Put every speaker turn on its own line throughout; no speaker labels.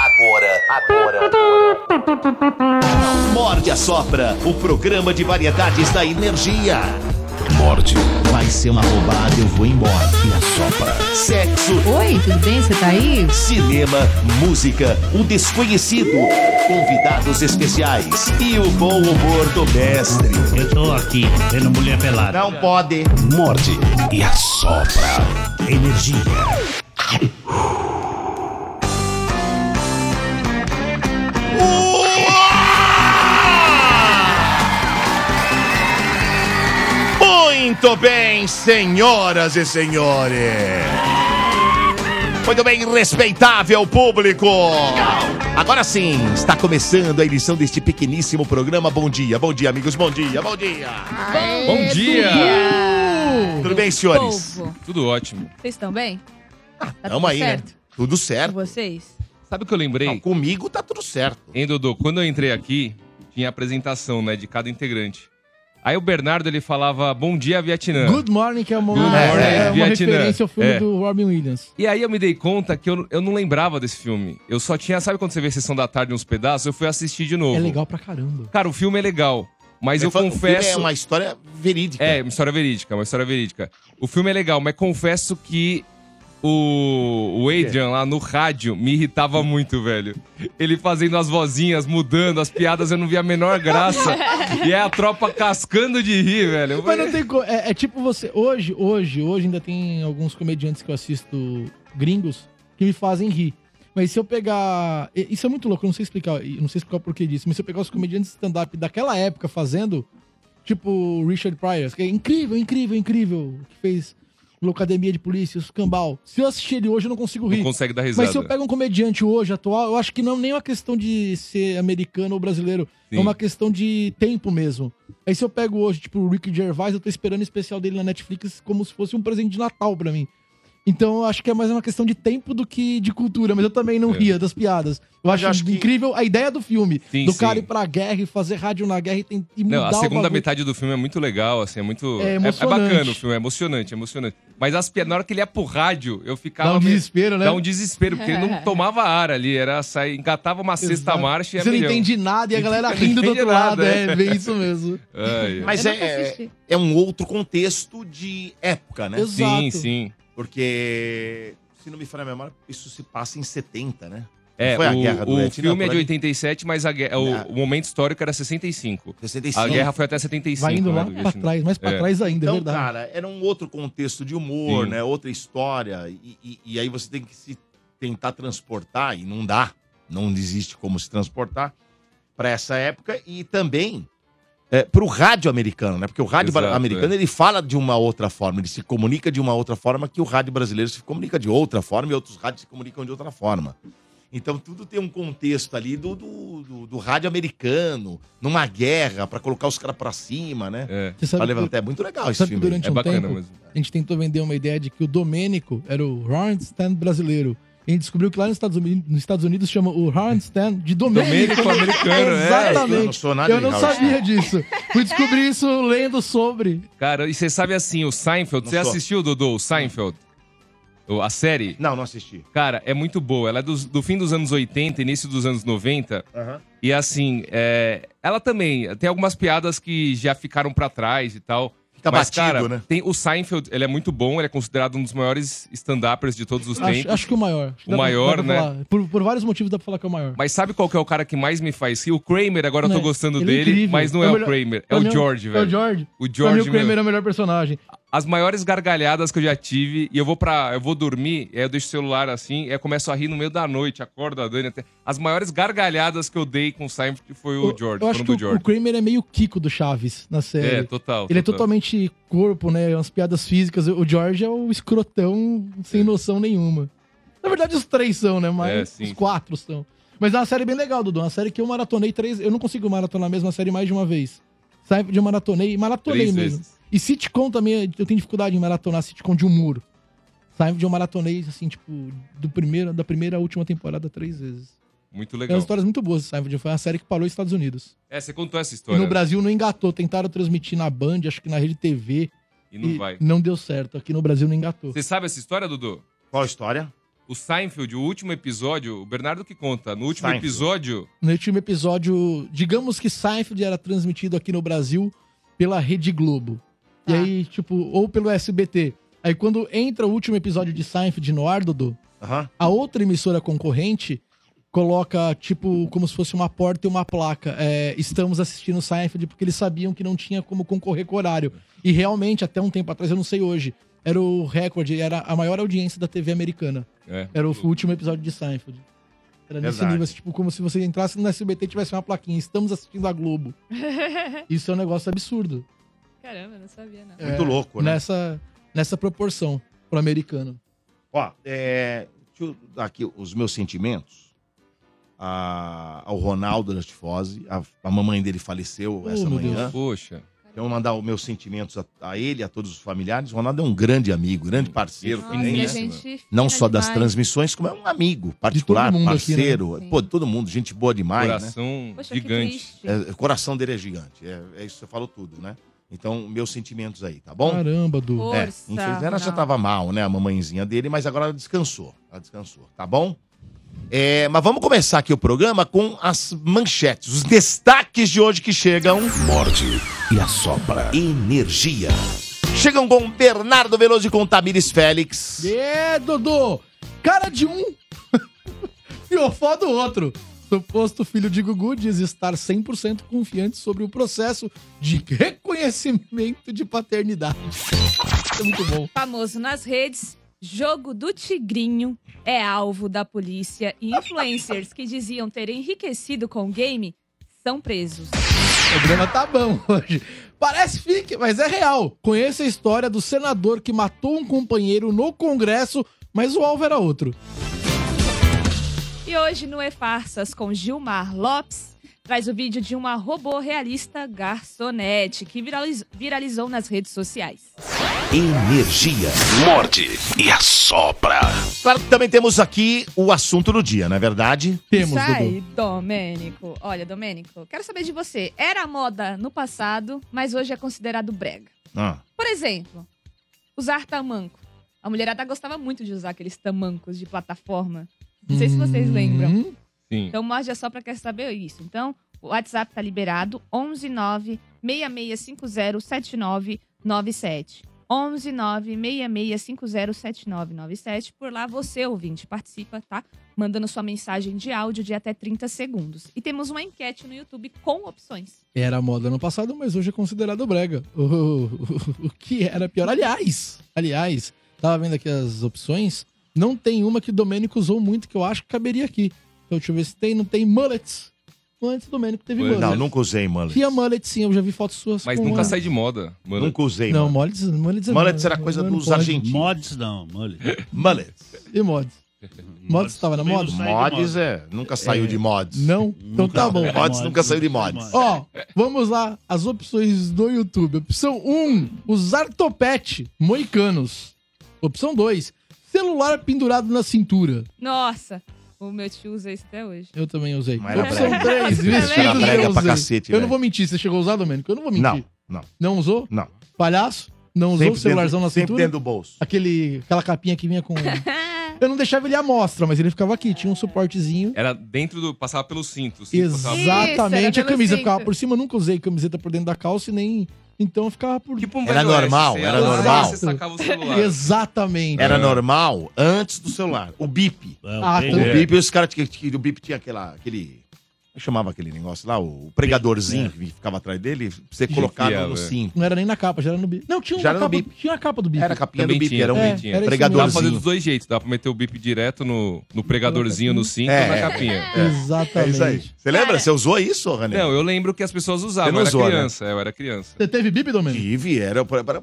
Agora, agora.
Morde a Sopra, o programa de variedades da energia.
Morde,
Vai ser uma roubada, eu vou embora.
sopra,
Sexo,
Oi, tudo bem? Você tá aí?
cinema, música, o desconhecido, convidados especiais e o bom humor do mestre.
Eu tô aqui vendo mulher pelada.
Não pode.
morde e assopra.
Energia.
Muito bem, senhoras e senhores. Muito bem, respeitável público. Agora sim, está começando a edição deste pequeníssimo programa. Bom dia, bom dia, amigos. Bom dia, bom dia.
Bom dia!
Tudo bem, senhores?
Povo,
Tudo ótimo.
vocês estão bem? Tá tudo
Tamo aí, né?
certo?
Tudo
Com
certo.
vocês?
Sabe o que eu
Não,
lembrei?
comigo tá tudo certo.
Hein, Dodô? Quando eu entrei aqui, tinha a apresentação, né, de cada integrante. Aí o Bernardo, ele falava, bom dia, Vietnã.
Good Morning, que é uma,
Good
é
Morning,
uma
Vietnã.
referência ao filme
É.
do Robin Williams.
E aí eu me dei conta que eu, eu não lembrava desse filme. Eu só tinha, sabe quando você vê Sessão da Tarde uns pedaços? Eu fui assistir de novo.
É legal pra caramba.
Cara, o filme é legal. Mas eu
fa- o filme
confesso...
É uma história verídica.
É, uma história verídica, uma história verídica. O filme é legal, mas confesso que o, o Adrian lá no rádio me irritava muito, velho. Ele fazendo as vozinhas, mudando as piadas, eu não via a menor graça. e é a tropa cascando de rir, velho. Eu
Mas
falei,
não tem co... é, é tipo você. Hoje, hoje, hoje ainda tem alguns comediantes que eu assisto gringos que me fazem rir. Mas se eu pegar. e- Isso é muito louco, eu não sei explicar, eu não sei explicar o porquê disso, mas se eu pegar os comediantes de stand-up daquela época fazendo, tipo o Richard Pryor, que é incrível, incrível, incrível, que fez Locademia de Polícia, os Cambal. Se eu assistir ele hoje, eu não consigo rir.
não consegue dar risada.
Mas se eu pego um comediante hoje, atual, eu acho que não é nem uma questão de ser americano ou brasileiro.
Sim.
É uma questão de tempo mesmo. Aí se eu pego hoje, tipo, o Rick Gervais, eu tô esperando o especial dele na Netflix como se fosse um presente de Natal pra mim. Então eu acho que é mais uma questão de tempo do que de cultura, mas eu também não
É.
ria das piadas. Eu acho,
acho que-
incrível a ideia do filme.
Sim,
do
sim.
cara ir pra guerra e fazer rádio na guerra e, tem, e mudar
Não, a
o
segunda
bagulho.
metade do filme é muito legal, assim, é muito.
É emocionante.
bacana o filme, é emocionante, é emocionante. Mas as pi- na hora que ele ia pro rádio, eu ficava.
Dá um
meio-
desespero, né?
Dá um desespero, porque ele não tomava ar ali, era sair, engatava uma sexta
Exato.
marcha e ia
Você não
milhão.
entende nada e a galera rindo do
é entende
outro lado.
nada,
É, bem isso mesmo.
Ai, ai.
Mas
Eu nunca
é,
assisti.
é um outro contexto de época, né?
Exato.
Sim, sim.
Porque, se não me falha a memória, isso se passa em 70, né?
É,
Foi a
o,
guerra do
o
Vietnã,
filme é
por
de
ali?
87, mas a guerra-
Ah.
o, o momento histórico era 65.
65.
A guerra foi até 75.
Vai indo
né,
lá
do
pra
Vietnã.
trás, mais pra
É.
trás ainda, é
Então,
verdade.
cara, era um outro contexto de humor,
Sim.
né? Outra história. E, e- e aí você tem que se tentar transportar, e não dá. Não existe como se transportar para essa época. E também para o rádio americano, né? Porque o rádio
Exato, é.
bra- americano, ele fala de uma outra forma. Ele se comunica de uma outra forma que o rádio brasileiro se comunica de outra forma e outros rádios se comunicam de outra forma. Então tudo tem um contexto ali do, do, do- do rádio americano, numa guerra, para colocar os caras para cima, né?
É,
Você
Pra
sabe que eu-
levantar. É muito legal esse
sabe
filme.
que
aí.
durante
é
um
bacana
tempo,
mesmo.
a gente tentou vender uma ideia de que o Domênico era o Hornstein brasileiro. E a gente descobriu que lá nos Estados Unidos, nos Estados Unidos chama o Hornstein de Domênico.
Domênico americano, é.
Eu não
Exatamente.
sou nada
Eu não
legal,
sabia disso. Fui descobrir isso lendo sobre.
Cara, e você sabe assim, o Seinfeld,
Não
você
sou.
assistiu, Dodô, o Seinfeld? O- A série?
Não, não assisti.
Cara, é muito boa. Ela é dos- do fim dos anos 80, início dos anos 90.
Ah.
E assim, é, ela também tem algumas piadas que já ficaram pra trás e tal.
Fica
Mas,
batido,
cara,
né?
tem o Seinfeld, ele é muito bom, ele é considerado um dos maiores stand-uppers de todos os tempos.
Acho, acho que o maior. Acho que
O
dá pra-
maior,
dá pra
né?
falar. Por, por vários motivos dá pra falar que é o maior.
Mas sabe qual que é o cara que mais me faz rir? O Kramer, agora eu
Né?
tô gostando
Ele é
dele,
incrível.
mas não
É
é,
o
o
melhor-
Kramer, é
Pra mim
o George, velho.
É o George.
O
Pra mim, o
George
Kramer
mesmo.
é o melhor personagem.
As maiores gargalhadas que eu já tive, e eu vou para eu vou dormir, aí eu deixo o celular assim, e eu começo a rir no meio da noite, acordo a Dani até. As maiores gargalhadas que eu dei com o Seinfeld foi o
Eu-
George,
eu
foram
acho que
do
o, o
George.
Kramer é meio Kiko do Chaves na série.
É, total.
Ele é
total.
totalmente corpo, né? Umas piadas físicas. O George é o escrotão sem noção nenhuma. Na verdade, os três são, né? Mas
É, sim,
os
sim.
quatro são. Mas é uma série bem legal, Dudu. Uma série que eu maratonei três. Eu não consigo maratonar a mesma série mais de uma vez. Sai de maratonei e maratonei
Três
mesmo.
vezes.
E sitcom também, eu tenho dificuldade em maratonar sitcom de humor. Sai de eu maratonei, assim, tipo, do primeiro, da primeira à última temporada três vezes.
Muito
Tem
legal.
umas histórias muito boas, Seinfeld. Foi uma série que parou nos Estados Unidos.
É, você contou essa
E
história.
no
né?
Brasil não engatou. Tentaram transmitir na Band, acho que na Rede TV.
E não
E
vai.
não deu certo. Aqui no Brasil não engatou.
Você sabe essa história, Dudu?
Qual a história?
O Seinfeld, o último episódio, o Bernardo que conta, no último
Seinfeld.
episódio,
No último episódio, digamos que Seinfeld era transmitido aqui no Brasil pela Rede Globo. E
Tá.
aí, tipo, ou pelo SBT. Aí quando entra o último episódio de Seinfeld no ar, Dudu,
Aham.
a outra emissora concorrente coloca, tipo, como se fosse uma porta e uma placa. É, estamos assistindo Seinfeld porque eles sabiam que não tinha como concorrer com o horário. E realmente, até um tempo atrás, eu não sei hoje, era o recorde, era a maior audiência da TV americana.
é,
Era o último episódio de Seinfeld. Era nesse
Verdade.
nível, assim, tipo, como se você entrasse no SBT e tivesse uma plaquinha. Estamos assistindo a Globo. Isso é um negócio absurdo. É,
Caramba, não sabia, não.
Muito louco, né?
Nessa, nessa proporção pro americano.
Ó, é, deixa eu dar aqui os meus sentimentos a- ao Ronaldo da tifose. A, a mamãe dele faleceu
Oh,
essa
meu
manhã.
Deus.
poxa.
Então, mandar os meus sentimentos a, a ele, a todos os familiares. O Ronaldo é um grande amigo, grande parceiro.
Nossa,
também,
e a
né?
gente fica
Não só das
demais.
transmissões, como é um amigo particular,
mundo aqui, né?
parceiro.
Sim.
Pô, de todo mundo, gente boa demais, né?
coração
Poxa, que
gigante.
triste.
É, o coração dele é gigante. É, é isso que você falou tudo, né? Então, meus sentimentos aí, tá bom?
Caramba, Du.
Pô.
É,
Força,
infelizmente ela já
Ronaldo.
tava mal, né? A mamãezinha dele, mas agora ela descansou. Ela descansou, tá bom? É, mas vamos começar aqui o programa com as manchetes, os destaques de hoje que chegam.
Morde e assopra.
Energia.
Chegam com Bernardo Veloso e com Tamires Félix.
É, Dodô! Cara de um e ofó do outro. Suposto filho de Gugu diz estar 100% confiante sobre o processo de reconhecimento de paternidade. Isso é muito bom.
Famoso nas redes, jogo do tigrinho é alvo da polícia e influencers que diziam ter enriquecido com o game são presos.
O programa tá bom hoje. Parece fique, mas é real. Conheça a história do senador que matou um companheiro no Congresso, mas o alvo era outro.
E hoje no E Farsas com Gilmar Lopes traz o vídeo de uma robô realista garçonete que viraliz- viralizou nas redes sociais.
Energia.
Morde e assopra.
Claro que também temos aqui o assunto do dia, não é verdade?
Temos,
Isso
Dudu.
aí, Domênico. Olha, Domênico, quero saber de você. Era moda no passado, mas hoje é considerado brega.
Ah,
Por exemplo, usar tamanco. A mulherada gostava muito de usar aqueles tamancos de plataforma. Não sei se vocês
Hum,
lembram.
Sim.
Então, morde só pra quer saber isso. Então, o WhatsApp tá liberado, 119-6650-7997. 119-6650-7997. Por lá você, ouvinte, participa, tá? Mandando sua mensagem de áudio de até 30 segundos. E temos uma enquete no YouTube com opções.
Era moda no passado, mas hoje é considerado brega. O, o- o que era pior? Aliás, aliás, tava vendo aqui as opções. Não tem uma que o Domênico usou muito que eu acho que caberia aqui. Então deixa eu ver se tem. Não tem mullets. Antes o Domênico teve
Pois
mullets.
não, nunca usei mullet.
Tinha mullet sim, eu já vi fotos suas.
Mas
com
nunca
a-
sai de moda, mano.
Nunca usei
Não,
mullet.
mullets, mullets, é-
Mullet era coisa
não
dos
pode.
argentinos.
Mods não, mole.
Mullet.
E mods? Mods tava na
também
moda?
não sai de
Mods
moda.
é, nunca saiu de mods.
Não? Então
Nunca
tá bom.
foi.
Mods nunca saiu de
Mods.
mods.
Ó, vamos lá. As opções do YouTube. Opção 1, usar topete, moicanos. Opção 2, celular pendurado na cintura.
Nossa, o meu tio usa isso até hoje.
Eu também usei.
Mas era
Opção
brega.
3,
Isso era
vestido de
brega pra
eu usei.
cacete,
Eu
velho.
não vou mentir. Você chegou a usar, Domênico? Eu não vou
Não,
mentir.
não.
Não usou?
Não.
Palhaço? Não usou o celularzão
dentro,
na
sempre
cintura?
dentro do bolso.
Aquele, aquela capinha que vinha com... Eu não deixava ele à mostra, mas ele ficava aqui. Tinha um suportezinho.
Era dentro do. Passava pelo cinto. o cinto passava
Exato.
Exatamente.
Isso,
A
era
camisa
velocista.
ficava por cima. Eu nunca usei camiseta por dentro da calça e nem... Então eu ficava por...
Tipo um
Era
Velho Oeste,
normal,
você ia
era
lá,
normal.
Você sacava o celular.
Exatamente. É.
Era normal antes do celular. O bip.
É, o
Ah,
Pedro
O
É.
bip, os caras. tinham- tinham- O bip tinha aquela, aquele. Como chamava aquele negócio lá? O pregadorzinho que ficava atrás dele, pra você colocar no- no
Enfiava.
cinto.
Não era nem na capa, já era no bip. Não, tinha
Já
uma
era no
capa,
bip.
tinha a capa do bip.
Era a capinha
Também
do bip,
tinha.
era um
É,
era
bip.
isso
Dá pra fazer
pregadorzinho.
dos dois jeitos. Dá pra meter o bip direto no, no pregadorzinho, no um cinto
É.
ou na capinha.
É
Exatamente.
isso aí. Você lembra?
Cara.
Você usou isso, René?
Não, eu lembro que as pessoas
Você
usavam.
não
Eu era
usou, né?
criança. Eu era criança.
Você teve bip, Domênico?
Tive, era, era,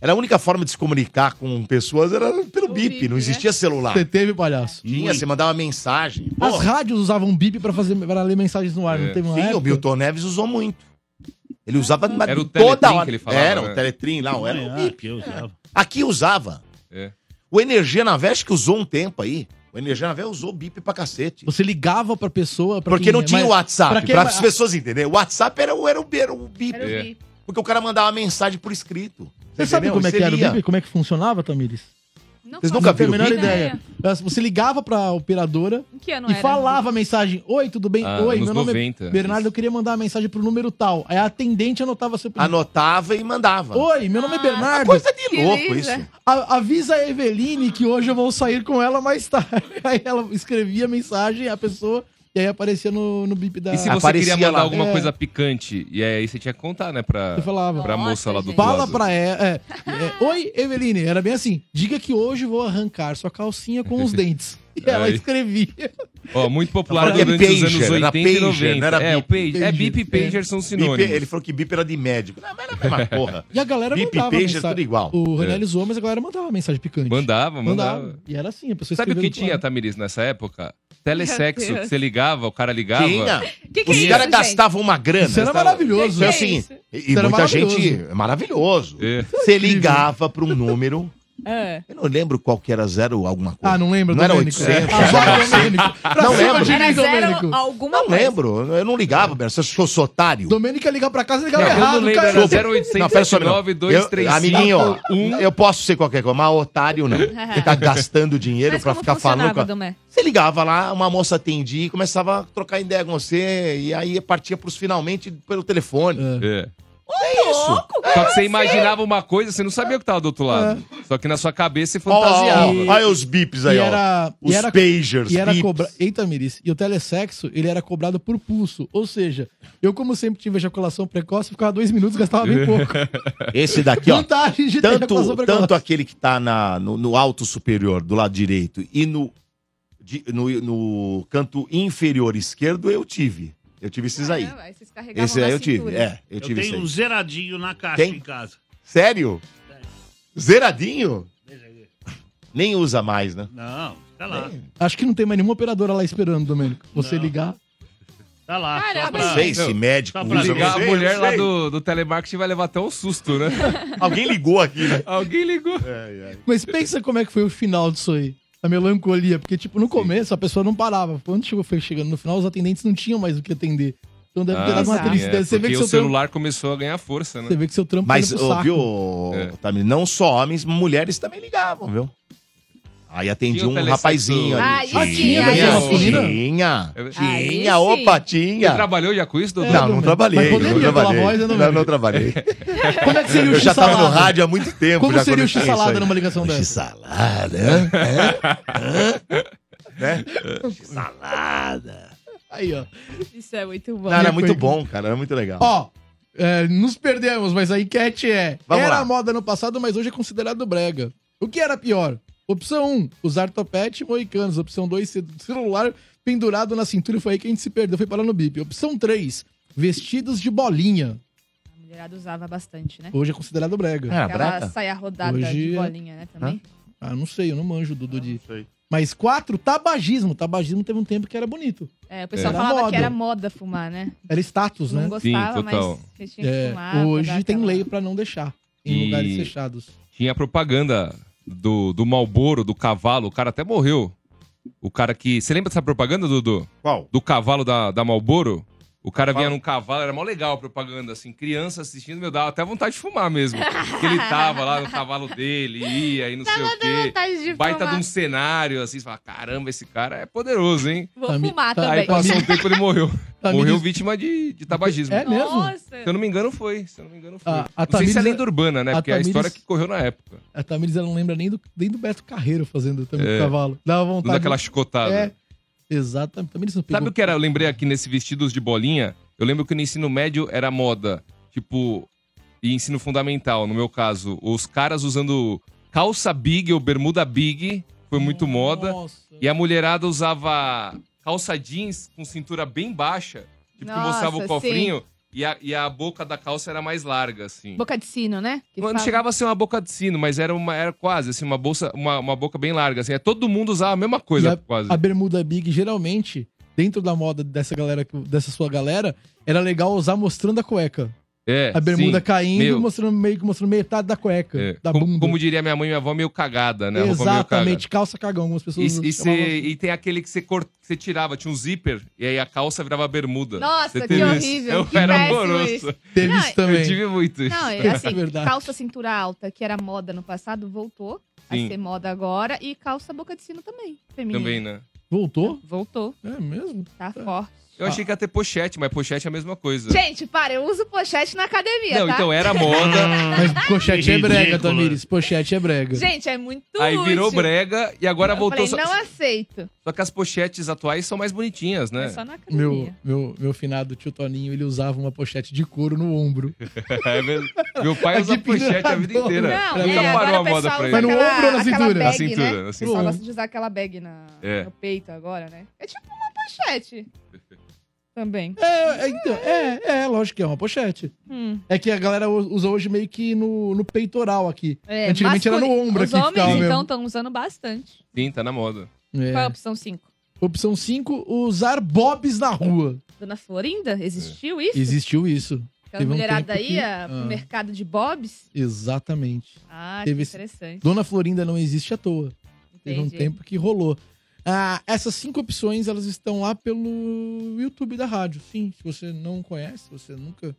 era a única forma de se comunicar com pessoas era pelo
O
bip,
bip,
não existia celular.
Você teve, palhaço.
Tinha, você mandava mensagem. Pô,
As rádios usavam bip pra, fazer, pra ler mensagens no ar,
É.
não teve uma
sim,
época?
o Milton Neves usou muito. Ele usava mas
Era o
toda
Teletrim
hora.
que ele falava,
era o
né?
Teletrim lá, era o
É,
Ah,
bip.
que eu usava.
Aqui usava.
É.
O Energia na Veste que usou um tempo aí. O Energia na Veste usou bip pra cacete.
Você ligava pra pessoa... Pra
Porque
quem-
não tinha o
mas-
WhatsApp,
pra
pra,
quem- é
as pessoas entenderem. O WhatsApp era, o- era, o- era o bip.
Era o
É.
Gui.
Porque o cara mandava mensagem por escrito.
Você sabe
entendeu?
como é
Você
que era o
lia.
bip? Como é que funcionava, Tamires?
Não
Vocês
faço
nunca
não tenho a
viram
menor
vídeo?
ideia. Você ligava pra operadora
Em que ano
e
era?
falava a mensagem: Oi, tudo bem?
Ah,
Oi,
anos
meu nome
90.
é Bernardo, eu queria mandar uma mensagem pro número tal. Aí a atendente anotava seu pedido.
Anotava e mandava.
Oi, meu nome é
Ah,
Bernardo.
Coisa de
Que
louco isso.
lisa.
A- avisa a Eveline que hoje eu vou sair com ela mais tarde. Aí ela escrevia a mensagem, a pessoa, e aí aparecia no, no bip da.
E se
Aí
você
Aparecia
queria mandar
lá.
alguma
É.
coisa picante, e aí você tinha que contar, né, pra,
eu falava.
pra
Nossa,
moça lá do
gente.
outro
Fala
lado.
pra ela. é, é, Oi, Eveline. Era bem assim. Diga que hoje eu vou arrancar sua calcinha com os dentes. E ela
Aí.
escrevia.
Ó, muito popular
Agora é
durante os anos
pager,
80
era
e
pager,
90.
não era
é, o pager, é,
Pager.
bip e pager são sinônimos.
Bip, ele falou que bip era de médico. Não, mas era a mesma porra.
E a galera
Bip,
mandava.
é
pager,
mensagem.
tudo igual. É.
O René zoou, mas a galera mandava mensagem picante.
Mandava, mandava.
E era assim, a pessoa
Sabe o que
escrevia no
tinha, Tamiris, nessa época? Telesexo,
Meu Deus.
que você ligava, o cara ligava.
Tinha.
Que que é
Os
isso,
caras
gente?
gastavam uma grana.
Isso era
sabe?
maravilhoso.
Então,
Que que é
assim,
isso?
e e
Isso era
muita
maravilhoso.
gente. É maravilhoso.
É.
Você ligava pra um número.
Ah.
Eu não lembro qual que era zero alguma coisa.
Ah, não lembra?
Não era
Domênico?
800.
É. Ah, vai, Domênico. Pra
Não
cima
lembro.
de mim,
Era
Domênico.
zero alguma
Não É.
coisa.
lembro. Eu não ligava, Bernardo. Se eu sou otário.
Domênico ia ligar pra casa e
Não,
ligava
eu não
errado,
lembro, era
cara.
Desculpa. não, pera
0809
só, não. Eu- Amiguinho, ó,
1.
eu posso ser qualquer coisa, mas otário não. Você tá gastando dinheiro
Mas
pra
como
ficar falando
funcionava,
com a...
Domé?
Você ligava lá, uma moça atendia e começava a trocar ideia com você, e aí partia pros finalmente pelo telefone.
É.
É isso.
Pouco,
Só que você imaginava uma coisa, você não sabia o que tava do outro lado. Só que na sua cabeça você fantasiava.
Olha olha os bips aí,
É. E
ó.
era-
os
e era-
pagers,
E era
bips.
cobra... Eita, Miris. E o telesexo, ele era cobrado por pulso. Ou seja, eu, como sempre tive ejaculação precoce, ficava dois minutos, gastava bem pouco.
Esse daqui, ó.
Vantagem de ter ejaculação
Tanto,
precoce.
tanto aquele que tá na, no, no alto superior, do lado direito, e no, di- no, no canto inferior esquerdo, eu tive. Eu tive esses aí.
Caramba, esses carregavam
Esse aí
na
eu tive,
cintura.
é. Eu
Eu
tive
tenho um
isso aí.
zeradinho na caixa
Tem?
em casa.
Sério? Zeradinho? Nem usa mais, né?
Não, tá lá.
Acho que não tem mais nenhuma operadora lá esperando, Domênico. Você ligar.
Tá lá. só
Caramba,
pra-
Não sei se
Não.
médico
Só pra
usa.
Ligar
não
a
sei,
mulher
não
lá
sei.
do, do telemarketing vai levar até um susto, né?
Alguém ligou aqui, né? é.
Alguém ligou.
Mas pensa como é que foi o final disso aí. A melancolia. Porque, tipo, no começo a pessoa não parava. Quando chegou, foi chegando no final, os atendentes não tinham mais o que atender. Então deve ter
Ah,
dado uma
sim,
tristeza.
é,
você, vê que
porque o
seu trampo,
celular começou a ganhar força, né?
você vê que seu trampo
Mas,
tá indo pro
ô, viu,
É.
Tamir, não só homens, mulheres também ligavam, viu? Aí atendi
Tinha o
um
telesexo.
rapazinho.
Ah,
ali.
isso tinha
versão masculina?
tinha.
É-
Aí
Tinha,
sim.
opa,
Você
tinha.
trabalhou já com isso, doutor?
Ah, Não, não
Domênico.
trabalhei.
Mas poderia,
não
pela
trabalhei.
voz, né,
não,
Domênico?
não trabalhei.
Como é que seria o
Eu já tava no
x-salada?
rádio há muito tempo.
Como
já
seria
quando
o
tinha isso
x-salada
aí. Ah,
numa ligação dessa?
X-salada, hã? Hã? Hã? Né? X-salada.
Aí, ó.
Isso é muito bom.
Não, era
Minha
muito
coisa.
bom, cara. Era muito legal.
Ó, é, nos perdemos, mas a enquete é:
Então. Vamos
era
lá.
moda no passado, mas hoje é considerado brega. O que era pior? Opção 1, usar topete e moicanos. Opção 2, ce- celular pendurado na cintura. Foi aí que a gente se perdeu, foi parar no bip. Opção 3, vestidos de bolinha.
A mulherada usava bastante, né?
Hoje é considerado brega.
Ah,
Aquela
braca.
saia rodada
Hoje
de
é-
bolinha, né, também.
Ah, não sei, eu não manjo, Dudu. De...
sei.
Mas 4, tabagismo. Tabagismo teve um tempo que era bonito.
É, o pessoal
Era
falava
moda.
que era moda fumar, né?
Era status,
Não
né?
gostava,
Sim, total.
mas você tinha que
É,
fumar. pra dar
hoje tem
aquela-
lei pra não deixar em
E-
lugares fechados.
Tinha a propaganda do, do Malboro, do cavalo. O cara até morreu. O cara que... Você lembra dessa propaganda, Dudu?
Qual?
Do cavalo da, da Malboro? O cara vinha num cavalo, era mó legal a propaganda, assim. Criança assistindo, meu, dava até vontade de fumar mesmo. Porque ele tava lá no cavalo dele, ia e não sei o
Dá
quê.
vontade de
Baita de
fumar.
um cenário, assim. Você fala, caramba, esse cara é poderoso, hein?
Vou
Tá me-
fumar
tá-
Aí
também.
passou um tempo ele morreu.
Tá me
morreu
diz-
vítima de, de tabagismo.
É mesmo?
Nossa!
Se eu não me engano, foi. Se eu não me engano, foi.
A- a
não sei se é
Tamires-
lenda urbana, né?
a
Porque é a
Tamires-
história que correu na época.
A Tamiris ela não lembra nem do, nem do Beto Carreiro fazendo também
É.
o cavalo. Dava
Não
vontade.
daquela chicotada.
É. Exatamente. Tamiris não pegou.
Sabe o que é era? Eu lembrei aqui nesse vestidos de bolinha. Eu lembro que no ensino médio era moda. Tipo, e ensino fundamental, no meu caso. Os caras usando calça big ou bermuda big. Foi muito moda.
Nossa.
E a mulherada usava calça jeans com cintura bem baixa. Tipo, que
Nossa,
mostrava o
sim.
cofrinho. E a, e a boca da calça era mais larga, assim.
Boca de sino, né? Que
Não, não
fala.
chegava a ser uma boca de sino, mas era, uma, era quase, assim, uma, bolsa, uma, uma boca bem larga, assim. É, Todo mundo usava a mesma coisa,
E
quase.
A bermuda big, geralmente, dentro da moda dessa galera, que- dessa sua galera, era legal usar mostrando a cueca.
É,
A bermuda
sim.
caindo
Meu.
e mostrando meio que mostrando metade da cueca.
É,
Da
como,
bunda.
como diria minha mãe e minha avó, meio cagada, né? A roupa meio cagada.
Exatamente, calça cagão. Algumas pessoas
E,
chamavam
e, cê-
assim.
e tem aquele que você, cort- que você tirava, tinha um zíper, e aí a calça virava bermuda.
Nossa,
Cê
que
teve isso?
horrível,
Eu
que
era
péssimo
horroroso.
isso.
Teve
Não,
isso também.
Eu tive muito isso.
Não, é
Isso é
assim,
verdade.
calça cintura alta, que era moda no passado, voltou.
Sim.
Vai ser moda agora. E calça boca de sino também. Feminina.
Também, né?
Voltou?
Voltou.
É mesmo?
Tá forte.
Eu achei que ia ter pochete, mas pochete é a mesma coisa.
Gente, para, eu uso pochete na academia,
Não,
tá?
então era moda,
Mas pochete é brega,
Ridícula.
Tamires. Pochete é brega.
Gente, é muito
aí virou
útil.
brega e agora
Eu
voltou.
falei,
só-
não é aceito.
Só que as pochetes atuais são mais bonitinhas,
É.
né?
só na academia.
Meu, meu, meu finado tio Toninho, ele usava uma pochete de couro no ombro.
É mesmo. Meu pai usa
Aqui
pochete a vida
pendurado.
inteira.
Não,
Nunca
é,
parou
agora
a
o pessoal
moda pra
usa
ele.
Mas é- no
aquela,
ombro ou na
Ah, aquela
cintura?
bag,
Na
a cintura,
né?
a
O pessoal
cintura.
Pô.
gosta de usar aquela bag na,
É.
no peito agora, né? É tipo uma pochete. Também.
É, é, então, é, é, lógico que é uma pochete.
Hum,
É que a galera u- usa hoje meio que no, no peitoral aqui.
é,
Antigamente era no
masculino.
ombro
Os
aqui que
homens,
ficava
então,
mesmo.
estão usando bastante.
Sim, tá na moda.
Qual é a
É.
opção 5?
Opção 5, usar bobs na rua.
Dona Florinda, existiu
É.
isso?
Existiu isso.
Aquela
Teve um
mulherada
tempo que-
ia pro
Ah.
mercado de bobs?
Exatamente.
Ah, que
Teve esse-
interessante.
Dona Florinda não existe à toa. Teve um
Entendi.
tempo que rolou. Ah, essas cinco opções, elas estão lá pelo YouTube da rádio. Sim, se você não conhece, se você nunca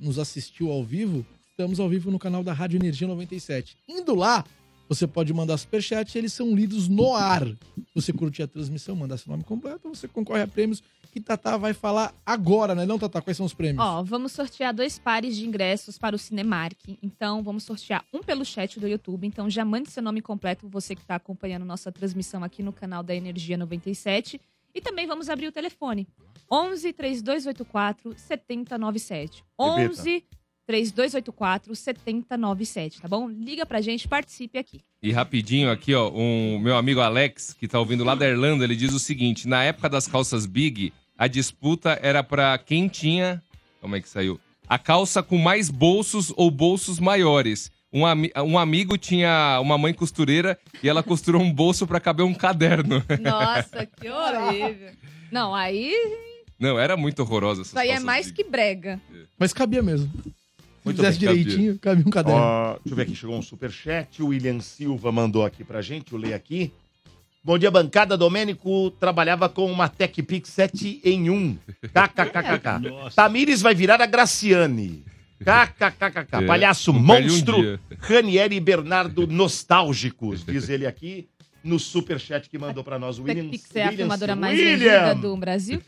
nos assistiu ao vivo, estamos ao vivo no canal da Rádio Energia 97. Indo lá, você pode mandar superchat e eles são lidos no ar. Se você curtir a transmissão, mandar seu nome completo, você concorre a prêmios que Tatá vai falar agora, né? Não, Tatá, quais são os prêmios?
Ó, vamos sortear dois pares de ingressos para o Cinemark. Então, vamos sortear um pelo chat do YouTube. Então, já mande seu nome completo, você que está acompanhando nossa transmissão aqui no canal da Energia 97. E também vamos abrir o telefone. 11 3284 7097. 11 3284 7097, tá bom? Liga pra gente, participe aqui.
E rapidinho aqui, ó, um meu amigo Alex, que tá ouvindo lá da Irlanda, ele diz o seguinte: na época das calças Big, a disputa era pra quem tinha. Como é que saiu? A calça com mais bolsos ou bolsos maiores. Um, ami- um amigo tinha uma mãe costureira e ela costurou um bolso pra caber um caderno.
Nossa, que horrível. Não, aí
Não, era muito horrorosa essas
isso aí é
calças
mais
Big.
que brega.
Mas cabia mesmo. Se
Muito
fizesse
bem, cabia.
direitinho, cabia um caderno.
Ó, deixa eu ver aqui, chegou um superchat. O William Silva mandou aqui pra gente, eu leio aqui. Bom dia, bancada. Domênico trabalhava com uma TechPix 7 em 1. KKKKK.
Nossa.
Tamires vai virar a Graciane. KKKKK.
É,
Palhaço
não perde um
monstro.
dia.
Ranieri e Bernardo nostálgicos, diz ele aqui no superchat que mandou pra nós. O William,
Tech é a
William
filmadora mais vendida
William.
do Brasil.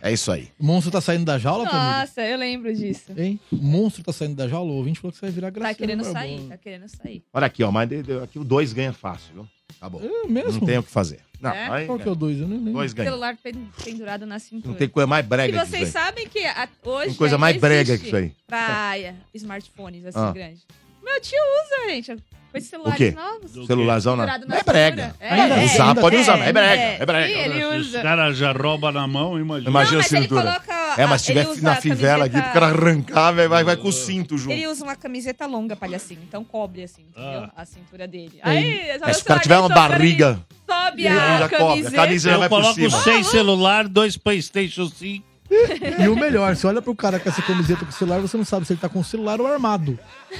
É isso aí.
O monstro tá saindo da jaula, Tamires?
Nossa, eu lembro disso.
Hein? O monstro tá saindo da jaula, o ouvinte falou que você vai virar gracinha.
Tá querendo
é
vai,
sair,
boa.
tá querendo sair.
Olha aqui, ó. Mas de- de- aqui o 2 ganha fácil, viu? Tá bom.
É
Não
mesmo?
tem o que fazer. Não,
É?
aí,
Qual que é o 2? Eu nem lembro.
dois ganha.
Celular pen- pendurado na
Não
cintura.
tem coisa mais
E
brega que
vocês
isso aí.
sabem que a- hoje.
Tem coisa
né,
mais
não
brega
existe
que isso aí.
Pra smartphones assim
Ah.
grande. Meu tio usa, gente. Com esses
O quê?
celulares novos.
Celularzão na...
pendurado na
É brega.
cintura.
Ainda
usar,
ainda
pode
tem.
usar, mas é brega, é brega.
Sim, ele
Cara, se né? os
usa.
caras já roubam na mão, imagina.
Imagina
não,
a
mas ele
cintura.
coloca.
Ah,
É, mas se
a- ele
tiver
usa
na
a
fivela aqui, pro
camiseta-
cara arrancar, vai, vai, vai com o cinto junto.
Ele usa uma camiseta longa, palhacinho. Então cobre, assim, entendeu?
Ah.
A cintura dele. Aí,
É, se o cara tiver uma barriga,
Sobe
ele
a
já cobre. A
camiseta.
camisa já vai
Eu
por
coloco
cima.
seis celular, dois Playstation 5.
E o melhor, você olha pro cara com essa camiseta com o celular, você não sabe se ele tá com o celular ou armado.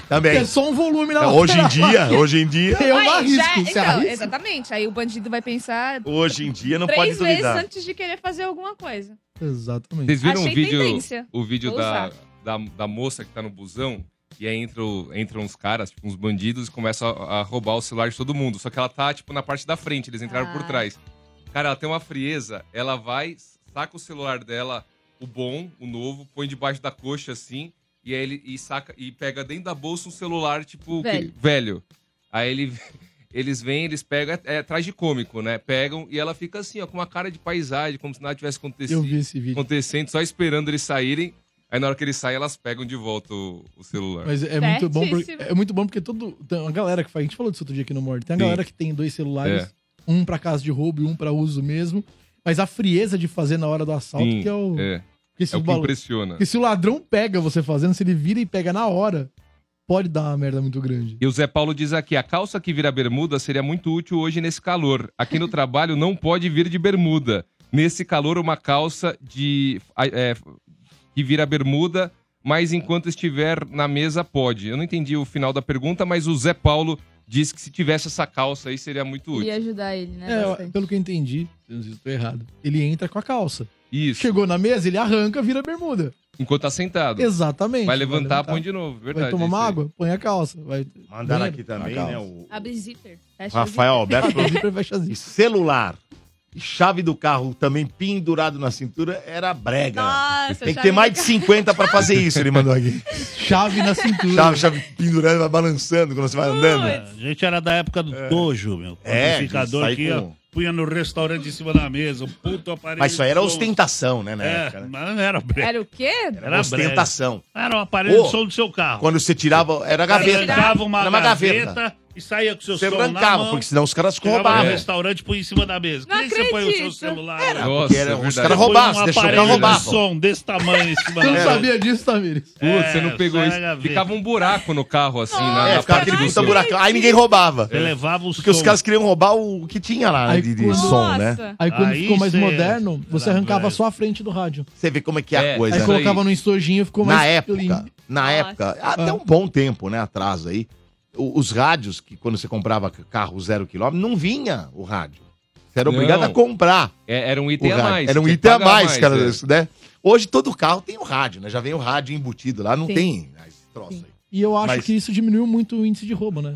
Também.
É só um volume na
É,
lateral.
hoje em dia, hoje em dia,
Eu não
Aí,
arrisco,
já-
você
então,
arrisca?
exatamente. Aí o bandido vai pensar
hoje em Um dia não pode
três vezes
duvidar.
antes de querer fazer alguma coisa.
Exatamente.
Vocês viram
Achei
o vídeo,
tendência.
o vídeo
Vou
da,
usar.
da, da moça que tá no busão? E aí entra o- entram uns caras, tipo, uns bandidos, e começam a, a roubar o celular de todo mundo. Só que ela tá, tipo, na parte da frente, eles entraram por
Ah.
trás. Cara, ela tem uma frieza, ela vai, saca o celular dela, o bom, o novo, põe debaixo da coxa assim, e aí ele e saca e pega dentro da bolsa um celular, tipo, que-
Velho.
velho. Aí ele, eles vêm, eles pegam, é, é atrás de cômico, né? Pegam e ela fica assim, ó, com uma cara de paisagem, como se nada tivesse acontecido
Eu vi esse vídeo.
acontecendo, só esperando eles saírem. Aí na hora que eles saem, elas pegam de volta o, o celular.
Mas é muito, bom porque,
Certíssimo.
é muito bom porque todo, tem a galera que faz, a gente falou disso outro dia aqui no Mord, tem a
Sim.
galera que tem dois celulares,
É.
um pra casa de roubo e um pra uso mesmo, mas a frieza de fazer na hora do assalto
Sim,
que é o,
É,
que esse
é o que
valor-
impressiona.
Porque se o ladrão pega você fazendo, se ele vira e pega na hora, pode dar uma merda muito grande.
E o Zé Paulo diz aqui: a calça que vira bermuda seria muito útil hoje nesse calor. Aqui no trabalho não pode vir de bermuda. Nesse calor, uma calça de a- é, que vira bermuda, mas enquanto estiver na mesa, pode. Eu não entendi o final da pergunta, mas o Zé Paulo diz que se tivesse essa calça aí seria muito útil.
Ia ajudar ele, né?
É,
bastante.
pelo que eu é- entendi, se eu estou errado, ele entra com a calça.
Isso.
Chegou na mesa, ele arranca, vira bermuda.
enquanto tá sentado.
Exatamente.
Vai levantar, põe de novo.
Vai
Verdade.
tomar
é isso
uma
aí.
água, põe a calça. Vai...
Mandaram
banheiro,
aqui também,
põe a
né?
calça.
O
Abre zíper. Fecha
Rafael Alberto falou,
Zíper, fecha zíper.
celular e chave do carro também pendurado na cintura era brega.
Nossa,
Tem que ter mais de 50 pra fazer isso, ele mandou aqui.
Chave na cintura.
Chave, chave pendurando, vai balançando quando você vai andando.
A gente era da época do Tojo, meu.
É,
Amplificador
sai
que
com-
ia, punha no restaurante em cima da mesa. um Puto aparelho.
Mas isso aí era
de som.
É ostentação, né, na época,
É,
né?
mas não era brega.
Era o quê?
Era brega.
ostentação.
Era o aparelho
Ô,
de som do seu carro.
Quando você tirava, era
Você
gaveta.
tirava uma,
era uma
gaveta,
gaveta.
e saía com seu
Você
som na
arrancava,
mão.
porque senão os caras
Chegava no
roubavam.
restaurante e põe em cima da mesa.
Não
Por que você põe o seu
acredito.
celular? né?
Nossa,
Porque era-
é
os
verdade.
caras
Põe um
roubavam, você deixou o carro
aparelho de
roubava.
som desse tamanho em cima da
Eu não
mesa.
sabia disso, Tamires.
Putz, você
É,
não pegou
sai
isso.
na gaveta.
Ficava um buraco no carro, assim, na,
É,
na
ficava
parte
aquele
do
puta
som.
buraco. Aí ninguém roubava.
Você levava o som.
Porque os caras queriam roubar o que tinha lá né,
Aí
de, de
quando-
som, né?
Aí quando
Aí
ficou mais
cê-
moderno, você
Era
arrancava
velho.
só a frente do rádio.
Você vê como é que é a
É,
coisa.
Aí
Pois
né?
colocava no estojinho e ficou mais
na época,
clean.
na
Nossa.
época, até
Ah.
um bom tempo, né, atrás aí, o- os rádios, que quando você comprava c- carro zero quilômetro, não vinha o rádio. Você era
Não.
obrigado a comprar
É, era um
o
item a
rádio.
mais.
era um
tinha que
item a
pagar
mais, cara,
é.
isso, né? Hoje todo carro tem o rádio, né? Já vem o rádio embutido lá, não
Sim.
tem né, esse troço
Sim.
aí.
E eu acho
Mas-
que isso diminuiu muito o índice de roubo, né?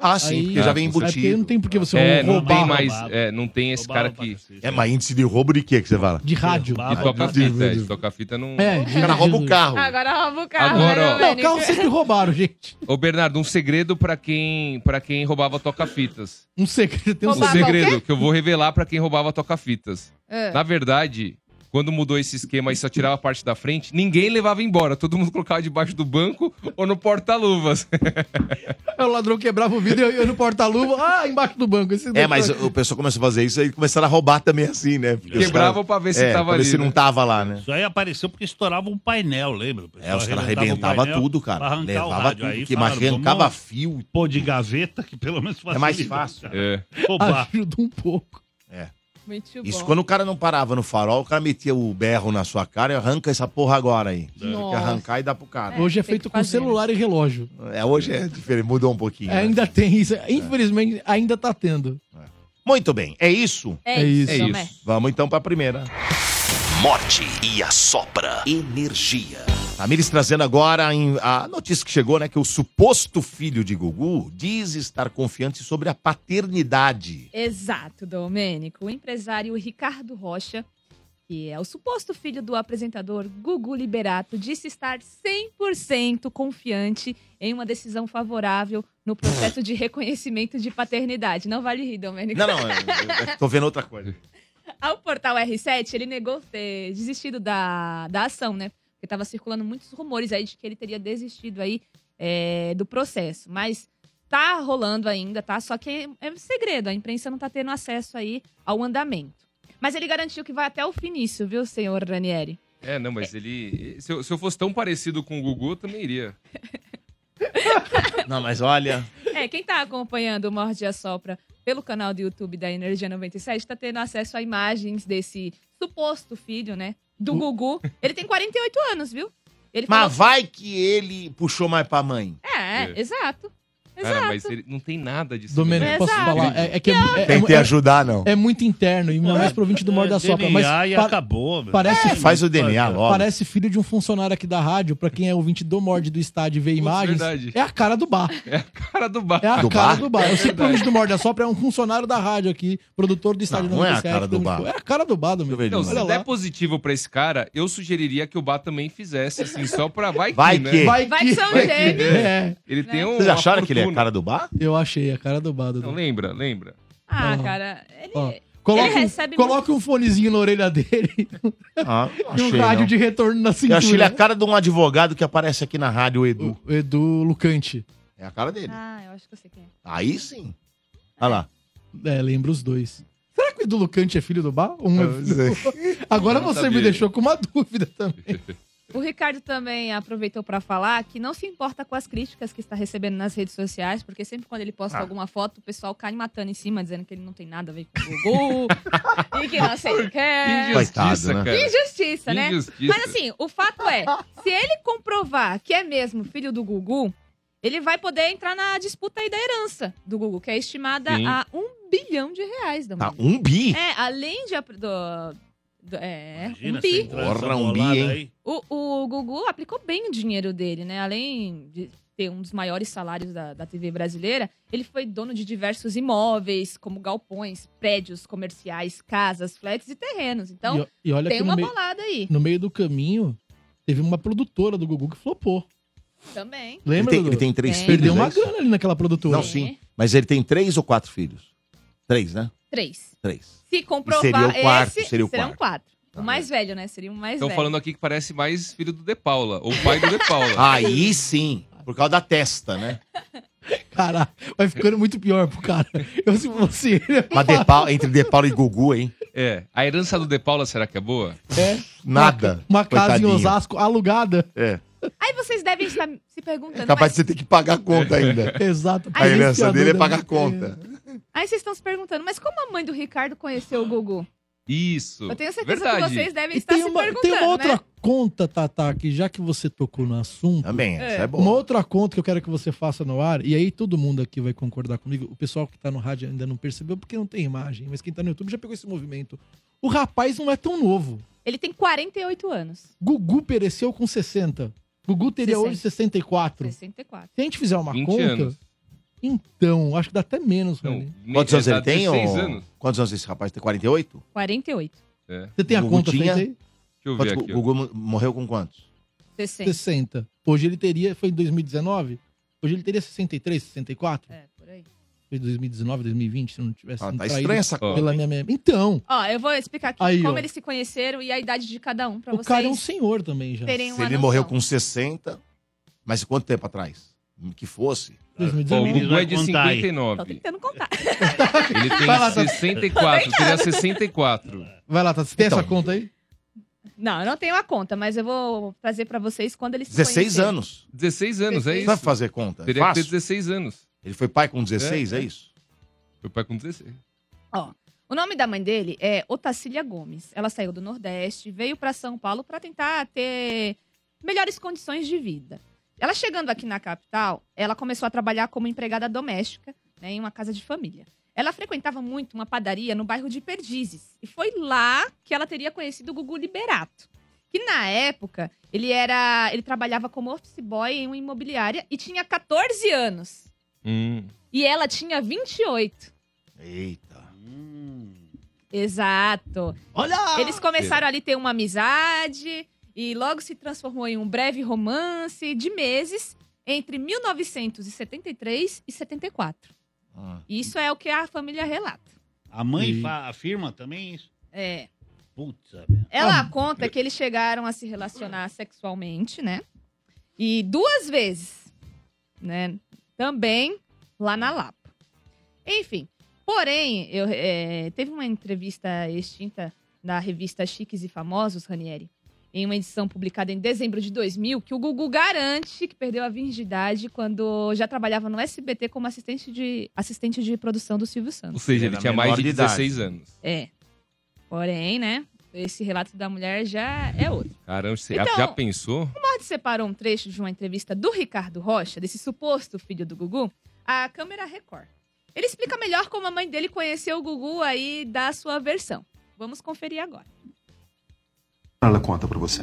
Ah, sim,
Aí-
porque já vem
Ah, com
É porque
embutido.
não tem por que você
É, não
roubar
tem mais.
roubava.
É, não tem esse cara
Roubava
que.
pra cacete.
É, mas índice de roubo de quê que você fala?
de rádio.
Roubava.
De toca-fita. é, De toca-fita não.
É,
O cara rouba o carro.
Agora rouba o carro.
Agora, ó.
né,
Não,
Domênico?
carro sempre roubaram, gente.
Ô, Bernardo, um segredo pra quem, pra quem roubava toca-fitas.
Um segredo. Tem um
Um
Roubava
segredo.
segredo que eu vou revelar pra quem roubava toca-fitas.
É.
Na verdade, quando mudou esse esquema e só tirava a parte da frente, ninguém levava embora. Todo mundo colocava debaixo do banco ou no porta-luvas.
Aí É, O ladrão quebrava o vidro e eu ia no porta-luva, ah, embaixo do banco. Esse
É, mas o pessoal começou a fazer isso e começaram a roubar também assim, né? Porque os
Quebravam pra ver se
é,
tava
pra ver
ali.
se não
né?
tava lá, né?
Isso aí apareceu porque estourava um painel, lembra? O pessoal
É, os caras
arrebentava o
arrebentavam
painel
tudo,
pra
cara.
arrancar o
Levava
rádio.
tudo,
Aí
que
falaram,
imagina,
vamos
arrancava fio.
pôr de gaveta, que pelo menos
É mais
facilita,
fácil.
cara.
É.
Roubar.
Ajuda um pouco.
Muito bom.
É. Isso quando o cara não parava no farol, o cara metia o berro na sua cara e arranca essa porra agora aí. Tem que
Nossa.
arrancar e dar pro cara.
Hoje
tem
é
que
feito com
fazer.
celular e relógio.
É, hoje é diferente, mudou um pouquinho. né?
Ainda tem isso. Infelizmente, ainda tá tendo.
Muito bem, é isso?
É
É
isso,
isso.
Domé.
Vamos então pra primeira.
Morte e a sopra energia.
Tamires trazendo agora em- a notícia que chegou, né? Que o suposto filho de Gugu diz estar confiante sobre a paternidade.
Exato, Domênico. O empresário Ricardo Rocha, que é o suposto filho do apresentador Gugu Liberato, disse estar 100% confiante em uma decisão favorável no processo de reconhecimento de paternidade. Não vale rir, Domênico.
Não, não, eu- eu- eu tô vendo outra coisa.
Ao portal R7, ele negou ter desistido da, da ação, né? Porque tava circulando muitos rumores aí de que ele teria desistido aí é, do processo. Mas tá rolando ainda, tá? Só que é segredo, a imprensa não tá tendo acesso aí ao andamento. Mas ele garantiu que vai até o finício, viu, senhor Ranieri?
É, não, mas ele. Se eu, se eu fosse tão parecido com o Gugu, eu também iria.
Não, mas olha.
É, quem tá acompanhando o Morde e a Sopra pelo canal do YouTube da Energia 97 tá tendo acesso a imagens desse suposto filho, né? Do Gugu. Ele tem 48 anos, viu? Ele falou
Mas vai que ele puxou mais pra mãe.
É,
É.
exato. Exato.
Cara, mas ele não tem nada disso. né?
Domênico, posso
Exato.
falar? É, é que é, é-
Tentei
é-
ajudar, não.
é muito interno, e ainda mais pro 20 do Morde da
É,
Sopra.
DNA
Mas
e
pa-
acabou, meu.
parece,
É, Faz o DNA logo.
parece filho de um funcionário aqui da rádio, pra quem é ouvinte do Morde do estádio e vê imagens.
verdade.
É a cara do bar.
Cara do bar.
É a
Do
cara
bar?
do bar. Eu sei que o ouvinte do Morde da Sopra é um funcionário da rádio aqui, produtor do estádio
Não, não é a cara do bar.
É a cara do bar, Domênico.
Deixa eu ver
Não,
de
se
Olha
der
lá.
positivo pra esse cara, eu sugeriria que o Bá também fizesse, assim, só pra vai que,
Vai
né?
que.
Vai que são
Vai que-
gêmeos. Né?
É,
Ele tem um.
Vocês acharam que ele é
fortuna.
cara do bar?
eu achei a cara do bar, Dudu.
Não, lembra, lembra.
Ah,
Ó.
cara. Ele...
Ó. Coloca,
Ele
um-
recebe
coloca um fonezinho na orelha dele
Ah, eu
e
achei,
um rádio
não.
de retorno na cintura.
Eu achei ele a cara de um advogado que aparece aqui na rádio, o Edu.
O Edu Lucante.
É a cara dele.
Ah, eu acho que eu sei quem é.
Aí sim. Olha lá.
É, lembra os dois. Será que o Edu Lucante é filho do Bar? Ou um é
Eu
filho do Bar? Agora
Não
você
sabia.
me deixou com uma dúvida também.
O Ricardo também aproveitou pra falar que não se importa com as críticas que está recebendo nas redes sociais, porque sempre quando ele posta alguma foto, o pessoal cai matando em cima, dizendo que ele não tem nada a ver com o Gugu e que não sei o que. é.
Coitado,
Injustiça,
né?
cara.
Injustiça, né?
Injustiça.
Mas assim, o fato é, se ele comprovar que é mesmo filho do Gugu, ele vai poder entrar na disputa aí da herança do Gugu, que é estimada
Sim.
a um bilhão de reais,
Tá,
Domingos.
um bi.
É, além de, ap- do- Do- É,
Imagina,
um bi.
você entrar nessa
Porra, um bi,
bolada
hein?
aí.
O, o Gugu aplicou bem o dinheiro dele, né? Além de ter um dos maiores salários da, da TV brasileira, ele foi dono de diversos imóveis, como galpões, prédios comerciais, casas, flats e terrenos. Então,
e, e olha
tem
que no
uma
meio,
bolada aí
no meio do caminho teve uma produtora do Gugu que flopou.
também.
Ele
Lembra?
tem,
Dudu?
ele tem três
Tem.
filhos.
Perdeu
é
uma
isso?
grana ali naquela produtora.
Não, sim. Mas ele tem três ou quatro filhos? Três, né?
Três.
Três.
Se
Seria
comprovar
o quarto,
esse,
seria o
serão
quarto. Tá
quatro. O mais velho, né? Seria o mais
Estão
velho.
falando aqui que parece mais filho do De Paula, ou pai do De Paula.
Aí sim. Por causa da testa, né?
Caralho, vai ficando muito pior pro cara. Eu, se fosse ele,
Mas De Paula- entre De Paula e Gugu, hein?
É. A herança do De Paula, será que é boa?
é
Nada.
uma casa em
Coitadinho.
Osasco Tá alugada.
É.
Aí vocês devem estar se perguntando.
Capaz
mas-
de você ter que pagar a conta
É.
ainda.
Exato.
A herança
Gerenciador
dele é
da-
pagar a conta.
Aí vocês estão se perguntando, mas como a mãe do Ricardo conheceu o Gugu?
Isso.
Eu tenho certeza que
Verdade.
vocês devem
E
estar
tem
se
uma,
perguntando.
tem uma outra
né?
conta, Tatá, que já que você tocou no assunto,
Também, essa é
Uma
boa.
outra conta que eu quero que você faça no ar, e aí todo mundo aqui vai concordar comigo, o pessoal que tá no rádio ainda não percebeu porque não tem imagem, mas quem tá no YouTube já pegou esse movimento. O rapaz não é tão novo.
Ele tem 48 anos.
Gugu pereceu com 60. Gugu teria
60.
hoje 64.
64.
Se a gente fizer uma
20
conta.
anos.
Então, acho que dá até menos,
Não,
Rony.
Quantos anos ele
dá
tem?
16
ô?
tá anos. É.
Quantos anos esse rapaz tem? 48?
48.
Você tem a
Gugu
conta
tinha-
frente aí?
Deixa eu ver
Quantos,
aqui.
o
ó.
Gugu mo- morreu com quantos?
60.
60. Hoje ele teria. Foi em 2019? Hoje ele teria 63, 64?
É, por aí.
Foi 2019, 2020, se não tivesse
Ah,
sido
tá
traído
estranha essa
Ó.
conta.
pela minha mem- Então,
Ó, eu vou explicar aqui
Aí,
como
ó.
eles se conheceram e a idade de cada um pra
o
vocês
cara é um senhor também já.
terem
Se
uma
ele
noção.
morreu com 60, mas quanto tempo atrás? Que fosse.
Ó, o
2019.
Gugu é de
Vai contar aí.
Tô
59.
tentando contar.
Ele tem
Vai lá, Tatá.
64. Teria 64.
Vai lá, tá, você tem
Então.
essa conta aí?
Não, eu não tenho a conta, mas eu vou trazer pra vocês quando eles se
16
conheceram.
anos.
16 anos, é
Não
isso.
sabe fazer conta. É
Teria que ter
fácil.
16 anos.
Ele foi pai com 16, é,
É, é.
isso?
Meu pai com 16.
O nome da mãe dele é Otacília Gomes. Ela saiu do Nordeste, veio pra São Paulo pra tentar ter melhores condições de vida. Ela chegando aqui na capital, ela começou a trabalhar como empregada doméstica né, em uma casa de família. Ela frequentava muito uma padaria no bairro de Perdizes. E foi lá que ela teria conhecido o Gugu Liberato. Que na época, ele era. ele trabalhava como office boy em uma imobiliária e tinha 14 anos.
Hum.
E ela tinha 28.
Eita.
Exato.
Olha!
Eles começaram ali a ter uma amizade e logo se transformou em um breve romance de meses entre 1973 e 74.
Ah.
Isso é o que a família relata.
A mãe
E-
fa- afirma também isso.
É.
Putz, velho.
Ela conta que eles chegaram a se relacionar sexualmente, né? E duas vezes, né? Também lá na Lapa. Enfim, porém, eu, é, teve uma entrevista extinta da revista Chiques e Famosos, Ranieri, em uma edição publicada em dezembro de 2000, que o Gugu garante que perdeu a virgindade quando já trabalhava no SBT como assistente de, assistente de produção do Silvio Santos.
Ou seja,
Ele
ele
era
tinha mais
menor
de
de idade.
16 anos.
É. Porém, né? Esse relato da mulher já é outro.
Caramba, você
Então-
já pensou?
O Mord separou um trecho de uma entrevista do Ricardo Rocha, desse suposto filho do Gugu, à Câmera Record. Ele explica melhor como a mãe dele conheceu o Gugu aí da sua versão. Vamos conferir agora.
Ela conta pra você.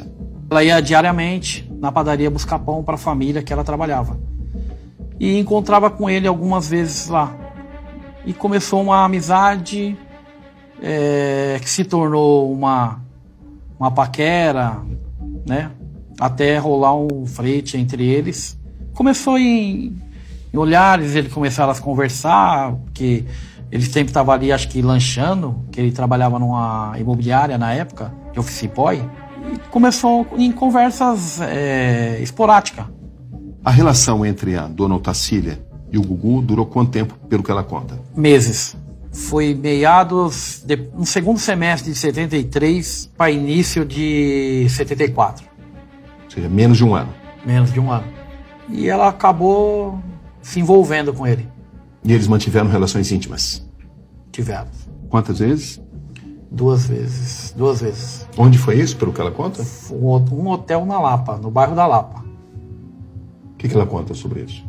Ela ia diariamente na padaria buscar pão pra família que ela trabalhava. E encontrava com ele algumas vezes lá. E começou uma amizade eh, que se tornou uma, uma paquera, né? Até rolar um frete entre eles. Começou em, em olhares, eles começaram a conversar, porque ele sempre estava ali, acho que lanchando, que ele trabalhava numa imobiliária na época, de office boy. E começou em conversas é, esporádicas.
A relação entre a dona Otacília e o Gugu durou quanto tempo, pelo que ela conta?
meses. Foi meados, de, no segundo semestre de 73 para início de 74,
Ou seja, menos de um ano.
menos de um ano. E ela acabou se envolvendo com ele.
E eles mantiveram relações íntimas.
Tivemos.
Quantas vezes?
Duas vezes, duas vezes.
Onde foi isso, pelo que ela conta?
Um hot- um hotel na Lapa, no bairro da Lapa.
O que, que ela conta sobre isso?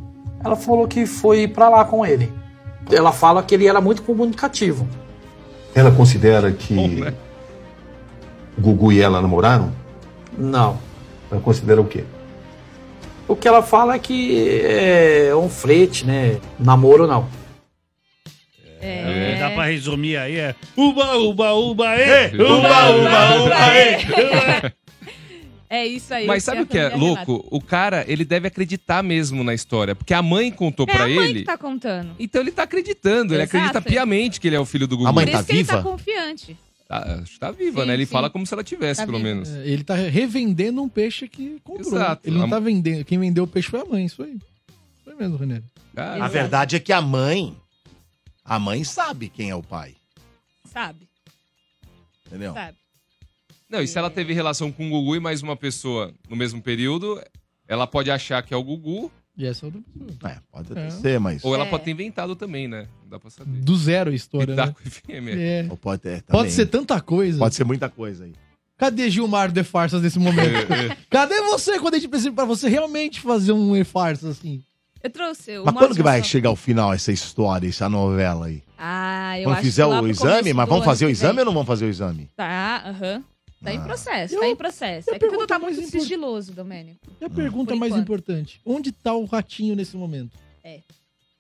Ela falou que foi pra lá com ele. Ela fala que ele era muito comunicativo.
né?
Ela considera que Gugu e ela namoraram?
Não.
Ela considera o quê?
O que ela fala é que é um flerte, né? Namoro não.
É.
É.
Dá pra resumir aí, é. Uba, uba, uba, é. Uba, uba, uba, é.
É isso aí.
Mas sabe o que é
família relata.
louco? O cara, ele deve acreditar mesmo na história. Porque a mãe contou
É a
pra
mãe
ele.
que tá contando.
Então ele tá acreditando. Ele
Exato.
acredita piamente que ele é o filho do Gugu.
A mãe
Por
tá
isso que ele tá
viva?
confiante.
Tá, acho que tá viva,
Sim,
né? Ele
sim.
fala como se ela tivesse,
Tá
pelo
viva.
menos.
É, Ele tá revendendo um peixe que comprou.
Exato.
Ele não
A-
tá vendendo. Quem vendeu o peixe foi a mãe, isso aí. Foi mesmo, René.
Ah,
A
Exato.
verdade é que a mãe. A mãe sabe quem é o pai.
Sabe,
Entendeu?
sabe.
Não, e se ela teve relação com o Gugu e mais uma pessoa no mesmo período, ela pode achar que é o Gugu,
E essa é outra pessoa.
É, pode
É.
até ser, mas.
ou ela
É.
pode ter inventado também, né? Não dá pra saber.
Do zero a história, né?
Pitaco FM.
É.
Ou pode, é, também.
Pode ser tanta coisa.
Pode ser muita coisa aí.
Cadê Gilmar de Farsas nesse momento?
É, é.
Cadê você quando a gente precisa pra você realmente fazer um e farsa assim?
Eu trouxe o
Mas
Morte
quando que vai
Só-
chegar o final essa história, essa novela aí?
Ah, eu
Quando
acho
fizer
que lá
o
pro
exame,
começo
mas
do
vamos
ano
fazer o
que
exame
vem.
ou não vamos fazer o exame?
Tá, aham. Tá em
Ah.
processo,
Eu-
tá em processo.
eu
É que tudo
pergunto
tá muito
mais impor-
sigiloso, Domênico.
E a Hum. pergunta
Por
mais
enquanto. É.
importante: onde tá o ratinho nesse momento?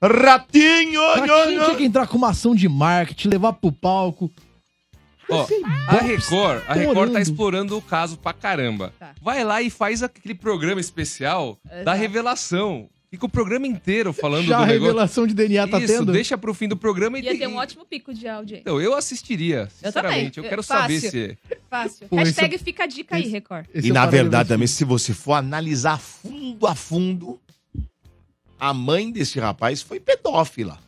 Ratinho!
O ratinho tinha que entrar com uma ação de marketing, levar pro palco.
Ó,
Esse
A
bosta.
Record, a Record
Estourando.
tá explorando o caso pra caramba.
Tá.
Vai lá e faz aquele programa especial da
Exato.
revelação. Fica o programa inteiro falando
Já
do
a
negócio.
revelação de DNA tá
Isso,
tendo?
deixa pro fim do programa e
Ia
tem-
ter um ótimo pico de audiência.
Então, eu assistiria, sinceramente. Eu,
também, É
quero
fácil.
saber se.
Fácil.
Pô,
Hashtag fica a dica aí,
esse-
Record.
Esse
E
é o
na
paralelo
verdade
do
também, se você for analisar a fundo a fundo, a mãe desse rapaz foi pedófila.
filme.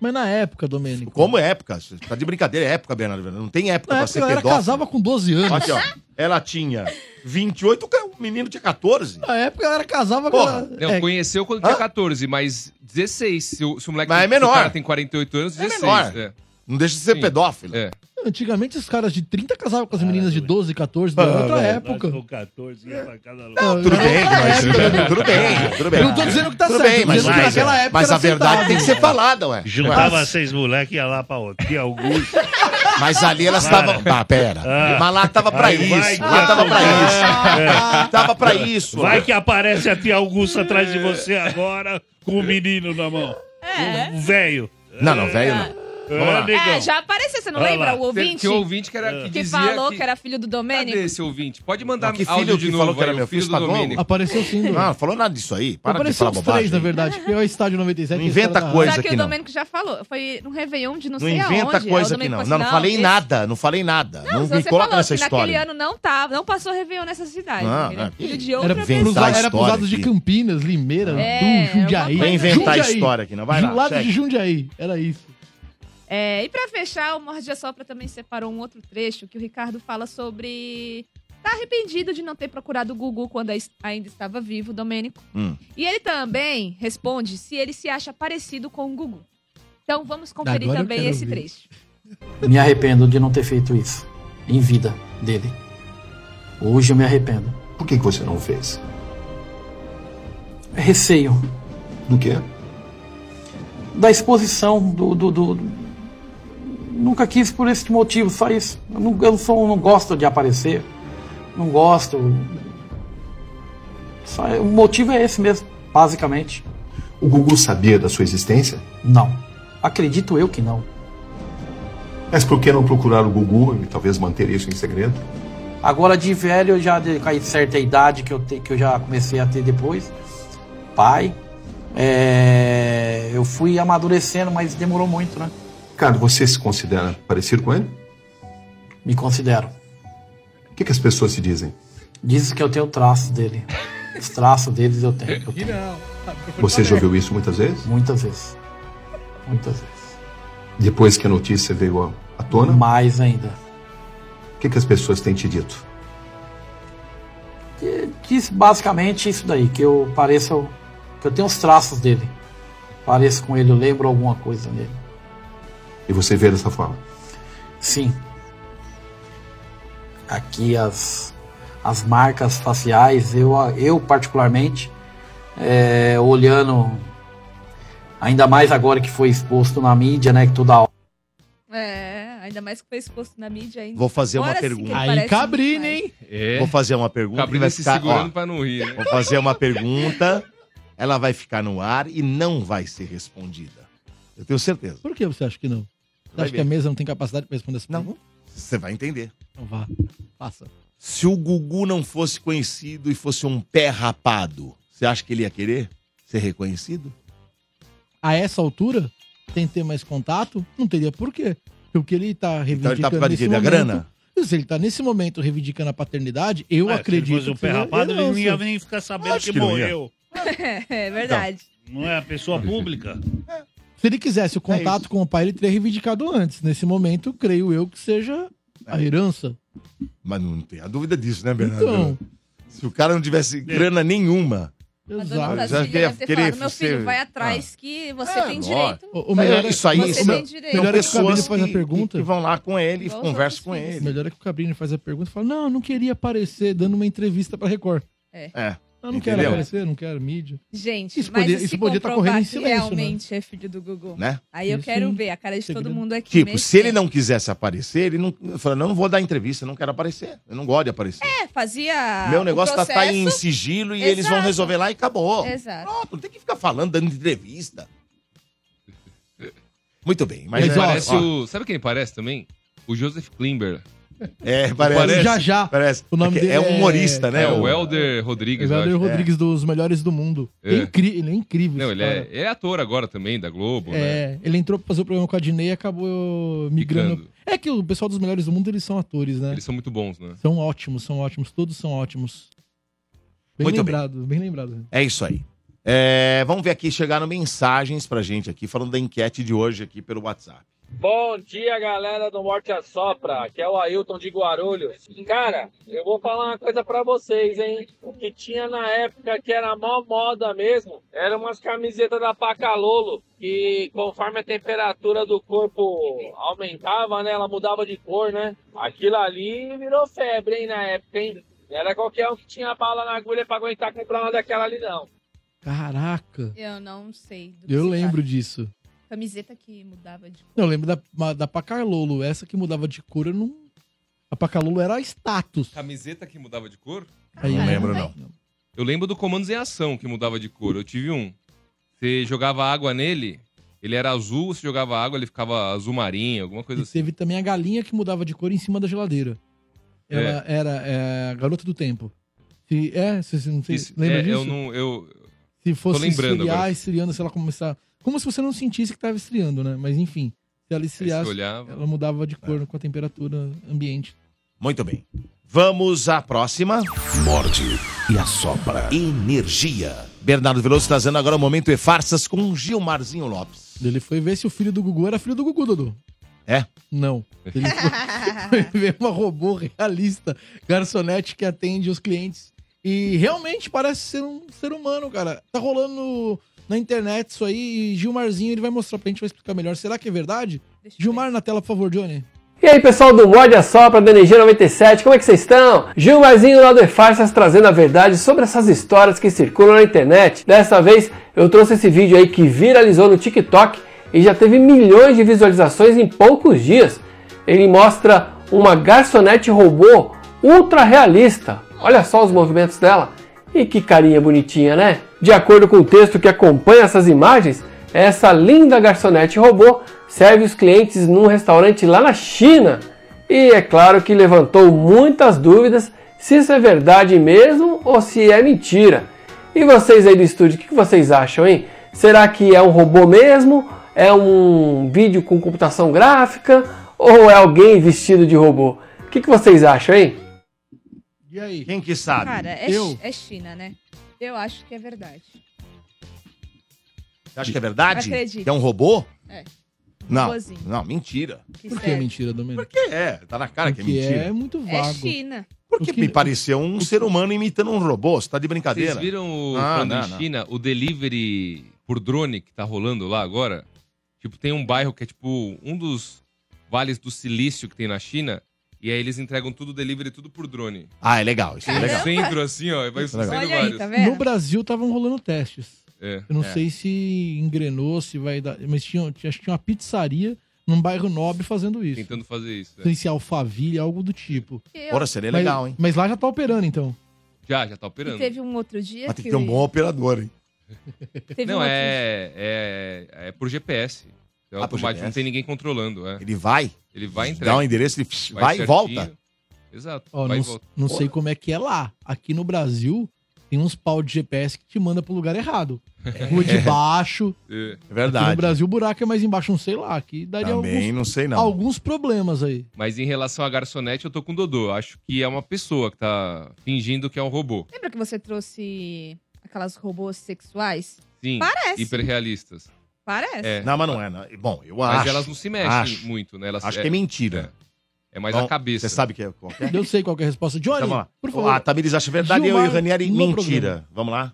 Mas na época, Domênico.
Como época? Você Tá de brincadeira, é época, Bernardo. Bernardo. Não tem época
Na
pra
época
ser
ela era
pedófilo.
casava com 12 anos.
Aqui, ó. Ela tinha 28, o ca- o menino tinha 14.
Na época ela era casava
Porra,
com.
Não,
é,
conheceu quando tinha
Hã?
14, mas 16. Se o, se o moleque
Ah. Mas é
se o
menor.
cara tem 48 anos,
É
16.
menor.
é.
Não deixa de ser
Sim.
pedófilo.
É.
Antigamente os caras de 30 casavam com as meninas de 12, 14,
Ah,
da É outra
velho,
época.
Nós É, tá com 14 ia pra casa louca.
Não,
Tudo
era
bem,
outra
mas
época, né?
tudo bem, tudo bem.
Eu não tô dizendo que tá
tudo
certo,
bem,
tô
mas,
dizendo que
mas,
naquela época
mas
era
a verdade
aceitável. né?
tem que ser falada, ué.
Juntava
Mas,
seis moleques, ia lá pra outro. Tia Augusto.
mas ali elas
Cara.
estavam. Tá, pera.
Ah.
Mas lá tava pra
Aí vai
isso.
que
Lá Ah, tava pra
acontece.
isso. É, Tava pra isso.
Ah, tá. Vai que aparece a tia Augusta atrás de você agora com o menino na mão.
É.
O velho.
Não, não, velho não. Vamos lá.
É, negão.
É, já apareceu, você não
Olha
lembra
lá.
o
Teve
ouvinte
que o ouvinte que,
É.
era, que
que
dizia
falou
que,
que... era filho do
Cadê
Domênico?
esse ouvinte? Pode mandar
Não, que
é áudio
filho
de
que
novo.
falou que era
aí,
meu
o filho
filho,
do
pagou?
Domênico. né? Ah,
Apareceu sim,
Não, não
Domênico.
falou nada disso aí. Para de
Apareceu
falar
os três,
bobagem.
na
aí.
verdade, que é o estádio 97.
Não
que a história
inventa
da-
coisa
Só que
aqui,
o
não.
Domênico já falou. Foi num Réveillon de não,
Não
sei
inventa
aonde.
coisa
Aí o Domênico
aqui, não.
falou
Não,
assim,
não falei
esse-
nada. Não falei nada. Não
Não,
me
você
coloca
falou
nessa
que naquele
história.
ano não tava, não passou Réveillon nessa cidade.
Ah,
entendeu?
ah,
Filho de
Era
outra
Vem
pros,
pessoa.
inventar
la- era pros
história
lados de
aqui.
Campinas, Limeira,
É,
Dum,
era uma
Jundiaí.
coisa.
Vem inventar a
Jundiaí.
história aqui, não. Vai
Do
lá.
lado de
segue.
Jundiaí, era isso.
É, e pra fechar, o Morde a Sopra também separou um outro trecho que o Ricardo fala sobre. Tá arrependido de não ter procurado o Gugu quando ai- ainda estava vivo, Domênico.
Hum.
E ele também responde se ele se acha parecido com o Gugu. Então vamos conferir
Agora eu
também
quero
esse
ouvir.
trecho.
Me arrependo de não ter feito isso em vida dele. Hoje eu me arrependo.
Por que, que você não fez?
É Receio
Do quê?
da exposição do, do, do- nunca quis por esse motivo só isso eu não, eu sou- um, não gosto de aparecer não gosto só, o motivo é esse mesmo basicamente
O Gugu sabia da sua existência?
não acredito eu que não
Mas por que não procurar o Gugu e talvez manter isso em segredo?
agora de velho eu já de, com a certa idade que eu te, que eu já comecei a ter depois pai é, eu fui amadurecendo mas demorou muito né
Ricardo, você se considera parecido com ele?
me considero
O que, que as pessoas se dizem?
Diz que eu tenho traços dele. Os traços deles eu tenho. Eu tenho.
Você já ouviu isso muitas vezes?
Muitas vezes. Muitas vezes.
Depois que a notícia veio à- à tona,
Mais ainda.
o que, que as pessoas têm te dito?
Que- Diz basicamente isso daí, que eu pareço. que eu tenho os traços dele. Pareço com ele, eu lembro alguma coisa dele.
E você vê dessa forma.
Sim. Aqui as, as marcas faciais, eu, eu particularmente, é, olhando, ainda mais agora que foi exposto na mídia, né? Que toda
É, a Ainda mais que foi exposto na mídia ainda.
Vou fazer uma
Agora sim que
pergunta.
ele parece
Cabrini,
demais.
hein?
É.
Vou fazer uma pergunta. que vai
Cabrinho se
ficar,
segurando
ó,
pra não rir, né?
Vou fazer uma pergunta, ela vai ficar no ar e não vai ser respondida. Eu tenho certeza.
Por que você acha que não? Você
Vai
acha
ver.
que a mesa não tem capacidade para responder essa
Não.
pergunta?
Você vai entender.
Então vá, faça.
Se o Gugu não fosse conhecido e fosse um pé rapado, você acha que ele ia querer ser reconhecido?
A essa altura, sem ter mais contato, não teria porquê. Porque ele tá
Então
reivindicando
ele tá por causa de
nesse
quê? Da
momento-
grana?
Se ele tá nesse momento reivindicando a paternidade, eu
É, Se
acredito.
ele fosse um
que
pé
seria-
rapado,
eu
ele não ia
sei.
nem ficar sabendo
Acho
que,
que não ia.
morreu.
É verdade.
Então,
Não é a pessoa pública?
Se ele quisesse
É
o contato com o pai, ele teria reivindicado antes. Nesse momento, creio eu que seja
É.
a herança.
Mas não tem a dúvida disso, né, Bernardo?
Então, É.
Se o cara não tivesse grana nenhuma.
A dona
exato.
Tassia
Já queria-
deve ter
queria
falado, meu filho,
ser-
vai atrás que você
É,
tem
lógico.
direito.
O, o melhor é,
isso aí,
Você tem
isso não-
direito.
são
Melhor é que o
pessoas
Cabrini faz a
que-
pergunta.
que vão lá com ele e
Igual os
conversam
outros
com
filhos.
o
ele.
melhor é que o Cabrini faz a pergunta e fala: Não, eu não queria aparecer dando uma entrevista pra Record.
É.
Eu não quero
Entendeu?
aparecer, não quero mídia.
Gente,
Isso
mas
podia-
e se
isso podia tá
comprovar
correndo em
que
silêncio,
realmente é filho do Gugu.
Né?
Aí eu
Isso
quero
sim.
ver a cara de todo
Segredo.
mundo aqui.
Tipo,
nesse-
se ele não quisesse aparecer, ele não. Eu falo, não, não vou dar entrevista, eu não quero aparecer. Eu não gosto de aparecer.
É, fazia.
Meu
o
negócio tá, tá
processo.
em sigilo e
Exato.
eles vão resolver lá e acabou.
Exato.
Pronto, não tem que ficar falando, dando entrevista. Muito bem, mas,
Mas
é,
parece
ó,
o... Sabe quem parece também? O Joseph Klimber.
É, parece.
Parece.
Já já.
parece.
O nome
É que é,
dele
um
é-
humorista, né?
É, o
o-
Helder Rodrigues, eu
Exato,
acho.
Rodrigues dos melhores do mundo.
É.
É incri- ele é incrível.
Não,
esse
ele é,
cara.
ele é ator agora também, da Globo, né?
É, ele entrou pra fazer o programa com a Dinei e acabou migrando.
Ficando.
É que o pessoal dos melhores do mundo, eles são atores, né?
Eles são muito bons, né?
São ótimos, são ótimos, todos são ótimos. Bem
Muito bem.
lembrado, bem lembrado.
É isso aí. É, vamos ver aqui, chegaram mensagens pra gente aqui, falando da enquete de hoje aqui pelo WhatsApp.
Bom dia, galera do Morte a Sopra, aqui é o Ailton de Guarulhos. Cara, eu vou falar uma coisa pra vocês, hein? O que tinha na época que era mó moda mesmo, eram umas camisetas da Pacalolo, que conforme a temperatura do corpo aumentava, né, ela mudava de cor, né? Aquilo ali virou febre, hein, na época, hein? Não era qualquer um que tinha bala na agulha pra aguentar comprar uma daquela ali, não.
Caraca,
Eu não sei. do que
eu
se
lembro disso.
trata. Camiseta que mudava de
Não, Eu lembro da, ma- da Pacarlolo, essa que mudava de cor, eu não... A Pacarlolo era status.
Camiseta que mudava de cor?
Aí-
Não
lembro, não.
Eu lembro do Comandos em Ação, que mudava de cor. Eu tive um. Você jogava água nele, ele era azul, você jogava água, ele ficava azul marinho, alguma
E
coisa assim.
teve também a galinha que mudava de cor em cima da geladeira. Ela era é, a garota do tempo. Se, é, se, se- não sei,
Isso-
lembra
é,
disso?
Eu não, eu,
Se fosse
lembrando
esfriar,
agora.
esfriando, se ela começar... Como se você não sentisse que tava esfriando, né? Mas enfim, se ela
se eu
esfriasse,
olhava. Ah.
ela mudava de cor com a temperatura ambiente.
Muito bem. Vamos à próxima.
Morde e assopra.
Energia.
Bernardo Veloso trazendo agora o momento e farsas com Gilmarzinho Lopes.
Ele foi ver se o filho do Gugu era filho do Gugu, Dudu.
É?
Não. Ele foi, foi ver uma robô realista, garçonete que atende os clientes. E realmente parece ser um ser humano, cara. Tá rolando no- na internet isso aí e Gilmarzinho ele vai mostrar pra gente, vai explicar melhor. Será que é verdade?
Deixa eu
Gilmar na tela, por favor, Johnny.
E aí pessoal do Morde a Sopra da Energia 97, como é que vocês estão? Gilmarzinho lá do E-Farsas trazendo a verdade sobre essas histórias que circulam na internet. Dessa vez eu trouxe esse vídeo aí que viralizou no TikTok e já teve milhões de visualizações em poucos dias. Ele mostra uma garçonete robô ultra realista. Olha só os movimentos dela. E que carinha bonitinha, né? De acordo com o texto que acompanha essas imagens, essa linda garçonete robô serve os clientes num restaurante lá na China. E é claro que levantou muitas dúvidas se isso é verdade mesmo ou se é mentira. E vocês aí do estúdio, o que vocês acham, hein? Será que é um robô mesmo? É um vídeo com computação gráfica? Ou é alguém vestido de robô? O que vocês acham, hein?
E aí?
Quem que sabe?
Cara, é,
Eu?
chi- é China, né? Eu acho que é verdade.
Você acha que é verdade?
Acredito.
Que é um robô?
É.
Não,
Robôzinho.
não, mentira.
Que
Por que
serve.
mentira, Domênico?
Porque é, tá na cara que é
Porque
mentira.
é muito
É
vago.
China.
Porque
O que-
me pareceu um ser humano imitando um robô, você tá de brincadeira.
Vocês viram, o,
Ah,
falando
não,
em
não.
China, o delivery por drone que tá rolando lá agora? Tipo, tem um bairro que é tipo um dos vales do silício que tem na China. E aí eles entregam tudo delivery, tudo por drone.
Ah, é legal, isso é
No
legal. é
centro, assim, ó, vai sendo
Legal.
Olha
vários.
aí, tá
No
vendo?
Brasil estavam rolando testes.
É.
Eu não sei se engrenou, se vai dar. Mas tinha, tinha, acho que tinha uma pizzaria num bairro nobre fazendo isso.
Tentando fazer isso.
Não
é.
sei se é alfaville, algo do tipo.
Ora, seria
Mas-
legal, hein?
Mas lá já tá operando, então.
Já, já
E
tá operando.
teve um outro dia
Mas tem que
que
ter um bom operador, hein?
teve
não,
um outro
é, é, é por GPS. É
Ah, por
automático, não
GPS.
tem niném controlando. É.
Ele vai.
Ele vai entrar.
Dá um endereço, ele vai, e volta.
Exato.
Ó,
vai
não,
e volta.
não sei como é que é lá. Aqui no Brasil, tem uns pau de GPS que te manda pro lugar errado.
É.
Rua de baixo.
É.
Aqui no Brasil, o buraco é mais embaixo, não sei lá. Aqui daria alguns,
não sei
alguns problemas aí.
Mas em relação à garçonete, eu tô com o Dodô. Acho que é uma pessoa que tá fingindo que é um robô.
Lembra que você trouxe aquelas robôs sexuais?
Sim.
Parece.
Hiperrealistas.
Parece.
É.
Não, mas não é. Não. Bom, eu
Mas
acho.
elas não se mexem
acho.
muito, né? Elas-
acho
é-
que é mentira.
É mais
Bom,
a cabeça.
Você sabe que é qual que é?
Eu sei qual que é a resposta. Johnny,
Então, vamos lá.
por favor.
Ah, Tamiris acha verdade, eu e
Gilmar,
o Ranieri,
no
mentira. Vamos lá.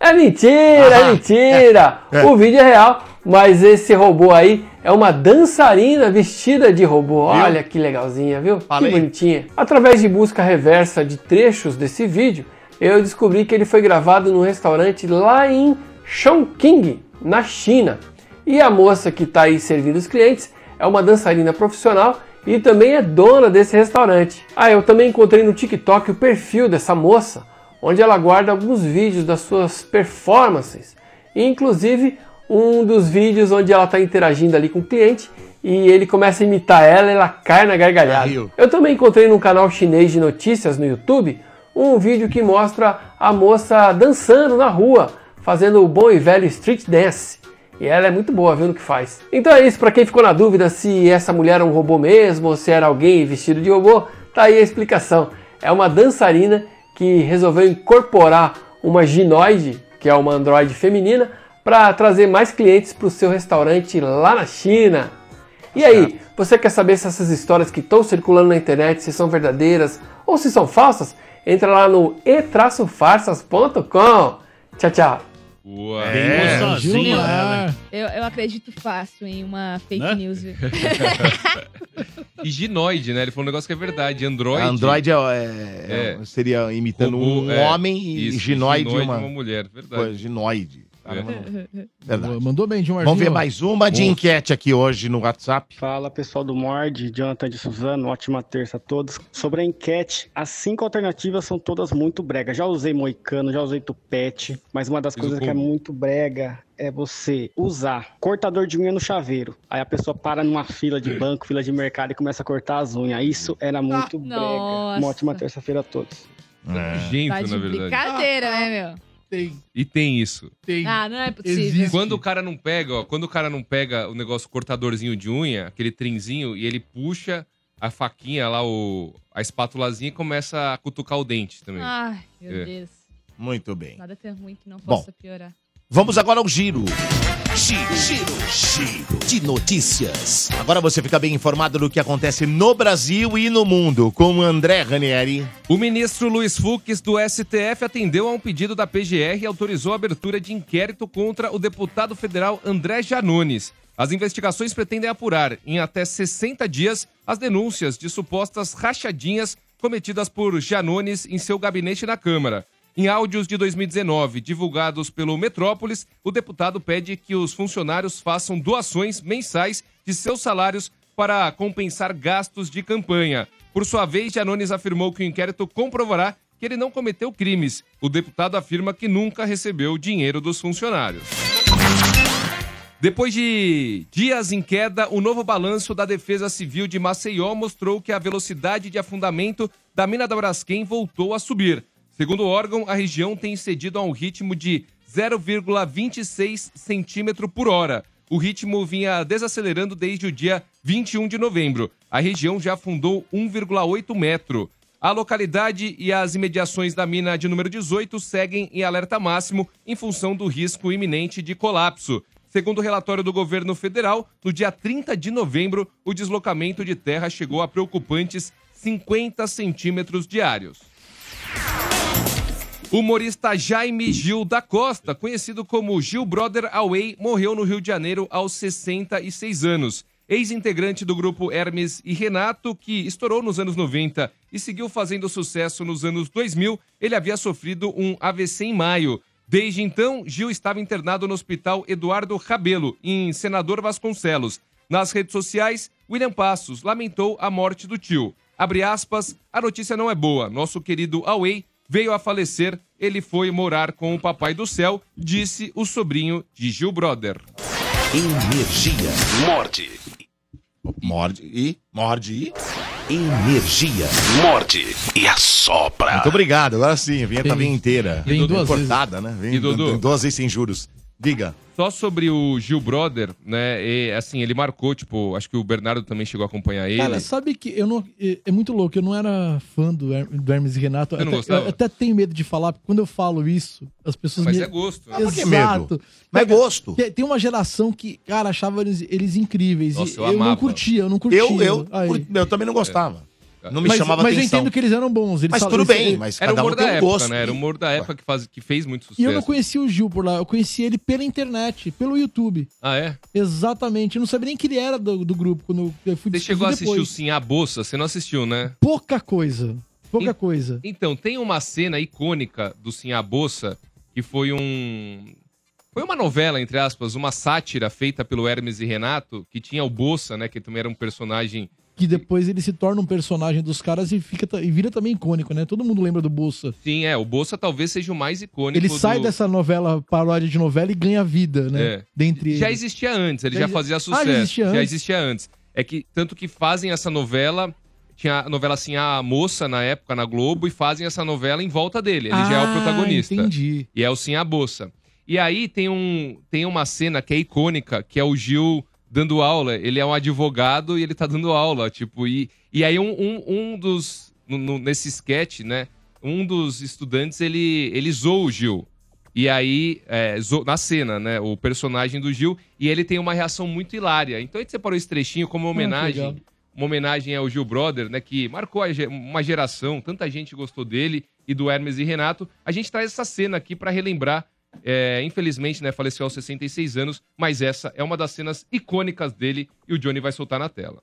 É mentira, é mentira.
Ah, é, é.
O vídeo é real, mas esse robô aí é uma dançarina vestida de robô.
Viu?
Olha que legalzinha, viu?
Falei.
Que bonitinha. Através de busca reversa de trechos desse vídeo, eu descobri que ele foi gravado num restaurante lá em Chongqing, na China. E a moça que está aí servindo os clientes é uma dançarina profissional e também é dona desse restaurante. Ah, eu também encontrei no TikTok o perfil dessa moça, onde ela guarda alguns vídeos das suas performances, inclusive um dos vídeos onde ela está interagindo ali com o cliente e ele começa a imitar ela e ela cai na gargalhada.
Caiu.
Eu também encontrei no canal chinês de notícias no YouTube um vídeo que mostra a moça dançando na rua, fazendo o bom e velho street dance. E ela é muito boa, viu, no que faz. Então é isso, pra quem ficou na dúvida se essa mulher é um robô mesmo ou se era alguém vestido de robô, tá aí a explicação. É uma dançarina que resolveu incorporar uma ginoide, que é uma androide feminina, para trazer mais clientes para o seu restaurante lá na China. E aí, você quer saber se essas histórias que estão circulando na internet se são verdadeiras ou se são falsas? Entra lá no e-farsas.com. Tchau, tchau.
Boa.
É. né?
Sozinho ela, hein?
Gilmar.
Eu, eu acredito fácil em uma fake
Né?
news. viu?
E ginoide, né? Ele falou um negócio que é verdade. Android.
Android é, é-
É.
seria imitando
Robô,
um
é.
homem e
Isso,
ginoide, uma,
mulher. É. Verdade.
coisa, ginoide. Caramba, não- Verdade.
Mandou bem, Gilmar.
Vamos ver mais uma de enquete aqui hoje no WhatsApp.
Fala pessoal do Mord, Jonathan de Suzano, ótima terça a todos. Sobre a enquete, as cinco alternativas são todas muito brega. Já usei moicano, já usei tupete, mas uma das
Fiz o
coisas que é
combo.
muito brega é você usar cortador de unha no chaveiro. Aí a pessoa para numa fila de banco, fila de mercado e começa a cortar as unhas. Isso era muito brega.
nossa.
Uma ótima terça-feira a todos.
É.
Gente,
Tá de
na verdade.
brincadeira, né, meu?
Tem,
E tem isso.
tem.
Ah, não é
Existe.
possível.
Quando o cara não pega, ó, quando o cara não pega o negócio cortadorzinho de unha, aquele trenzinho, e ele puxa a faquinha lá, o, a espátulazinha e começa a cutucar o dente também.
Ai, meu
É.
Deus.
Muito bem.
Nada tão ruim que não
Bom.
possa piorar.
Vamos agora ao giro.
Giro, giro, giro de notícias.
Agora você fica bem informado do que acontece no Brasil e no mundo com André Ranieri.
O ministro Luiz Fux do STF atendeu a um pedido da PGR e autorizou a abertura de inquérito contra o deputado federal André Janones. As investigações pretendem apurar, em até 60 dias, as denúncias de supostas rachadinhas cometidas por Janones em seu gabinete na Câmara. Em áudios de 2019, divulgados pelo Metrópolis, o deputado pede que os funcionários façam doações mensais de seus salários para compensar gastos de campanha. Por sua vez, Janones afirmou que o inquérito comprovará que ele não cometeu crimes. O deputado afirma que nunca recebeu dinheiro dos funcionários. Depois de dias em queda, o novo balanço da Defesa Civil de Maceió mostrou que a velocidade de afundamento da mina da Braskem voltou a subir. Segundo o órgão, a região tem cedido a um ritmo de 0,26 centímetro por hora. O ritmo vinha desacelerando desde o dia 21 de novembro. A região já afundou 1,8 metro. A localidade e as imediações da mina de número 18 seguem em alerta máximo em função do risco iminente de colapso. Segundo o relatório do governo federal, no dia 30 de novembro, o deslocamento de terra chegou a preocupantes 50 centímetros diários. O humorista Jaime Gil da Costa, conhecido como Gil Brother Away, morreu no Rio de Janeiro aos 66 anos. Ex-integrante do grupo Hermes e Renato, que estourou nos anos 90 e seguiu fazendo sucesso nos anos 2000, ele havia sofrido um AVC em maio. Desde então, Gil estava internado no Hospital Eduardo Rabelo, em Senador Vasconcelos. Nas redes sociais, William Passos lamentou a morte do tio. Abre aspas, a notícia não é boa. Nosso querido Away veio a falecer. Ele foi morar com o papai do céu, disse o sobrinho de Gil Brother.
Energia.
Morde.
Morde e. Morde
e. Energia.
Morde e assopra.
Muito obrigado, agora sim, a vinheta vem inteira.
Vem duas
cortada, né? Vem,
E, Dudu?
vem duas vezes sem juros. Diga.
Só sobre o Gil Brother, né? e, assim, ele marcou, tipo, acho que o Bernardo também chegou a acompanhar ele.
Cara, sabe que eu não. É é muito louco, eu não era fã do, Her- do Hermes e Renato.
Você não
até,
gostava?
eu até tenho medo de falar, porque quando eu falo isso, as pessoas.
Mas
me-
é gosto.
Ah,
Exato.
Mas por que medo?
Mas é gosto.
Tem- Tem uma geração que, cara, achava eles, eles incríveis.
Nossa,
e
eu
eu, não
amava.
curtia, eu não curtia.
Eu- eu
Aí.
cur- eu também não
É,
gostava. Não me
mas,
chamava
mas
atenção.
eu entendo que eles eram bons. Eles
Mas
falam-
tudo
eles-
bem, mas
Tá. Era o
cada um
humor da
tem um
época,
gosto.
né? Era o humor da época que, faz, que fez muito
E
sucesso.
eu não conhecia o Gil por lá, eu conheci ele pela internet, pelo YouTube.
Ah, é?
Exatamente. Eu não sabia nem que ele era do, do grupo quando eu- eu fui
Você chegou a
descobrir depois.
assistir o Sim a Bolsa? Você não assistiu, né?
Pouca coisa. Pouca coisa.
Então, tem uma cena icônica do Sim a Bolsa, que foi um. Foi uma novela, entre aspas, uma sátira feita pelo Hermes e Renato, que tinha o Bolsa, né? Que também era um personagem.
Que depois ele se torna um personagem dos caras e, fica, ta- e vira também icônico, né? Todo mundo lembra do Bolsa.
Sim, é. O Bolsa talvez seja o mais icônico.
Ele
do-
sai dessa novela, paródia de novela, e ganha vida, né?
É.
Dentre
Já
eles.
existia antes, ele já,
Já exi-
fazia
Ah, já
sucesso.
existia
Já
antes.
existia antes. É que tanto que fazem essa novela. Tinha a novela assim, a moça na época na Globo, e fazem essa novela em volta dele. Ele já é o
Ah,
protagonista.
Entendi.
E é o Sim a Bolsa. E aí tem, um, tem uma cena que é icônica, que é o Gil dando aula. Ele é um advogado e ele tá dando aula, tipo, e, e aí um, um, um dos. no- no- nesse sketch, né? Um dos estudantes, ele, ele zoa o Gil. E aí, é, zo- na cena, né? O personagem do Gil, e ele tem uma reação muito hilária. Então a gente separou esse trechinho como uma
Ah, que
homenagem
legal.
uma homenagem ao Gil Brother, né, que marcou a ge- uma geração, tanta gente gostou dele e do Hermes e Renato. A gente traz essa cena aqui pra relembrar. É, infelizmente, né, faleceu aos 66 anos, mas essa é uma das cenas icônicas dele e o Johnny vai soltar na tela.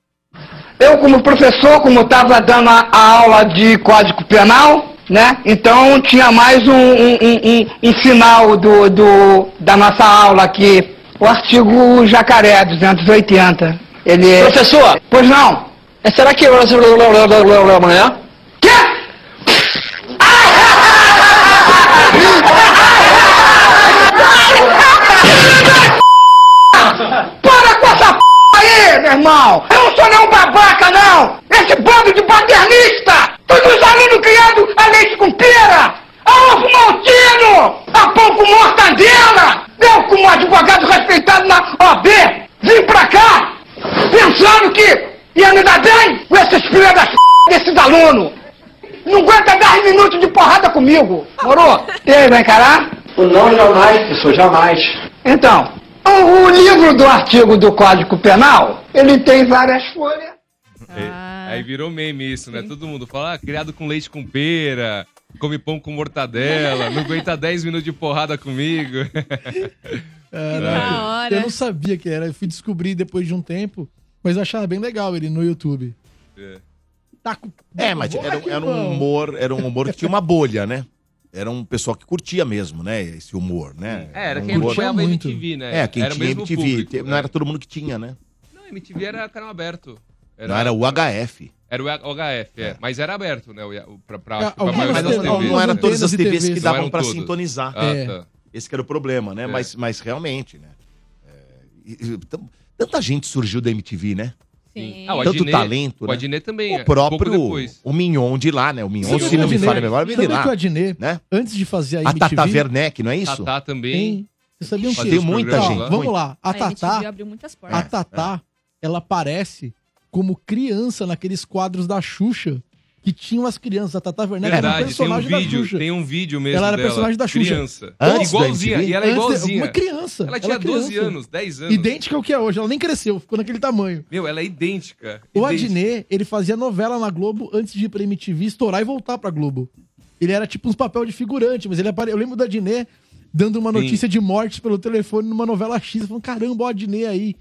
Eu, como professor, como estava dando a, a aula de Código Penal, né? Então tinha mais um, um- um- um- um final do, do- da nossa aula aqui. O artigo Jacaré 280. Ele Professor! Pois não? Será que. Amanhã? Para com essa p aí, meu irmão! Eu não sou nenhum babaca, não! Esse bando de paternista! Todos os alunos criando a leite com pera! A ovo maltino! A pão com mortadela! Eu, como advogado respeitado na OAB, vim pra cá pensando que ia me dar bem com esses filhos das p desses alunos! Não aguenta 10 minutos de porrada comigo! Moro? Ei, vai encarar? Não, jamais, professor, jamais. Então, o, o livro do artigo do Código Penal, ele tem várias folhas.
E- É, aí virou meme isso, né? Todo mundo fala, ah, criado com leite com pera, come pão com mortadela, não aguenta 10 minutos de porrada comigo.
Caraca, É, né? Eu não sabia que era. Eu fui descobrir depois de um tempo, mas eu achava bem legal ele no YouTube.
É, mas
Porra,
era,
que
era um
bom.
humor, era um humor que tinha uma bolha, né? Era um pessoal que curtia mesmo, né? Esse humor, né?
É, era
um
quem
humor-
acompanhava a MTV, né?
É, quem
Era o
tinha
mesmo
MTV.
público,
Te-
né?
Não era todo mundo que tinha, né?
Não, MTV era canal aberto.
Não era o HF.
Era o HF, é. Mas era aberto, né? O, o, pra, pra,
Ah,
acho que pra
Algumas
maioria das
antenas- não,
TVs,
não era
né?
todas as TVs que
Não
davam
eram
pra
todas.
sintonizar.
Ah,
É.
tá.
Esse que era o problema, né?
É.
Mas, mas realmente, né? É, e- e tam- tanta gente surgiu da MTV, né?
Sim.
Ah, o
Tanto
Adnet-
talento,
o
né?
Adnet também, é,
O próprio,
pouco depois.
o Mignon de lá, né? O Mignon,
Sabe
se não me
Adnet?
falha a memória, vem de
Sabe
lá.
que o Adnet,
né?
antes de fazer a
A
MTV...
Tata Werneck, não é isso?
Tatá também.
Hein? Vocês sabiam
Mas
que...
tem muita
Ó,
gente.
Vamos lá. A
A MTV
Tatá,
abriu muitas portas.
Ah,
a Tatá, ela aparece como criança naqueles quadros da Xuxa que tinham as crianças. A Tata Werneck era um
Verdade, tem um
personagem da
vídeo,
Xuxa.
tem um vídeo mesmo
Ela era
dela,
personagem da Xuxa.
Criança.
Antes da
igualzinha,
MTV?
e ela é
Antes da-
igualzinha.
uma criança,
Ela tinha
ela é
12
criança.
anos, 10 anos.
Idêntica ao que é hoje. Ela nem cresceu, ficou naquele tamanho.
Meu, ela é idêntica.
O
idêntica.
Adnet, ele fazia novela na Globo antes de ir pra MTV, estourar e voltar pra Globo. Ele era tipo uns papel de figurante, mas ele apare... Eu lembro do Adnet dando uma
Sim.
notícia de morte pelo telefone numa novela X, falando, caramba, o Adnet aí.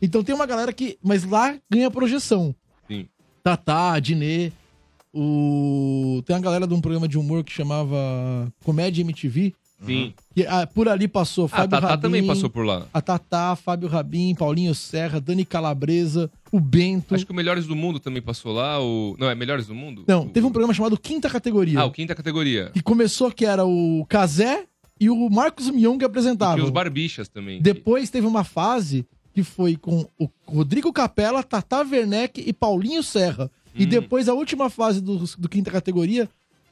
Então tem uma galera que... Mas lá ganha projeção.
Sim.
Tatá, Adnet, o... Tem uma galera de um programa de humor que chamava Comédia MTV,
Sim.
Que, ah, por ali passou
Ah, a
Fábio
Tatá
Rabin,
também passou por lá.
A Tatá, Fábio Rabin, Paulinho Serra, Dani Calabresa, o Bento.
Acho que o Melhores do Mundo também passou lá. O... Não, é Melhores do Mundo?
Não, teve um programa chamado Quinta Categoria.
Ah, o quinta categoria.
Que começou que era o Cazé e o Marcos Mion que
E
apresentavam.
os Barbixas também.
Depois teve uma fase que foi com o Rodrigo Capella, Tata Werneck e Paulinho Serra.
Hum.
E depois a última fase do, do quinta categoria,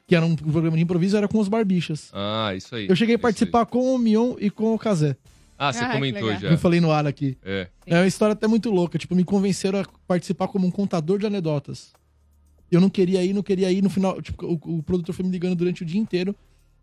que era um programa de improviso, era com os Barbixas.
Ah, isso aí.
Eu cheguei a participar com o Mion e com o Cazé.
Ah, você Ah, que comentou legal. já.
Eu falei no ar aqui.
É.
É uma história até muito louca. Tipo, me convenceram a participar como um contador de anedotas. Eu não queria ir, não queria ir. No final, tipo, o, o produtor foi me ligando durante o dia inteiro.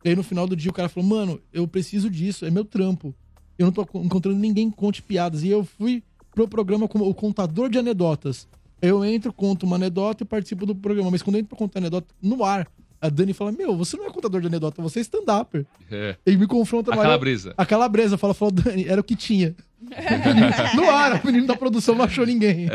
E aí no final do dia o cara falou, mano, eu preciso disso, é meu trampo. Eu não tô co- encontrando ninguém que conte piadas. E eu fui pro programa como o contador de anedotas. Eu entro, conto uma anedota e participo do programa. Mas quando eu entro pra contar anedota no ar, a Dani fala, meu, você não é contador de anedota, você é stand-upper.
É.
Ele me confronta
A
mas eu-
calabresa.
A calabresa. Fala, falou, Dani, era o que tinha. no ar, o menino da produção não achou ninguém.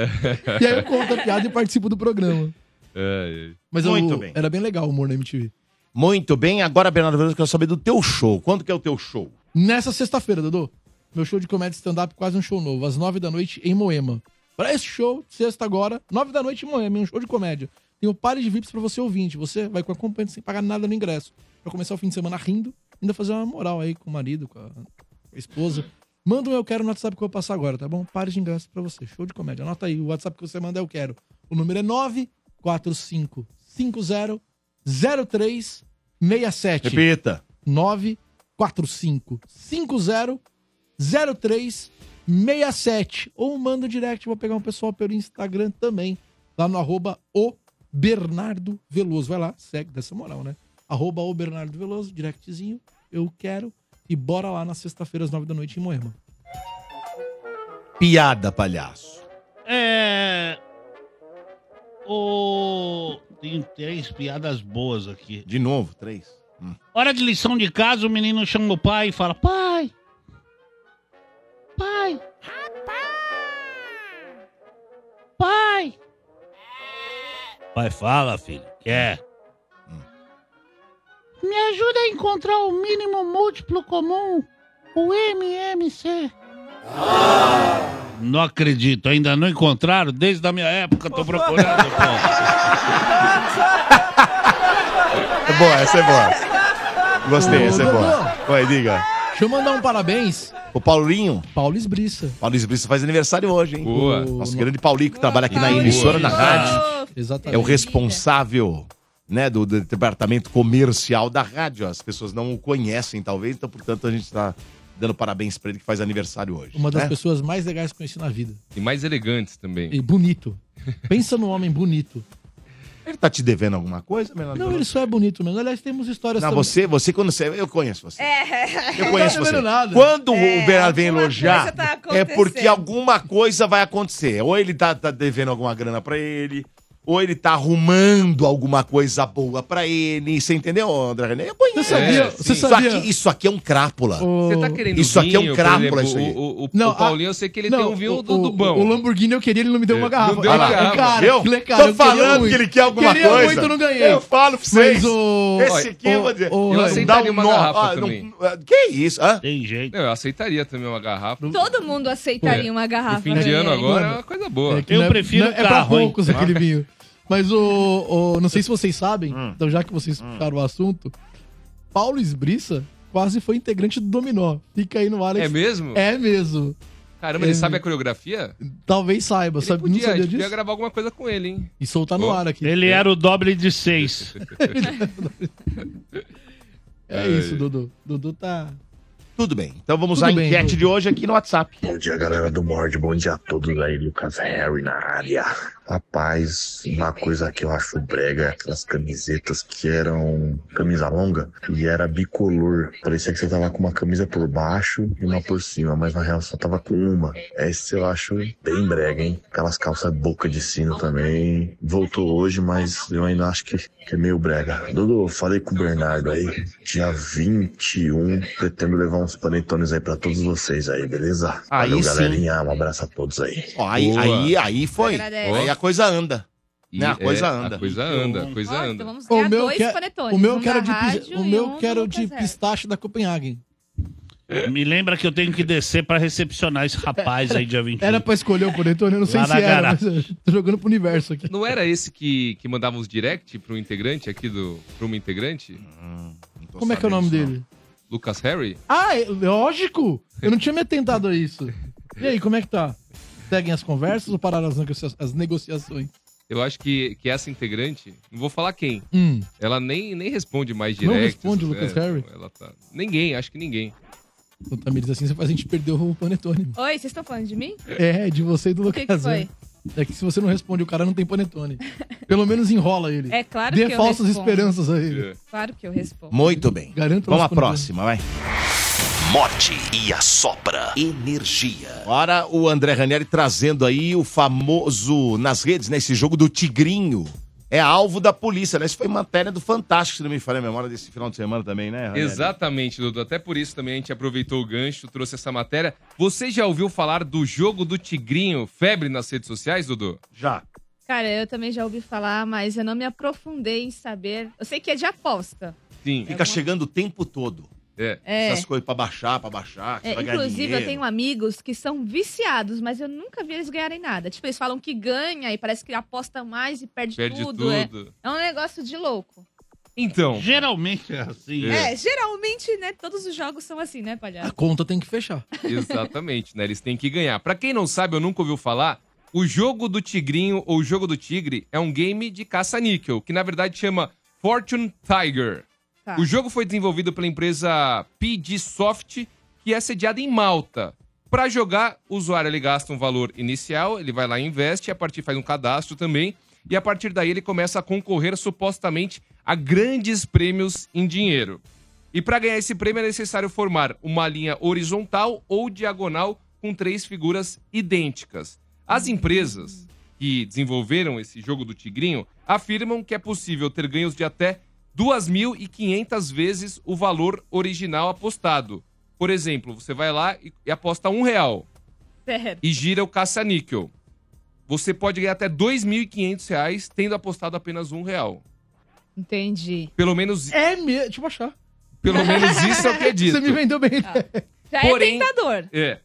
E aí eu conto a piada e participo do programa.
É,
Mas
Muito
eu,
bem.
era bem legal o humor na MTV.
Muito bem. Agora, Bernardo Veloso, eu quero saber do teu show. Quando que é o teu show?
Nessa sexta-feira, Dudu, meu show de comédia stand-up, quase um show novo, às nove da noite em Moema. Pra esse show, sexta agora, nove da noite em Moema, um show de comédia. Tem o pare de VIPs pra você ouvinte. Você vai com acompanhante sem pagar nada no ingresso. Pra começar o fim de semana rindo, ainda fazer uma moral aí com o marido, com a com a esposa. Manda um eu quero no WhatsApp que eu vou passar agora, tá bom? Pare de ingresso pra você. Show de comédia. Anota aí, o WhatsApp que você manda é eu quero. O número é 945500367.
Repita.
945500367. Ou manda um direct, vou pegar um pessoal pelo Instagram também, lá no arroba o Bernardo Veloso. Vai lá, segue dessa moral, né? Arroba o Bernardo Veloso, directzinho, eu quero. E bora lá na sexta-feira às nove da noite em Moema.
Piada, palhaço.
É. O... Tem três piadas boas aqui.
De novo, três.
Hora de lição de casa, o menino chama o pai e fala: Pai! Pai! Pai! Pai, fala, filho. Quer?
Me ajuda a encontrar o mínimo múltiplo comum, o MMC.
Não acredito, ainda não encontraram desde a minha época, tô procurando.
É boa, essa é boa. Gostei,
Ô,
essa é
Dodô.
boa. Vai, diga.
Deixa eu mandar um parabéns.
O Paulinho.
Paulo Esbriça.
Paulo Esbriça faz aniversário hoje, hein?
Boa.
Nosso grande Paulinho que trabalha aqui na emissora, na rádio.
Exatamente.
É o responsável, né, do, do departamento comercial da rádio. As pessoas não o conhecem, talvez, então, portanto, a gente tá dando parabéns pra ele que faz aniversário hoje.
Uma das
né?
pessoas mais legais que eu conheci na vida.
E mais elegantes também.
E bonito. Pensa num homem bonito.
Ele tá te devendo alguma coisa, Melanie?
Não, ele só é bonito mesmo. Aliás, temos histórias
Não,
também.
você, você quando você. Eu conheço você.
É.
Eu conheço
tá
você.
devendo nada.
Quando
É,
o Bernardo vem elogiar,
coisa tá
é porque
acontecendo.
alguma coisa vai acontecer. Ou ele tá, tá devendo alguma grana pra ele, ou ele tá arrumando alguma coisa boa pra ele. Você entendeu, André René? Eu conheço.
Você sabia-
É,
você
isso
sabia-
aqui, isso aqui é um crápula.
Você tá
querendo
Isso aqui é
vinho,
um
por
crápula,
exemplo,
isso aí.
o- o- o- Não, o Paulinho, eu sei que ele tem um vinho do- do bom.
O Lamborghini eu queria, ele não me deu uma garrafa.
deu
Ah,
uma garrafa,
Cara,
viu?
falei, cara,
Tô
eu queria
falando
muito.
que ele quer alguma
queria
coisa.
muito, não ganhei.
Eu falo
pra vocês.
Mas o...
Esse aqui, eu vou dizer.
Eu
Não,
aceitaria
dá um
uma
nó.
garrafa
Ah, não-
também.
que isso? Hã?
Tem jeito.
eu aceitaria também uma garrafa.
Todo mundo aceitaria
É.
uma garrafa.
No fim de
né?
ano agora é
Mano,
uma coisa boa.
É que não é- não é, É pra poucos
Tá.
aquele vinho. Mas o, o- Não
Hum.
sei se vocês sabem, então já que vocês puxaram o assunto, Paulo Esbriça quase foi integrante do Dominó. Fica aí no Alex.
É mesmo?
É mesmo.
Caramba, ele
É
sabe a
mesmo.
coreografia?
Talvez saiba, sabe?
Podia,
não
a
sabia
gente
disso?
podia gravar alguma coisa com ele, hein?
E soltar no
Ó,
ar aqui.
Ele era o doble de seis.
É isso, Dudu. Dudu tá.
Tudo bem. Então vamos
Tudo
à
bem,
enquete
Dudu.
de hoje aqui no WhatsApp.
Bom dia, galera do Mord. Bom dia a todos aí. Lucas Harry na área. Rapaz, uma coisa que eu acho brega é aquelas camisetas que eram camisa longa e era bicolor. Parecia que você tava com uma camisa por baixo e uma por cima, mas na real só tava com uma. Essa eu acho bem brega, hein? Aquelas calças boca de sino também. Voltou hoje, mas eu ainda acho que, que é meio brega. Dudu, eu falei com o Bernardo aí. Dia 21, pretendo levar uns panetones aí pra todos vocês aí, beleza?
Ah, Aí
Valeu,
sim.
galerinha. Um abraço a todos aí.
Ó, aí, aí, aí foi.
Agradece.
Aí a coisa anda.
E
Né, a coisa
é,
anda.
A coisa anda, a coisa
Nossa,
anda.
então vamos
O
ganhar
meu,
dois
quer-
panetones.
o meu
um
quero
da
de,
rádio
pis- o
e
meu
um
quero
do
de
Cazé.
pistache da Copenhagen.
Me lembra que eu tenho que descer pra recepcionar esse rapaz aí dia 21.
Era pra escolher o Panetone, eu não sei
Lá
se
na
era, mas
garagem.
eu tô jogando pro universo aqui.
Não era esse que, que mandava os direct pro integrante aqui do. pra uma integrante?
Hum,
Como é que é o nome dele?
Lucas Harry?
Ah, é- lógico! Eu não tinha me atentado a isso. E aí, como é que tá? Seguem as conversas ou pararam as, negocia- as negociações?
Eu acho que, que essa integrante, não vou falar quem,
Hum.
ela nem, nem responde mais
Não
direct.
responde o
essas-
Lucas
é,
Harry?
Ela tá... Ninguém, acho que ninguém.
O Tamires assim, você faz a gente perder o Panetone.
Oi, vocês estão falando de mim?
É, de você e do
O que
Lucas.
que
né? É que se você não responde, o cara não tem Panetone. Pelo menos enrola ele.
É claro
Dê
que eu
falsas
respondo.
esperanças a
É.
ele.
Claro que eu respondo.
Muito bem.
Garanto
Vamos à
nosso Panetone.
próxima, vai.
Morte e assopra energia.
Agora o André Ranieri trazendo aí o famoso nas redes, né? Esse jogo do Tigrinho. É alvo da polícia, né? Isso foi matéria do Fantástico, se não me falha a memória, desse final de semana também,
É,
né? Ranieri?
Exatamente, Dudu. Até por isso também a gente aproveitou o gancho, trouxe essa matéria. Você já ouviu falar do jogo do Tigrinho, febre nas redes sociais, Dudu?
Já.
Cara, eu também já ouvi falar, mas eu não me aprofundei em saber. Eu sei que é de aposta.
Sim.
Fica chegando o tempo todo.
É.
É.
Essas coisas pra baixar, pra baixar. que
É,
vai ganhar
inclusive, eu
Tá dinheiro.
tenho amigos que são viciados, mas eu nunca vi eles ganharem nada. Tipo, eles falam que ganha e parece que aposta mais e perde,
Perde
tudo. É.
tudo.
é um negócio de louco.
Então.
Geralmente é assim.
É. geralmente, né, todos os jogos são assim, né, palhaço?
Conta tem que fechar.
Exatamente, né? Eles têm que ganhar. Pra quem não sabe, eu nunca ouviu falar, o jogo do tigrinho ou o jogo do tigre é um game de caça-níquel, que na verdade chama Fortune Tiger.
Tá.
O jogo foi desenvolvido pela empresa PG Soft, que é sediada em Malta. Pra jogar, o usuário ele gasta um valor inicial, ele vai lá e investe, a partir faz um cadastro também, e a partir daí ele começa a concorrer supostamente a grandes prêmios em dinheiro. E para ganhar esse prêmio é necessário formar uma linha horizontal ou diagonal com três figuras idênticas. As empresas que desenvolveram esse jogo do Tigrinho afirmam que é possível ter ganhos de até 2.500 vezes o valor original apostado. Por exemplo, você vai lá e- e aposta um real
Sério.
e gira o caça-níquel. Você pode ganhar até R$ 2.500 reais tendo apostado apenas um real.
Entendi.
Pelo menos,
É mesmo. Deixa eu baixar.
pelo menos isso é o que é dito.
Você me vendeu bem.
Tá. Já
Porém-
é tentador.
É.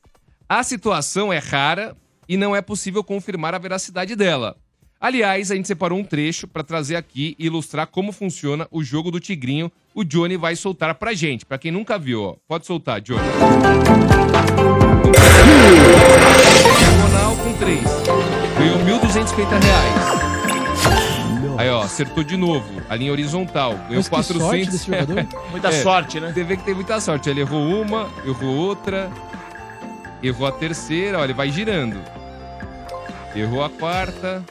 A situação é rara e não é possível confirmar a veracidade dela. Aliás, a gente separou um trecho para trazer aqui e ilustrar como funciona o jogo do tigrinho. O Johnny vai soltar pra gente, pra quem nunca viu, ó. Pode soltar, Johnny. Diagonal com 3. Ganhou 1.250 reais. Aí, ó, acertou de novo. A linha horizontal. Ganhou
Mas que sorte
400.
desse jogador.
Muita sorte, né?
Você vê que tem muita sorte. Ele errou uma, errou outra, errou a terceira, ó, ele vai girando. Errou a quarta.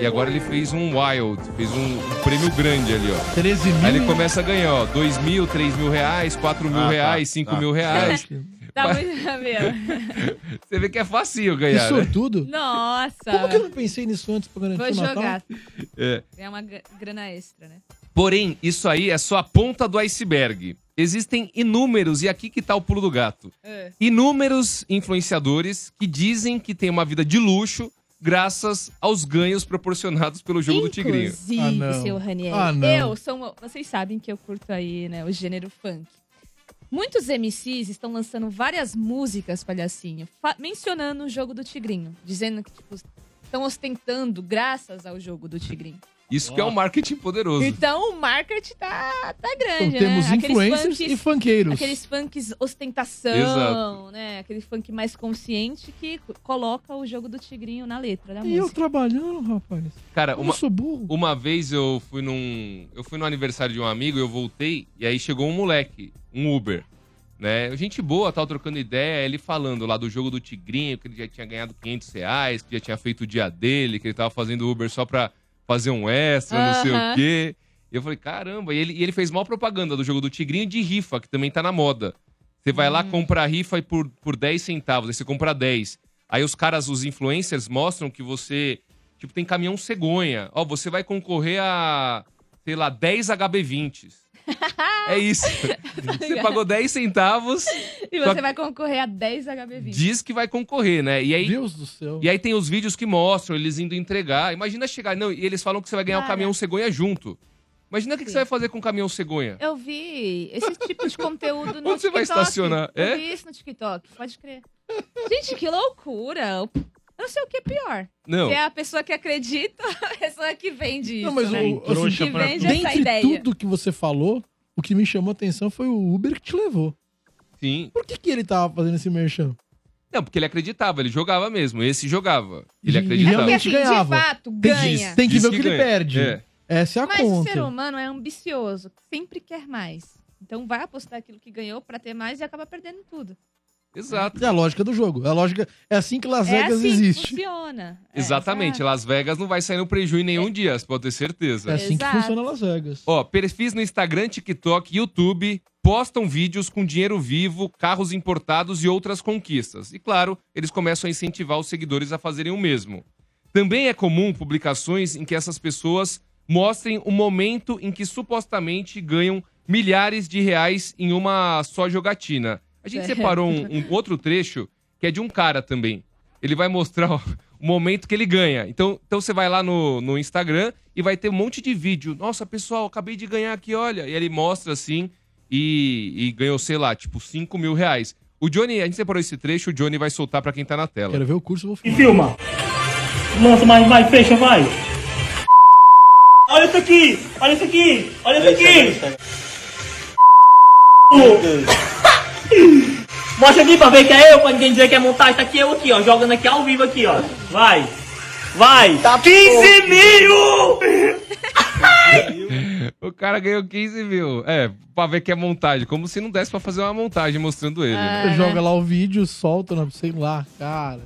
E agora ele fez um wild, fez um, um prêmio grande ali, ó.
13 mil.
Aí ele começa a ganhar, ó, 2 mil, 3 mil reais, 4 mil
Ah, tá,
reais, 5
tá.
mil reais.
Tá
Dá muito na mesma.
Você vê que é facinho
Que
ganhar, né?
sortudo.
Nossa.
Como que eu não pensei nisso antes pra garantir
Vou
o Natal?
jogar.
É.
É uma gr- grana extra, né?
Porém, isso aí é só a ponta do iceberg. Existem inúmeros, e aqui que tá o pulo do gato.
É.
Inúmeros influenciadores que dizem que tem uma vida de luxo graças aos ganhos proporcionados pelo jogo do
Ah,
Tigrinho.
Inclusive,
não.
seu Raniel,
Ah, não.
eu sou uma, Vocês sabem que eu curto aí, né, o gênero funk. Muitos MCs estão lançando várias músicas, palhacinho, fa- mencionando o jogo do Tigrinho. Dizendo que, tipo, estão ostentando graças ao jogo do Tigrinho.
Isso que é um marketing poderoso.
Então o marketing tá, tá grande,
Então
né?
temos influencers
funks-
e funkeiros.
Aqueles funks ostentação,
Exato.
né? Aquele funk mais consciente que co- coloca o jogo do tigrinho na letra da
E eu
música.
trabalhando, rapaz.
Cara,
Eu
uma,
sou burro.
uma vez eu fui num. Eu fui no aniversário de um amigo, eu voltei, e aí chegou um moleque, um Uber. Né? Gente boa, tal, trocando ideia, ele falando lá do jogo do Tigrinho, que ele já tinha ganhado 500 reais, que já tinha feito o dia dele, que ele tava fazendo Uber só pra fazer um extra, não sei
Aham.
o quê. E eu falei, caramba, e ele, e ele fez mal propaganda do jogo do Tigrinho e de rifa, que também tá na moda. Você vai lá, compra a rifa e por, por 10 centavos, aí você compra 10. Aí os caras, os influencers, mostram que você, tipo, tem caminhão cegonha. Ó, você vai concorrer a, sei lá, 10 HB20s. É isso. Você pagou 10 centavos.
Tá E
só
você vai concorrer a 10 HB20.
diz que vai concorrer, né? E aí,
Deus do céu.
E aí tem os vídeos que mostram eles indo entregar. Imagina chegar, não, e eles falam que você vai ganhar o
Cara.
caminhão cegonha junto. Imagina o que, que você vai fazer com o caminhão cegonha.
Eu vi esse tipo de conteúdo no
Onde você vai
TikTok.
estacionar?
Eu
É?
vi isso no TikTok, pode crer. Gente, que loucura. Eu não sei o que é pior.
Não.
Se é a pessoa que acredita, a pessoa que vende isso.
Não, mas o,
né?
assim,
que vende essa
dentre
ideia.
tudo que você falou, o que me chamou a atenção foi o Uber que te levou.
Sim.
Por que, que ele tava fazendo esse merchan?
Não, porque ele acreditava, ele jogava mesmo. Esse jogava. Ele
E
acreditava.
realmente ganhava.
assim, de fato,
tem
ganha.
que, tem que
Diz
ver o
que
que, ele
ganha.
perde.
É.
Essa é a
Mas o
conta.
ser humano é ambicioso, sempre quer mais. Então vai apostar aquilo que ganhou pra ter mais e acaba perdendo tudo.
Exato.
É a lógica do jogo. É a lógica. É assim que Las
é
Vegas
assim que
existe.
funciona. É,
Exatamente. Las Vegas não vai sair no prejuízo em nenhum dia, você pode ter certeza.
É assim que funciona Las Vegas.
Ó, perfis no Instagram, TikTok, YouTube postam vídeos com dinheiro vivo, carros importados e outras conquistas. E claro, eles começam a incentivar os seguidores a fazerem o mesmo. Também é comum publicações em que essas pessoas mostrem o momento em que supostamente ganham milhares de reais em uma só jogatina. A gente
Certo.
separou um, um outro trecho que é de um cara também. Ele vai mostrar o momento que ele ganha. Então, então você vai lá no, no Instagram e vai ter um monte de vídeo. Nossa, pessoal, acabei de ganhar aqui, olha. E ele mostra assim e, e ganhou, sei lá, tipo 5 mil reais. O Johnny, a gente separou esse trecho, o Johnny vai soltar pra quem tá na tela.
Quero ver o curso, eu vou
E filma. Lança, mas vai, fecha, vai. Olha isso aqui, olha isso aqui, olha isso aqui. Mostra aqui pra ver que é eu, pra ninguém dizer que é montagem. Tá aqui eu aqui, ó, jogando aqui ao vivo aqui, ó. Vai, vai. 15 mil!
O cara ganhou 15 mil. É, pra ver que é montagem. Como se não desse pra fazer uma montagem mostrando ele. né?
É,
Você joga lá o vídeo, solta, não sei lá, cara.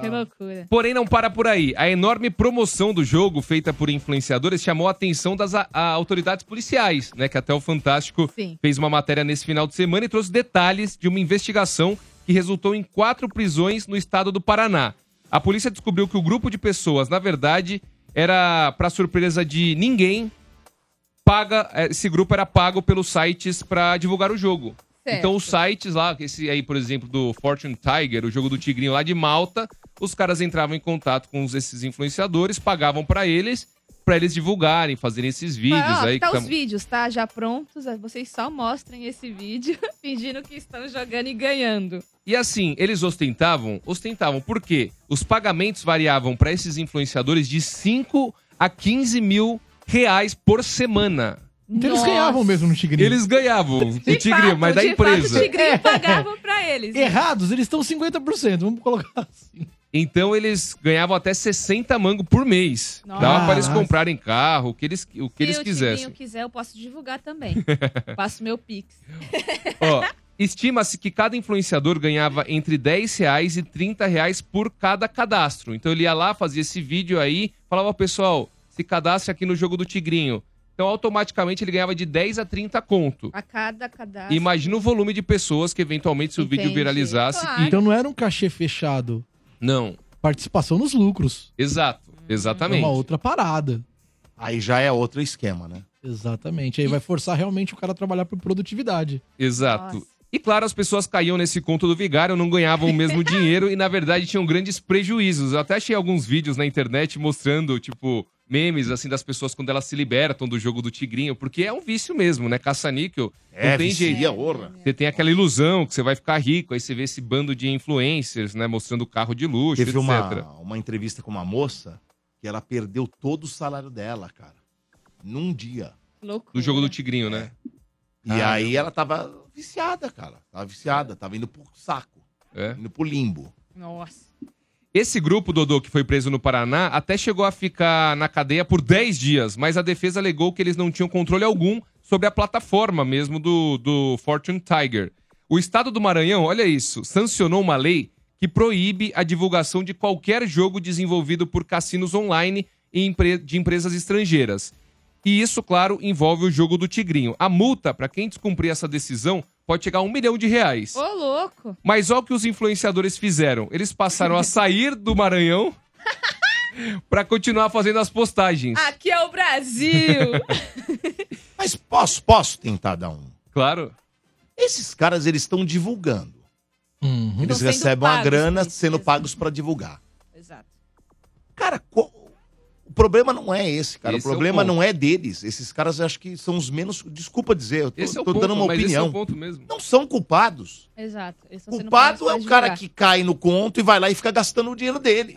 Que loucura.
Porém, não para por aí. A enorme promoção do jogo, feita por influenciadores, chamou a atenção das a- a autoridades policiais, né? Que até o Fantástico
Sim.
fez uma matéria nesse final de semana e trouxe detalhes de uma investigação que resultou em quatro prisões no estado do Paraná. A polícia descobriu que o grupo de pessoas, na verdade, era, para surpresa de ninguém, paga. é, Esse grupo era pago pelos sites para divulgar o jogo.
Certo.
Então, os sites lá, esse aí, por exemplo, do Fortune Tiger, o jogo do Tigrinho lá de Malta, os caras entravam em contato com os- esses influenciadores, pagavam pra eles, pra eles divulgarem, fazerem esses vídeos
Fala, ó,
aí.
tá
que
os vídeos, tá? Já prontos. aí Vocês só mostrem esse vídeo fingindo que estão jogando e ganhando.
E assim, eles ostentavam? Ostentavam, por quê? Os pagamentos variavam pra esses influenciadores de 5 a 15 mil reais por semana.
Então eles ganhavam mesmo no Tigrinho.
Eles ganhavam o Tigrinho,
Fato,
mas da
de
empresa.
Fato, o tigrinho pagavam pra eles.
É.
né?
Errados, eles estão 50%. Vamos colocar.
Então eles ganhavam até 60 mango por mês. Dava pra eles
Nossa.
comprarem carro, o que eles, o que eles
Se o
quisessem.
Tigrinho quiser, eu posso divulgar também. Passo meu pix.
Ó, estima-se que cada influenciador ganhava entre 10 reais e 30 reais por cada cadastro. Então ele ia lá, fazia esse vídeo aí, falava, "Ó, pessoal, se cadastre aqui no jogo do Tigrinho. Então automaticamente ele ganhava de 10 a 30 conto.
A cada cadastro.
Imagina o volume de pessoas que eventualmente se o vídeo
Entendi.
viralizasse. e-
Então não era um cachê fechado.
Não.
Participação nos lucros.
Exato,
É
exatamente.
uma outra parada.
Aí já é outro esquema, né?
Exatamente. Aí vai forçar realmente o cara a trabalhar por produtividade.
Exato. E claro, as pessoas caíam nesse conto do vigário, não ganhavam o mesmo dinheiro e, na verdade, tinham grandes prejuízos. Eu até achei alguns vídeos na internet mostrando, tipo, memes, assim, das pessoas quando elas se libertam do jogo do tigrinho, porque é um vício mesmo, né? Caça-níquel.
É,
não tem
vicia,
jeito. Você tem aquela ilusão que você vai ficar rico, aí você vê esse bando de influencers, né? Mostrando carro de luxo,
Teve
etc.
uma, uma entrevista com uma moça que ela perdeu todo o salário dela, cara. Num dia.
Louco.
Do jogo do tigrinho, né?
E
Ah,
aí ela tava viciada, cara. Tava viciada, tava indo pro saco. é,
É.
Indo pro limbo.
Nossa.
Esse grupo, Dodô, que foi preso no Paraná, até chegou a ficar na cadeia por 10 dias, mas a defesa alegou que eles não tinham controle algum sobre a plataforma mesmo do, do Fortune Tiger. O estado do Maranhão, olha isso, sancionou uma lei que proíbe a divulgação de qualquer jogo desenvolvido por cassinos online e empre- de empresas estrangeiras. E isso, claro, envolve o jogo do Tigrinho. A multa, para quem descumprir essa decisão, pode chegar a um milhão de reais.
Ô, Tá louco.
Mas olha o que os influenciadores fizeram. Eles passaram a sair do Maranhão pra continuar fazendo as postagens.
Aqui é o Brasil!
Mas posso, posso tentar dar um.
Claro.
Esses caras, eles estão divulgando.
Tão
Eles
sendo
recebem uma
pagos,
grana
né?
sendo pagos pra divulgar.
Exato.
Cara, qual- o problema não é esse, cara.
Esse é
o
o
problema
ponto.
não é deles. Esses caras eu acho que são os menos. Desculpa dizer, eu tô,
Esse é o
tô
ponto,
dando uma
mas
opinião.
esse é o ponto mesmo.
Não são culpados.
Exato. Eles tão sendo
Culpado é
pagos
o
pra
cara
julgar.
que cai no conto e vai lá e fica gastando o dinheiro dele.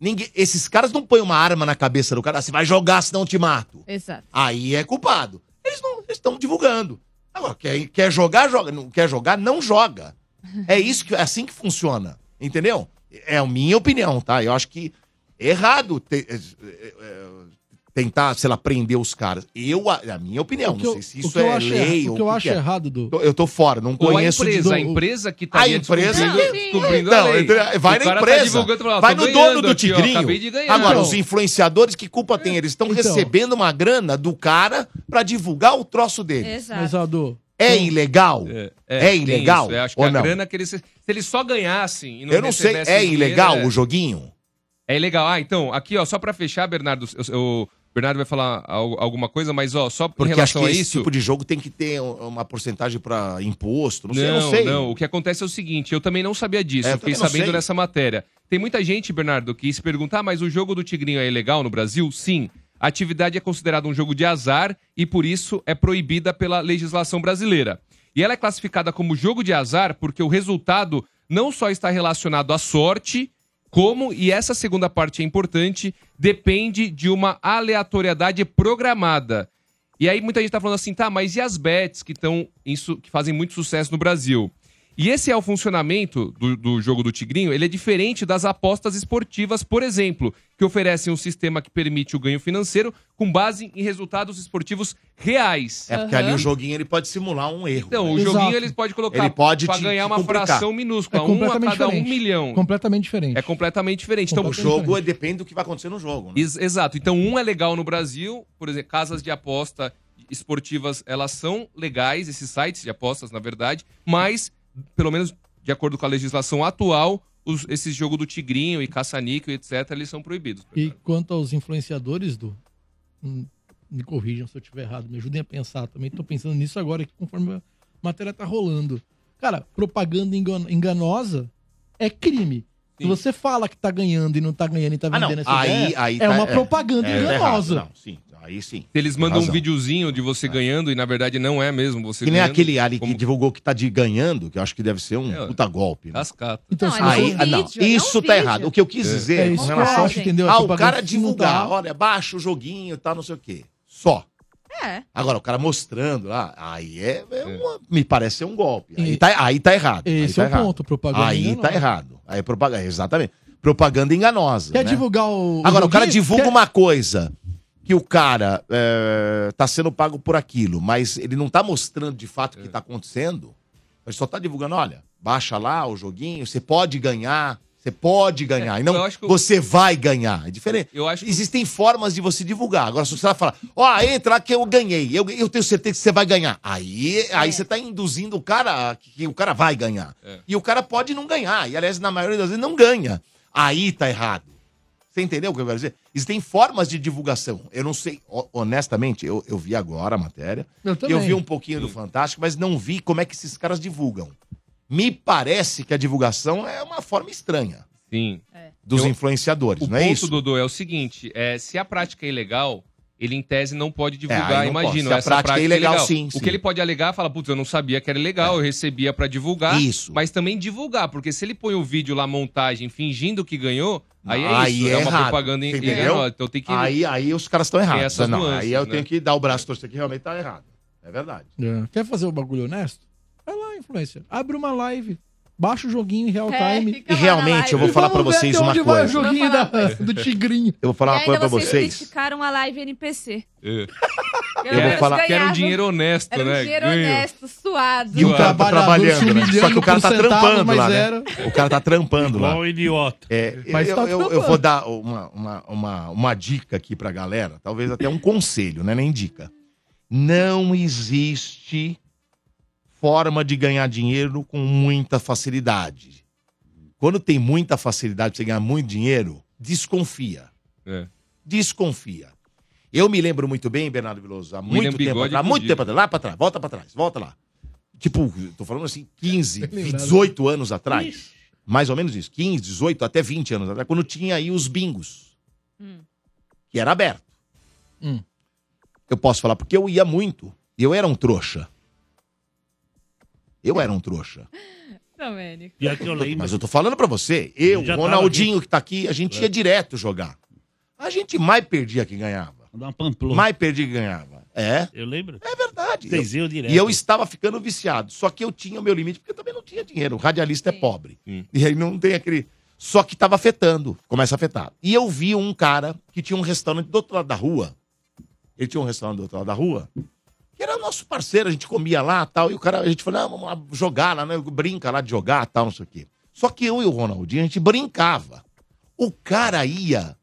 Ninguém, esses caras não põem uma arma na cabeça do cara, "Ah, você vai jogar senão eu te mato.
Exato.
Aí é culpado. Eles não estão divulgando. Agora, quer, quer jogar, joga. Não quer jogar, não joga. É isso que é assim que funciona. Entendeu? É a minha opinião, tá? Eu acho que é errado te- é, é, é, tentar, sei lá, prender os caras. Eu, a, a minha opinião,
O que
não
eu-
sei se
o
isso
que eu
é
acho
lei
erra- o
ou
que eu
o
acho
é.
errado, Du.
Tô- Eu tô fora, não
Ou a
conheço de
empresa, a
do-
empresa que estaria
a empresa
descobrindo-
que-
descobrindo a
Então,
lei.
entra- vai
O
na
cara tá
empresa.
divulgando e fala, ó,
vai
tô
no
ganhando
dono do
aqui, ó,
Tigrinho.
acabei de ganhar.
Agora,
Então.
os influenciadores, que culpa tem? Eles estão recebendo uma grana do cara pra divulgar o troço dele.
Exato.
Mas, ó, Du,
É ilegal? É,
É, tem
ilegal?
isso, é, acho que
ou
a
não?
grana que eles. Se eles só ganhassem e não
Eu não sei,
recebessem
é
dinheiro,
ilegal
é-
o joguinho?
É ilegal. Ah, então, aqui, ó, só pra fechar, Bernardo, eu- eu- o Bernardo vai falar al- alguma coisa, mas, ó, só em
Porque acho
relação
que
a
esse
isso.
tipo de jogo tem que ter um- uma porcentagem pra imposto, não
Não,
sei, eu
não,
não sei.
O que acontece é o seguinte, eu também não sabia disso,
É, eu
eu fiquei
também não
sabendo
sei.
nessa matéria. Tem muita gente, Bernardo, que se pergunta, ah, mas o jogo do Tigrinho é ilegal no Brasil? Sim. A atividade é considerada um jogo de azar e, por isso, é proibida pela legislação brasileira. E ela é classificada como jogo de azar porque o resultado não só está relacionado à sorte, como, e essa segunda parte é importante, depende de uma aleatoriedade programada. E aí muita gente tá falando assim, tá, mas e as bets que estão que fazem muito sucesso no Brasil? E esse é o funcionamento do, do jogo do Tigrinho, ele é diferente das apostas esportivas, por exemplo, que oferecem um sistema que permite o ganho financeiro com base em resultados esportivos reais.
É porque ali o joguinho ele pode simular um erro.
Então, o
né?
joguinho eles podem colocar
Ele pode
pra
te-
ganhar
te
uma
complicar.
fração minúscula, um a cada um milhão.
Completamente diferente.
É completamente diferente. Então,
o jogo é- depende do que vai acontecer no jogo. né?
Ex- exato. Então, um é legal no Brasil, por exemplo, casas de aposta esportivas, elas são legais, esses sites de apostas, na verdade, mas, pelo menos de acordo com a legislação atual, os- esses jogos do Tigrinho e Caça-Níquel, etc., eles são proibidos.
E quanto aos influenciadores, Du, hum, me corrijam se eu estiver errado, me ajudem a pensar. Também tô pensando nisso agora, que conforme a matéria tá rolando. Cara, propaganda engan- enganosa é crime. Se você fala que tá ganhando e não tá ganhando e tá
Ah, não.
vendendo essa
Aí,
ideia,
aí
é
tá-
uma propaganda
é, tá
enganosa.
errado, não, sim, aí sim.
Se eles
Tem
mandam um
razão. É.
videozinho de você ganhando, e na verdade não é mesmo você
Que nem
ganhando.
aquele ali que divulgou que tá de ganhando, que eu acho que deve ser um puta golpe. né?
Cascata.
Então,
Aí- ah, não, isso tá errado. O que eu quis
É.
dizer
É
com
isso que eu
relação-
acho, entendeu?
Ah,
Essa
o cara
propaganda que não
divulgar,
dá.
olha, baixa o joguinho e tal, não sei o quê. Só.
É.
Agora, o cara mostrando lá, aí é, é uma- me parece ser um golpe. Aí, tá, aí tá errado.
Esse
aí
é o
tá errado.
ponto, propaganda
Aí
enganosa.
tá errado. Aí é propaganda, exatamente. Propaganda enganosa.
Quer
né?
divulgar o.
Agora, o cara
joguinho?
divulga
é-
Quer-
uma coisa que o cara é, tá sendo pago por aquilo, mas ele não tá mostrando de fato
É.
o que tá acontecendo. Ele só tá divulgando, olha, baixa lá o joguinho, você pode ganhar, você pode ganhar. e
É, eu
não,
acho que o-
você vai ganhar. É diferente.
Eu acho que-
Existem formas de você divulgar. Agora, se você vai falar, ó, ah, entra lá que eu ganhei, eu, eu tenho certeza que você vai ganhar. Aí,
É.
aí você tá induzindo o cara a- que, que o cara vai ganhar. E o cara pode não ganhar. E, aliás, na maioria das vezes não ganha. Aí tá errado. Você entendeu o que eu quero dizer? Existem formas de divulgação. Eu não sei, ho- honestamente, eu, eu vi agora a matéria.
Eu também.
vi um pouquinho do Fantástico, mas não vi como é que esses caras divulgam. Me parece que a divulgação é uma forma estranha
Sim.
É.
dos
Eu-
influenciadores, não
O
é
ponto,
isso?
Dodô, é o seguinte: é, se a prática é ilegal, ele em tese não pode divulgar,
É, aí não pode.
imagino.
Se a
essa
prática é ilegal, sim,
O
sim. É.
que ele pode alegar, fala, putz, eu não sabia que era ilegal, eu recebia pra divulgar.
Isso.
Mas também divulgar, porque se ele põe o vídeo lá, montagem, fingindo que ganhou, aí é
Aí
isso.
é
é uma
errado,
propaganda
você
ilegal.
entendeu?
Então tem que.
Aí, aí os caras estão
Tem
errados.
essas
não,
nuances,
aí eu
né?
tenho que dar o braço a torcer que realmente tá errado. É verdade.
É. Quer fazer o bagulho honesto? Vai lá, influencer. Abre uma live. Baixa o joguinho em real
É,
time.
fica E lá
realmente, na live. eu vou
E
falar
vamos
pra
ver
vocês
até
uma
onde vai
coisa.
o joguinho
Vamos
da- do Tigrinho.
Eu vou falar
e
uma coisa
ainda
pra
vocês,
vocês.
criticaram a live NPC.
É.
Pelo
Eu
menos
vou falar. Que era um
ganhava.
dinheiro honesto,
Era um
né?
dinheiro
Ganho.
honesto, suado.
E o cara tá
trabalhador se
trabalhando, né?
humilhando
Só que o cara tá
por centavos,
trampando
um mas
lá, né?
era.
O cara tá trampando lá.
Igual um idiota.
É,
Mas
eu,
tá
eu- eu
trampando.
vou dar uma, uma, uma, uma dica aqui pra galera, talvez até um conselho, né? Nem dica. Não existe forma de ganhar dinheiro com muita facilidade. Quando tem muita facilidade pra você ganhar muito dinheiro, desconfia. Desconfia. Eu me lembro muito bem, Bernardo Veloso, há muito tempo
Bigode,
atrás, muito
inclusive.
tempo atrás, lá pra trás, volta pra trás, volta lá. Tipo, tô falando assim, 15, 18 anos atrás. Mais ou menos isso, 15, 18, até 20 anos atrás, quando tinha aí os bingos.
Hum.
Que era aberto.
Hum.
Eu posso falar porque eu ia muito. e Eu era um trouxa. Eu era um trouxa.
Domênico.
Mas eu tô falando pra você, eu,
Já
o
tava
Ronaldinho que tá aqui, a gente
É.
ia direto jogar. A gente mais perdia que ganhava. Mais perdia que ganhava. É.
Eu lembro.
É verdade.
Vocês iam direto.
E eu estava ficando viciado. Só que eu tinha o meu limite, porque eu também não tinha dinheiro. O radialista é pobre.
Hum.
E aí não tem aquele. Só que estava afetando. Começa a afetar. E eu vi um cara que tinha um restaurante do outro lado da rua. Ele tinha um restaurante do outro lado da rua. Que era nosso parceiro, a gente comia lá tal. E o cara, a gente falou, não, vamos lá jogar lá, né? Brinca lá de jogar tal, não sei o quê. Só que eu e o Ronaldinho, a gente brincava. O cara ia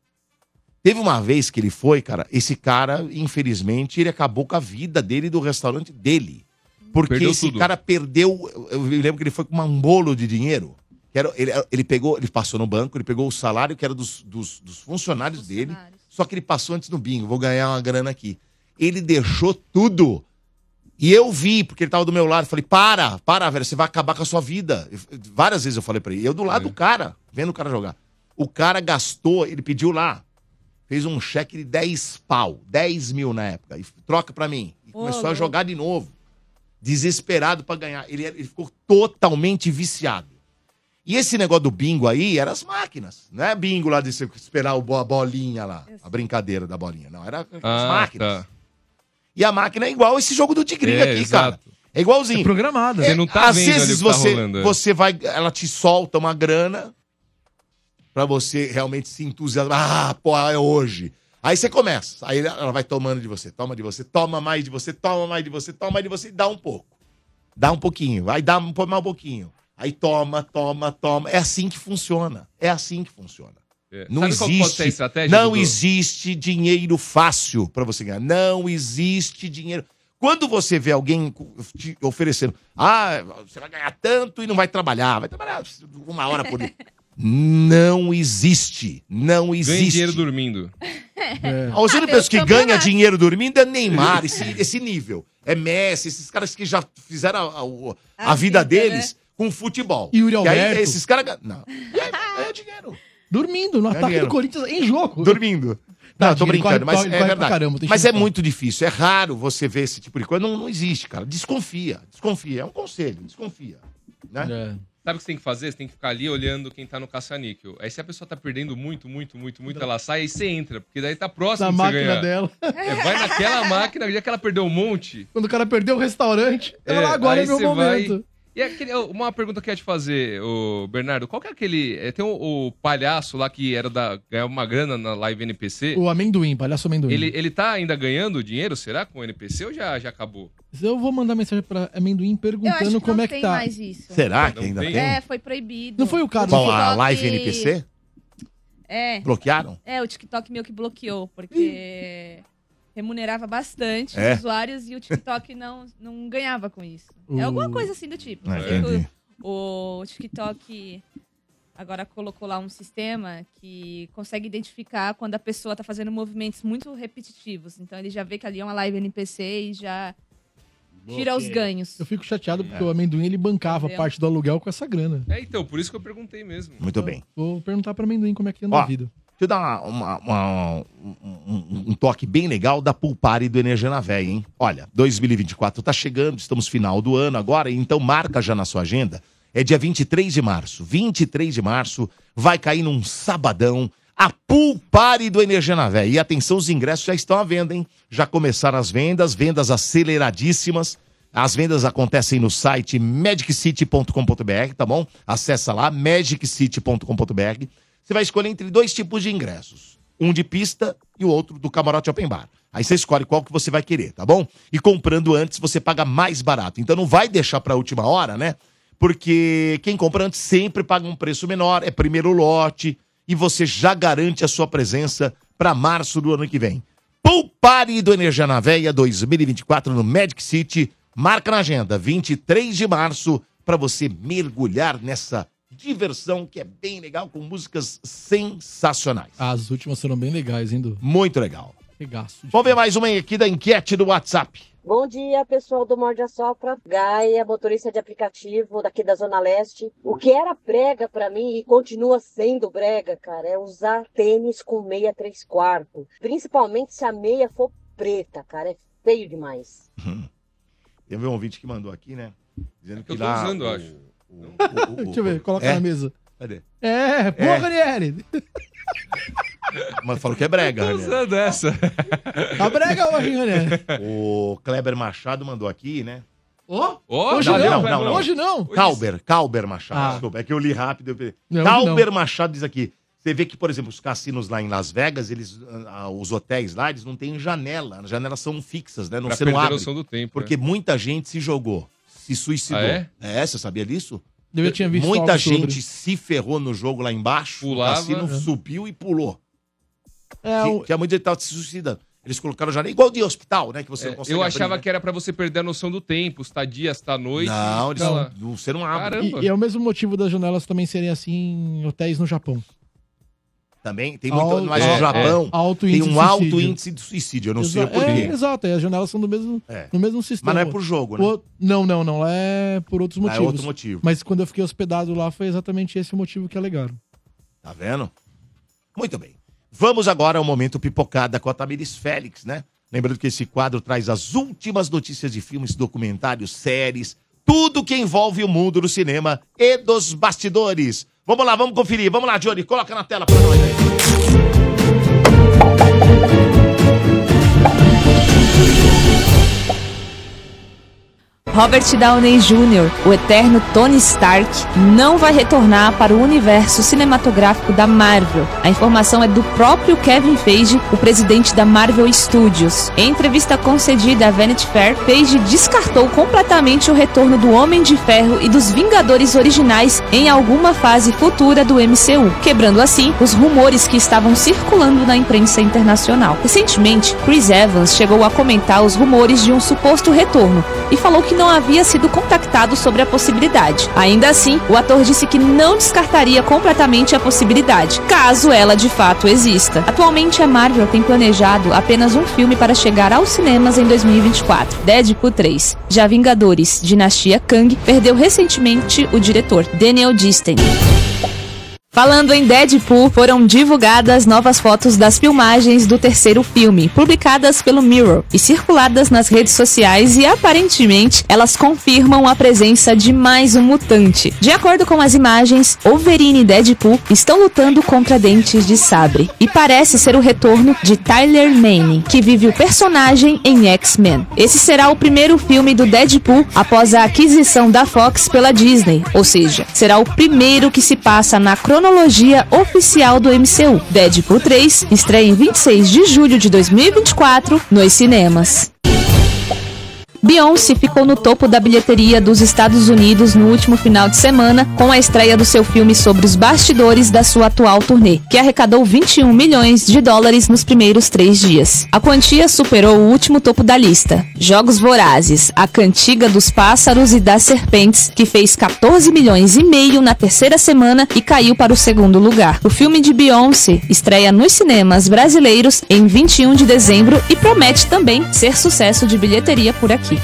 Teve uma vez que ele foi, cara, esse cara, infelizmente, ele acabou com a vida dele e do restaurante dele. Porque
Perdeu
esse
tudo.
cara perdeu. Eu eu lembro que ele foi com uma- um bolo de dinheiro. Que era, ele, ele pegou, ele passou no banco, ele pegou o salário que era dos, dos- dos funcionários dele. Só que ele passou antes no bingo, vou ganhar uma grana aqui. Ele deixou tudo. E eu vi, porque ele tava do meu lado, eu falei, para, para, velho, você vai acabar com a sua vida. Eu- eu- várias vezes eu falei pra ele. Eu do lado do cara, vendo o cara jogar. O cara gastou, ele pediu lá, fez um cheque de 10 pau, 10 mil na época, e f- troca pra mim. E
Ô,
começou a
louco.
jogar de novo. Desesperado pra ganhar. Ele, era- ele ficou totalmente viciado. E esse negócio do bingo aí era as máquinas. Não é bingo lá de você esperar o bo- a bolinha lá, a brincadeira da bolinha. Não, era as
Ah,
máquinas. E a máquina é igual esse jogo do Tigrinho
É,
aqui, cara.
exato.
É igualzinho.
É programada. Você não tá
Às
vendo ali o
vezes
que tá
você,
rolando, é.
você vai, ela te solta uma grana pra você realmente se entusiasmar. Ah, pô, é hoje. Aí você começa. Aí ela vai tomando de você, toma de você, toma mais de você, toma mais de você, toma mais de você e dá um pouco. Dá um pouquinho, vai dar um, pouco mais um pouquinho. Aí toma, toma, toma. É assim que funciona. É assim que funciona.
é.
Não
É, Sabe qual pode
existe.
ser a estratégia,
não
Dudu?
existe dinheiro fácil pra você ganhar. Não existe dinheiro. Quando você vê alguém co- te oferecendo, ah, você vai ganhar tanto e não vai trabalhar, vai trabalhar uma hora por dia. Não existe. Não existe.
Ganha dinheiro dormindo.
É. Os únicos que ganha dinheiro dormindo é Neymar, esse, esse nível. É Messi, esses caras que já fizeram a, a- a vida né? deles com futebol.
Yuri
E aí
Alberto.
esses caras. gan- Não. É,
Dormindo, no
Ganha
ataque
dinheiro.
do Corinthians em jogo.
Dormindo. Não, eu tô
Tadinho, ele corre-
brincando, mas
corre-
é
corre pra
verdade.
caramba, deixa
mas
eu
é
falar.
muito difícil, é raro você ver esse tipo de coisa. Não, não existe, cara. Desconfia, desconfia. É um conselho, desconfia. Né?
É.
Sabe o que você tem que fazer? Você tem que ficar ali olhando quem tá no caça-níquel. Aí se a pessoa tá perdendo muito, muito, muito, muito, ela sai e você entra. Porque daí tá próximo
Na
de você
máquina
ganhar.
dela.
É, vai naquela máquina, já que ela perdeu um monte.
Quando o cara perdeu o restaurante, ela fala, agora
aí
é meu
você vai-
momento.
E é aquele- uma pergunta que eu ia te fazer, ô, Bernardo. Qual que é aquele... é, tem o, o palhaço lá que era da... ganhava uma grana na live NPC.
O amendoim, palhaço amendoim.
Ele, ele tá ainda ganhando dinheiro, será, com o NPC ou já, já acabou?
Eu vou mandar mensagem pra amendoim
Eu acho
perguntando
que
como
não
é que
tem
tá.
mais isso.
Será que ainda tem?
É, foi proibido.
Não foi o cara,
Qual,
não foi-
a
TikTok-
live NPC?
É.
Bloquearam?
É, o TikTok meio que bloqueou, porque remunerava bastante
É.
os usuários e o TikTok não, não ganhava com isso. É
O-
alguma coisa assim do tipo.
Ah,
Eu sei que
entendi.
o, o TikTok agora colocou lá um sistema que consegue identificar quando a pessoa tá fazendo movimentos muito repetitivos. Então ele já vê que ali é uma live NPC e já tira os ganhos.
Eu fico chateado porque
É.
o amendoim ele bancava
Entendeu?
parte do aluguel com essa grana. Então,
É, então, por isso que eu perguntei mesmo.
Muito bem.
Vou perguntar pra amendoim como é que anda
Ó,
a vida.
Deixa eu dar uma- uma- uma- um, um- um toque bem legal da Pulpari do Energia na Véia, hein? Olha, 2024 tá chegando, estamos final do ano agora, então marca já na sua agenda. É dia 23 de março. 23 de março vai cair num sabadão a Pulpari do Energia na Véia. E atenção, os ingressos já estão à venda, hein? Já começaram as vendas, vendas aceleradíssimas. As vendas acontecem no site magiccity.com.br, tá bom? Acessa lá, magiccity.com.br. Você vai escolher entre dois tipos de ingressos. Um de pista e o outro do camarote open bar. Aí você escolhe qual que você vai querer, tá bom? E comprando antes, você paga mais barato. Então não vai deixar pra última hora, né? Porque quem compra antes sempre paga um preço menor, é primeiro lote, e você já garante a sua presença pra março do ano que vem. Poupare do Energia na Veia 2024 no Magic City. Marca na agenda, 23 de março, para você mergulhar nessa diversão, que é bem legal, com músicas sensacionais.
Ah, As últimas foram bem legais, hein, Du?
Muito legal.
Regaço.
Vamos ver mais uma aqui da enquete do WhatsApp.
Bom dia, pessoal do Morde a Sopra. Gaia, motorista de aplicativo daqui da Zona Leste. O que era brega pra mim e continua sendo brega, cara, é usar tênis com meia três quartos. Principalmente se a meia for preta, cara. É feio demais.
Teve um ouvinte que mandou aqui, né? Dizendo que
eu tô
lá
usando,
o-
eu acho.
o- o- o-
Deixa eu ver, coloca
É?
na mesa.
Cadê?
É, boa,
É.
Ranieri.
Mas falou que é brega,
Tô
Ranieri.
usando essa.
Tá brega hoje, hein, Ranieri?
O Kleber Machado mandou aqui, né?
Ô?
Ó,
hoje
não,
não,
não, não, não.
um hoje não.
Calber, Calber Machado.
Ah.
Desculpa, é que eu li rápido. Eu...
Não,
Calber
não.
Machado diz aqui. Você vê que, por exemplo, os cassinos lá em Las Vegas, eles, ah, os hotéis lá, eles não têm janela. As janelas são fixas, né? Não,
Pra
você não
perder a
abre.
noção do tempo,
porque muita gente se jogou, se suicidou.
Ah, é?
você sabia disso?
Eu já tinha visto
Muita
algo sobre.
gente se ferrou no jogo lá embaixo.
Pulava.
O cassino
É.
subiu e pulou.
É,
que,
o-
que a mãe dele tava se suicidando. Eles colocaram janela igual de hospital, né? Que você
É,
não consegue
eu
abrir,
achava
né?
que era pra você perder a noção do tempo, está dia, está noite.
Não, eles um,
tá
não-
lá.
você não abre.
Caramba.
E, e é o mesmo motivo das janelas também serem assim em hotéis no Japão.
Também tem muito.
Alto-
mas
é,
no Japão
é. Alto
tem
índice
um
de
alto
suicídio.
índice de suicídio. Eu não sei
Exa-
o porquê.
É, exato, é, as janelas são do mesmo,
É.
do mesmo sistema.
Mas não é por jogo, né?
O- não, não, não. lá É por outros
Lá é
motivos.
outro motivo.
Mas quando eu fiquei hospedado lá, foi exatamente esse o motivo que alegaram.
Tá vendo? Muito bem. Vamos agora ao momento pipocada com a Tamiris Félix, né? Lembrando que esse quadro traz as últimas notícias de filmes, documentários, séries, tudo que envolve o mundo do cinema e dos bastidores. Vamos lá, vamos conferir. Vamos lá, Johnny, coloca na tela pra nós aí.
Robert Downey Jr., o eterno Tony Stark, não vai retornar para o universo cinematográfico da Marvel. A informação é do próprio Kevin Feige, o presidente da Marvel Studios. Em entrevista concedida à Vanity Fair, Feige descartou completamente o retorno do Homem de Ferro e dos Vingadores originais em alguma fase futura do MCU, quebrando assim os rumores que estavam circulando na imprensa internacional. Recentemente, Chris Evans chegou a comentar os rumores de um suposto retorno e falou que não havia sido contactado sobre a possibilidade. Ainda assim, o ator disse que não descartaria completamente a possibilidade, caso ela de fato exista. Atualmente, a Marvel tem planejado apenas um filme para chegar aos cinemas em 2024, Deadpool 3. Já Vingadores, Dinastia Kang, perdeu recentemente o diretor, Daniel Distin. Falando em Deadpool, foram divulgadas novas fotos das filmagens do terceiro filme, publicadas pelo Mirror e circuladas nas redes sociais e aparentemente elas confirmam a presença de mais um mutante. De acordo com as imagens, Wolverine e Deadpool estão lutando contra dentes de sabre e parece ser o retorno de Tyler Mane, que vive o personagem em X-Men. Esse será o primeiro filme do Deadpool após a aquisição da Fox pela Disney, ou seja, será o primeiro que se passa na cronologia oficial do MCU. Deadpool 3 estreia em 26 de julho de 2024 nos cinemas. Beyoncé ficou no topo da bilheteria dos Estados Unidos no último final de semana com a estreia do seu filme sobre os bastidores da sua atual turnê, que arrecadou 21 milhões de dólares nos primeiros três dias. A quantia superou o último topo da lista, Jogos Vorazes, a cantiga dos pássaros e das serpentes, que fez 14 milhões e meio na terceira semana e caiu para o segundo lugar. O filme de Beyoncé estreia nos cinemas brasileiros em 21 de dezembro e promete também ser sucesso de bilheteria por aqui.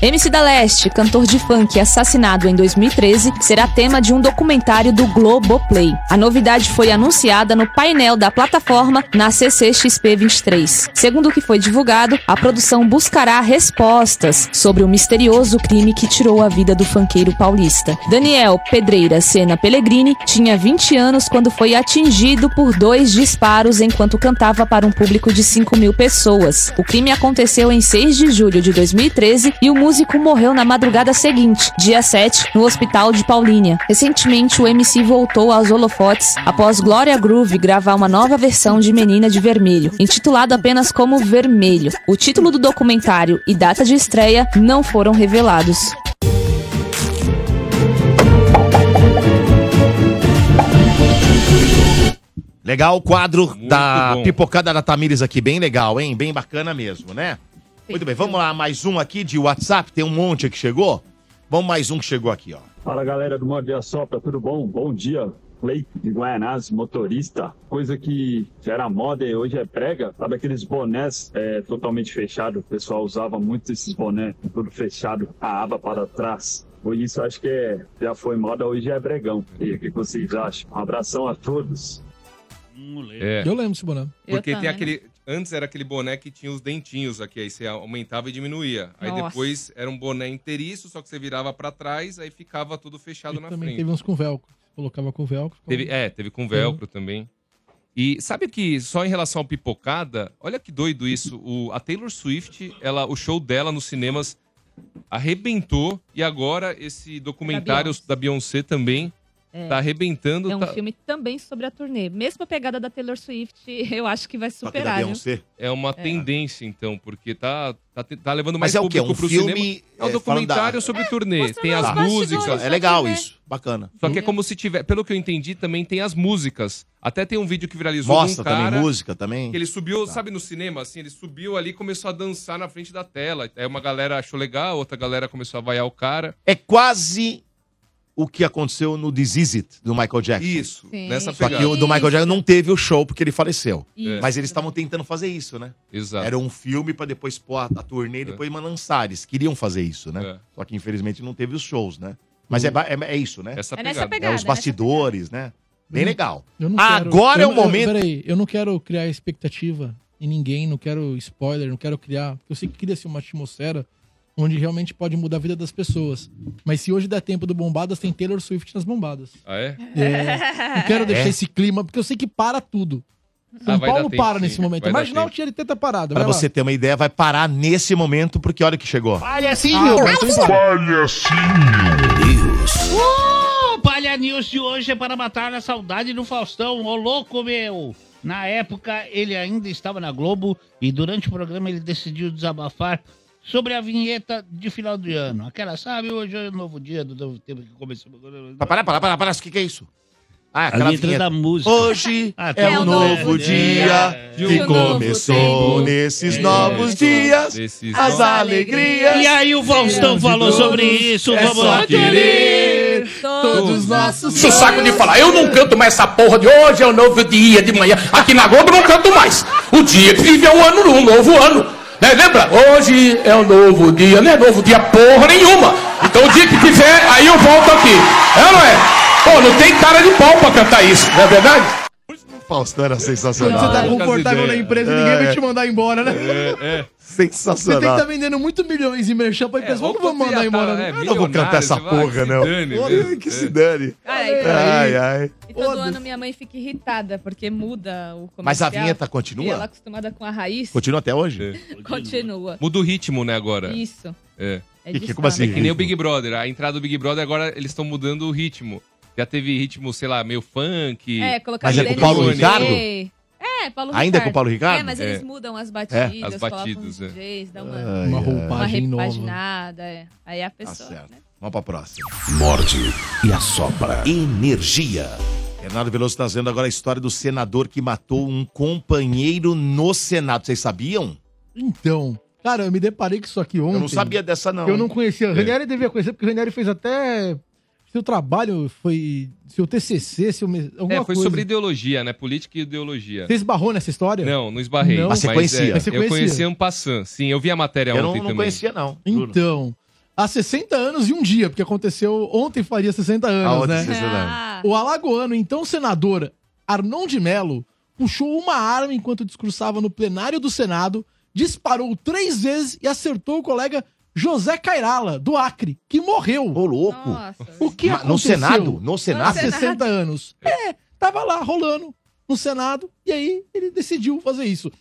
MC da Leste, cantor de funk assassinado em 2013, será tema de um documentário do Globoplay. A novidade foi anunciada no painel da plataforma na CCXP23. Segundo o que foi divulgado, a produção buscará respostas sobre o misterioso crime que tirou a vida do funkeiro paulista. Daniel Pedreira Sena Pellegrini tinha 20 anos quando foi atingido por dois disparos enquanto cantava para um público de 5 mil pessoas. O crime aconteceu em 6 de julho de 2013 e o músico morreu na madrugada seguinte, dia 7, no hospital de Paulínia. Recentemente, o MC voltou aos holofotes após Gloria Groove gravar uma nova versão de Menina de Vermelho, intitulada apenas como Vermelho. O título do documentário e data de estreia não foram revelados.
Legal o quadro da
bom.
pipocada da Tamires aqui, bem legal, hein? Bem bacana mesmo, né? Muito bem, vamos lá, mais um aqui de WhatsApp, tem um monte que chegou. Vamos mais um que chegou aqui, ó.
Fala galera do Morde a Sopra, tudo bom? Bom dia, Leite de Guaianás, motorista. Coisa que já era moda e hoje é prega, sabe aqueles bonés é, totalmente fechado? O pessoal usava muito esses bonés, tudo fechado, a aba para trás. Por isso acho que é- já foi moda, hoje é bregão. E o que vocês acham? Um abração a todos.
É.
Um Eu né? lembro desse boné.
Porque tem aquele. Antes era aquele boné que tinha os dentinhos aqui, aí você aumentava e diminuía. Aí
Nossa.
depois era um boné inteiriço, só que você virava pra trás, aí ficava tudo fechado na
Também
frente.
teve um uns com velcro. Colocava com velcro. ficava-
Teve, é, teve com velcro também. E sabe que só em relação ao pipocada, olha que doido isso. O, a Taylor Swift, ela, o show dela nos cinemas arrebentou e agora esse documentário da Beyoncé, também
É.
tá arrebentando.
É um
tá-
filme também sobre a turnê. Mesma pegada da Taylor Swift, eu acho que vai
Só que da
superar. viu?
Beyoncé. Tá É uma
É.
tendência, então, porque tá, tá, te- tá levando
Mas
mais
é o quê? Um
público pro
filme,
cinema. É um
é,
documentário
falando da-
sobre turnê. Tem
os
as
bastidores
músicas.
da É legal turnê. isso. Bacana.
Só que é como se tiver... Pelo que eu entendi, também tem as músicas. Até tem um vídeo que viralizou
Mostra
de um cara...
também música também. Tá.
Que ele subiu, sabe, no cinema, assim, ele subiu ali e começou a dançar na frente da tela. Aí uma galera achou legal, outra galera começou a vaiar o cara.
É quase o que aconteceu no Disease It, do Michael Jackson.
Isso, Sim. nessa
Só que
pegada.
o do Michael Jackson não teve o show porque ele faleceu. É.
Isso.
Mas eles estavam tentando fazer isso, né?
Exato. É.
Era um filme pra depois pôr a, a turnê e depois lançar. Eles queriam fazer isso, né? Só que infelizmente não teve os shows, né? Mas é, ba- é- é isso, né?
Hum. Essa
É nessa pegada. pegada, Hum.
os
é nessa
bastidores, né? Bem
Eu não-
legal.
eu não quero-
Agora
eu
é o
não- eu-
momento.
Peraí, eu não quero criar expectativa em ninguém, não quero spoiler, não quero criar. Eu sei que cria-se uma atmosfera onde realmente pode mudar a vida das pessoas. Mas se hoje der tempo do Bombadas, tem Taylor Swift nas Bombadas.
Ah, é?
É, não quero deixar
É?
esse clima, porque eu sei que para tudo. São
Ah, vai dar
Paulo
tempo,
para
sim.
nesse momento.
Vai dar
Imagina o
tempo.
Tietê tá parado.
Pra
vai lá.
você ter uma ideia, vai parar nesse momento, porque olha o que chegou.
é assim,
Palhacinho!
Ah, então vai.
Uh, Palha News de hoje é para matar a saudade do Faustão, ô louco meu! Na época, ele ainda estava na Globo e durante o programa ele decidiu desabafar sobre a vinheta de final de ano. Aquela, sabe, hoje é o novo dia do novo tempo que começou.
Para, para, para, para, para. O que, que é isso? Ah,
A letra da música.
Hoje
Ah, tá.
é um novo dia um que começou
É.
nesses novos dias. As alegrias.
E aí o Faustão
serão de
falou
todos.
sobre isso,
É
vamos
só
lá.
querer
todos nossos
Enche o saco de falar, eu não canto mais essa porra de hoje é o novo dia de manhã. Aqui na Globo eu não canto mais. O dia que vive é um ano, um novo ano. Né? Lembra? Hoje é o novo dia, não é novo dia porra nenhuma. Então o dia que tiver, aí eu volto aqui. É ou não é? Pô, não tem cara de pau pra cantar isso, não é verdade?
Faustão era sensacional.
Você tá
né?
confortável na empresa, ninguém vai
É.
te mandar embora, né?
É, é.
Você tem que
Sensacional.
estar vendendo muito milhões em merchan pra empresa. Como que eu vou mandar embora? né?
é
Eu não vou cantar essa porra, não. Olha,
É.
Que se dane.
Ai,
Ai, ai.
E todo ano minha mãe fica irritada, porque muda o comercial.
Mas a vinheta
E
continua?
ela é acostumada com a raiz,
Continua até hoje?
continua.
É. Muda o ritmo, né, agora.
Isso.
É.
É Que- que-
como assim,
É que nem
ritmo?
o Big Brother. A entrada do Big Brother, agora eles estão mudando o ritmo. Já teve ritmo, sei lá, meio funk.
É, colocar
Mas é com
Milene
o Paulo
Rouanet.
Ricardo?
É, Paulo
Ainda é com o
Ricardo.
Paulo Ricardo?
É, mas eles
É.
mudam as
É,
batidas,
as
colocam os
batidas, é.
DJs, dá uma,
Ai, Uma ai. roupagem
uma
nova.
repaginada, é. Aí a pessoa... né?
certo. Vamos pra próxima. Morde e assopra. Energia. Bernardo Veloso trazendo agora a história do senador que matou um companheiro no Senado. Vocês sabiam?
Então, cara, eu me deparei com isso aqui ontem.
Eu não sabia dessa, não.
Eu não conhecia. O
É.
Ranieri devia conhecer, porque o Ranieri fez até. Seu trabalho foi. Seu TCC, seu. me- Alguma
É, foi
coisa.
sobre ideologia, né? Política e ideologia.
Você esbarrou nessa história?
Não, não esbarrei.
Não? Mas você conhecia?
é,
Mas você
Eu
conhecia?
conhecia um passant. Sim, eu vi a matéria
Eu não-
ontem
não
também.
conhecia, não.
Então, há 60 anos e um dia, porque aconteceu ontem faria 60 anos,
ontem
né?
60 anos.
O alagoano, então senador Arnon de Melo, puxou uma arma enquanto discursava no plenário do Senado, disparou três vezes e acertou o colega José Cairala, do Acre, que morreu. Ô,
louco!
O que
Ma-
aconteceu?
no Senado? No Senado?
Há 60 anos. É, tava lá rolando no Senado e aí ele decidiu fazer isso.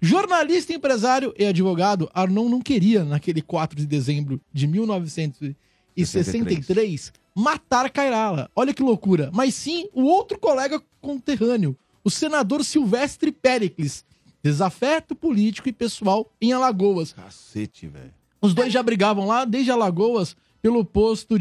Jornalista, empresário e advogado, Arnon não queria, naquele 4 de dezembro de 1963, matar Cairala. Olha que loucura. Mas sim o outro colega conterrâneo, o senador Silvestre Péricles. Desafeto político e pessoal em Alagoas.
Cacete, velho.
Os dois já brigavam lá desde Alagoas pelo posto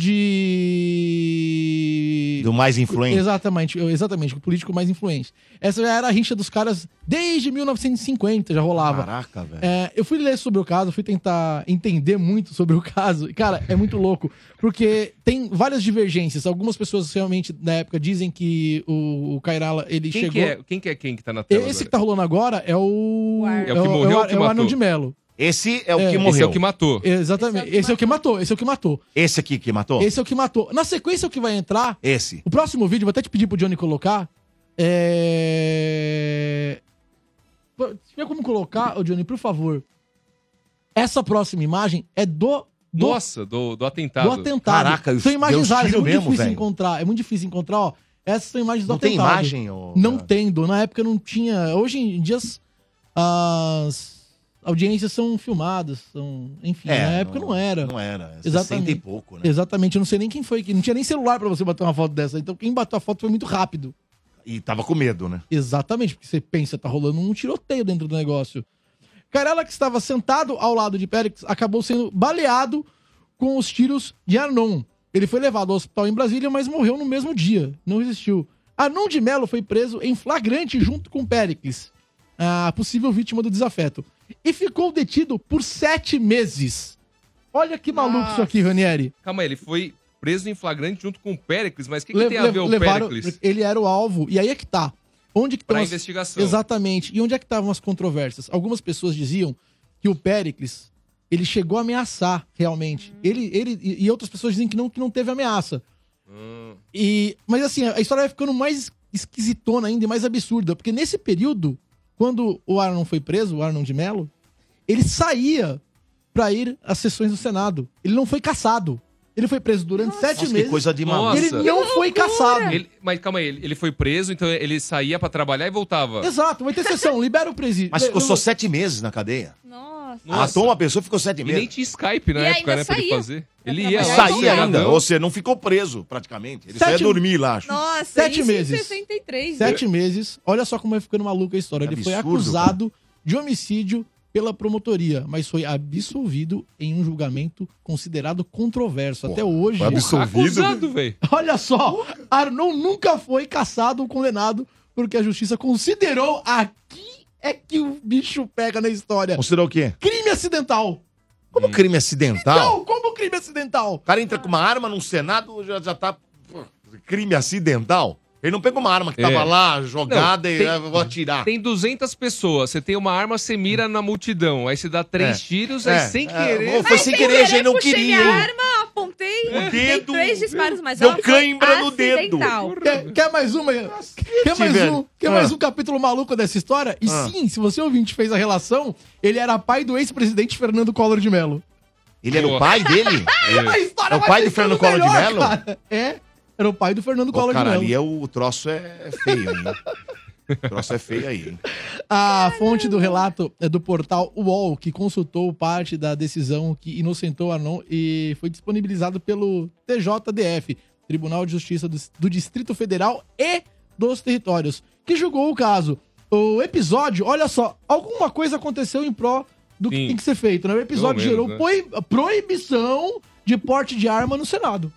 de.
Do mais influente.
Exatamente, eu- exatamente, o político mais influente. Essa já era a rixa dos caras desde 1950, já rolava.
Caraca, velho.
É, eu fui ler sobre o caso, fui tentar entender muito sobre o caso. E, cara, é muito louco. Porque tem várias divergências. Algumas pessoas realmente, na época, dizem que o, o Cairala, ele
Quem, que
chegou...
é, quem que é quem que tá na tela
Esse que tá
agora?
rolando agora é o.
É o que morreu
é
ou o que
é
matou?
Arnold de Melo.
Esse é o
É.
que
Esse
morreu.
é o que matou.
Exatamente. Esse é o que matou. Esse é o que matou.
Esse aqui que matou?
Esse é o que matou. Na sequência, o que vai entrar.
Esse.
O próximo vídeo, vou até te pedir pro Johnny colocar. É. Pô, Se tiver como colocar, ô Johnny, por favor. Essa próxima imagem é do. do
Nossa, do, do atentado.
do atentado.
Caraca,
são
eu-
imagens
eu
raras, é
tiro
muito
mesmo,
difícil
velho.
encontrar. É muito difícil encontrar, ó. Essas são imagens do
Não tem
atentado.
imagem, ô,
Não tendo. Na época não tinha. Hoje em dia as, as audiências são filmadas, são. Enfim,
É,
na época não, era.
Não era. 60 e
Exatamente.
pouco, né?
Exatamente, eu não sei nem quem foi que. Não tinha nem celular pra você bater uma foto dessa. Então quem bateu a foto foi muito rápido.
E tava com medo, né?
Exatamente, porque você pensa, tá rolando um tiroteio dentro do negócio. Carela, que estava sentado ao lado de Périx, acabou sendo baleado com os tiros de Anon. Ele foi levado ao hospital em Brasília, mas morreu no mesmo dia. Não resistiu. Anon de Mello foi preso em flagrante junto com Péricles, a possível vítima do desafeto. E ficou detido por sete meses. Olha que maluco isso aqui, Ranieri.
Calma aí, ele foi preso em flagrante junto com o Péricles, mas o que, que
Le-
tem a
le-
ver o
levaram-
Péricles?
Ele era o alvo. E aí é que tá. Onde que
Pra
estão
investigação.
Exatamente. E onde é que estavam as controvérsias? Algumas pessoas diziam que o Péricles, ele chegou a ameaçar, realmente. Ele, ele, e e outras pessoas dizem que não, que não teve ameaça. E, mas assim, a história vai ficando mais esquisitona ainda e mais absurda. Porque nesse período, quando o Arnon foi preso, o Arnon de Mello, ele saía pra ir às sessões do Senado. Ele não foi caçado. Ele foi preso durante sete
Nossa, que
meses.
coisa de maluco.
Ele
Nossa.
não foi caçado.
Ele- mas calma aí, ele ele foi preso, então ele saía pra trabalhar e voltava.
Exato, vai ter sessão, libera o presídio.
Mas ficou
Le-
só
le-
sete meses na cadeia.
Nossa.
Matou uma pessoa e ficou sete
E
meses.
nem tinha Skype na
E
época,
ainda
né, pra ele
saía.
fazer. Ele ia
Ele
lá,
saía ainda.
sossegadão.
Ou seja, não ficou preso praticamente. Ele só ia
Sete-
dormir lá, acho.
Nossa,
Sete
isso
meses.
em 63.
Sete meses. Olha só como vai ficando maluca a história.
Que
ele foi
absurdo,
acusado de homicídio pela promotoria, mas foi absolvido em um julgamento considerado controverso. Até hoje.
foi absolvido? Acusado,
velho.
Olha só, Arnon nunca foi caçado ou condenado porque a justiça considerou aqui é que o bicho pega na história.
Considerou o quê?
Crime acidental.
Como
é
crime acidental?
Não, como crime acidental?
é O cara
Ah.
entra com uma arma no Senado, já, já tá. pô, Crime acidental? Ele não pegou uma arma que tava
É.
lá jogada
Não,
e
tem-
ah, vou atirar.
Tem 200 pessoas, você tem uma arma, você mira na multidão, aí você dá três
É.
tiros,
É,
aí
é,
sem querer...
ou foi sem querer, gente, não
puxei
queria.
minha arma, apontei, dei
O dedo,
três disparos, mas
deu
ela foi
cãibra no dedo.
acidental.
Quer, quer mais uma? Quer mais
velho.
um? Quer mais
Ah.
um capítulo maluco dessa história? E
Ah.
sim, se você ouvinte fez a relação, ele era pai do ex-presidente Fernando Collor de Mello.
Ele era o pai dele?
A história
É o
vai
pai do Fernando
ficando
Collor de
melhor,
Mello?
cara. É, era o pai do Fernando
Ó,
Collor de
cara,
Mello.
ali é o, o troço é feio,
né?
hein? O troço é feio aí, hein?
A fonte do relato é do portal UOL, que consultou parte da decisão que inocentou Anon e foi disponibilizado pelo TJDF, Tribunal de Justiça do, do Distrito Federal e dos Territórios, que julgou o caso. O episódio, olha só, alguma coisa aconteceu em pró do que
Sim.
tem que ser feito, né? O episódio
Pelo
gerou
menos,
proi- proibição de porte de arma no Senado.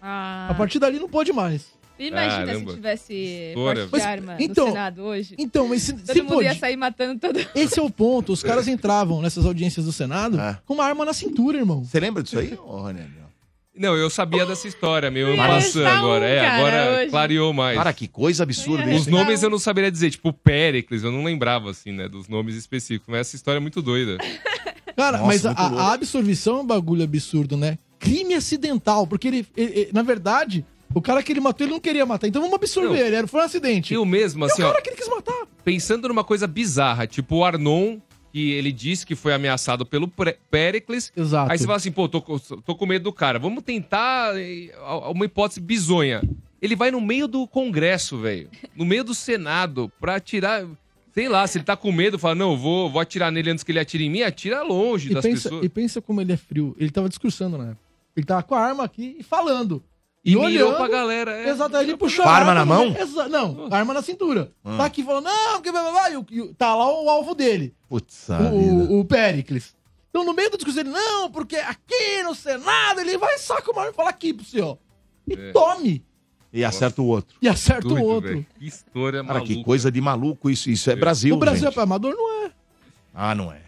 A
Ah,
partir dali não pôde mais.
imagina
Caramba.
se tivesse
História,
porte de
velho.
arma
Mas, então-
no Senado hoje.
Então, mas se,
Todo
se
mundo ia
pôde-
sair matando todo
Esse é o ponto. Os caras entravam nessas audiências do Senado com uma arma na cintura, irmão.
É. Você lembra disso aí, ô, Ranieri?
Não, eu sabia dessa história, meu, eu
Parece
passando
tá um,
agora. É,
cara,
agora
hoje.
clareou mais.
Cara, que coisa absurda
Os
isso.
nomes eu não saberia dizer, tipo Péricles, eu não lembrava, assim, né, dos nomes específicos, mas essa história é muito doida.
Cara,
Nossa,
mas a,
muito louco.
a absorvição é um bagulho absurdo, né? Crime acidental, porque ele, ele- ele- na verdade, o cara que ele matou, ele não queria matar. Então vamos absorver ele, era- foi um acidente.
Eu mesmo, assim, ó,
Ele quis matar.
pensando numa coisa bizarra, tipo o Arnon, que ele disse que foi ameaçado pelo Pre- Péricles.
Exato.
Aí você fala assim, pô, tô, co- tô com medo do cara. Vamos tentar eh, uma hipótese bizonha. Ele vai no meio do Congresso, velho. No meio do Senado, pra tirar. Sei lá, se ele tá com medo, fala, não, eu vou, vou atirar nele antes que ele atire em mim, atira longe
E
das
pensa,
pessoas.
e pensa como ele é frio. Ele tava discursando, né? Ele tava com a arma aqui e falando.
E mirou pra galera, é.
Exato, aí ele puxou
Com a arma na
no-
mão?
Exa- não, a arma na cintura.
Ah.
Tá aqui falando, não, que blá blá blá, e o- e o- tá lá o alvo dele.
Putz,
o, o Péricles. Então, no meio da discussão, ele, não, porque aqui no Senado, ele vai só com uma arma e fala aqui pro senhor. E
É.
tome!
E acerta o outro.
E acerta o outro.
Que história
Cara, que
maluca.
coisa de maluco isso. Isso é Brasil,
o Brasil
gente.
é pra amador? Não é.
Ah, não é.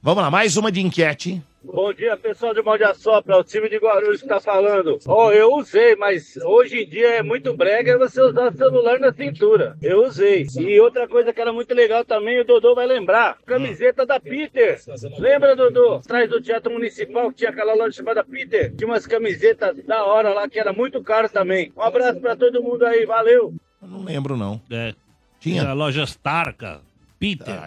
Vamos lá, mais uma de enquete.
Bom dia, pessoal do Mão de Assopra, o time de Guarulhos que tá falando. Ó, eu usei, mas hoje em dia é muito brega você usar celular na cintura. Eu usei. E outra coisa que era muito legal também, o Dodô vai lembrar. Camiseta da Peter. Lembra, Dodô? Atrás do Teatro Municipal que tinha aquela loja chamada Peter. Tinha umas camisetas da hora lá que era muito caro também. Um abraço pra todo mundo aí, valeu!
Não lembro, não.
É.
Tinha? Ah,
A loja Starca, Peter.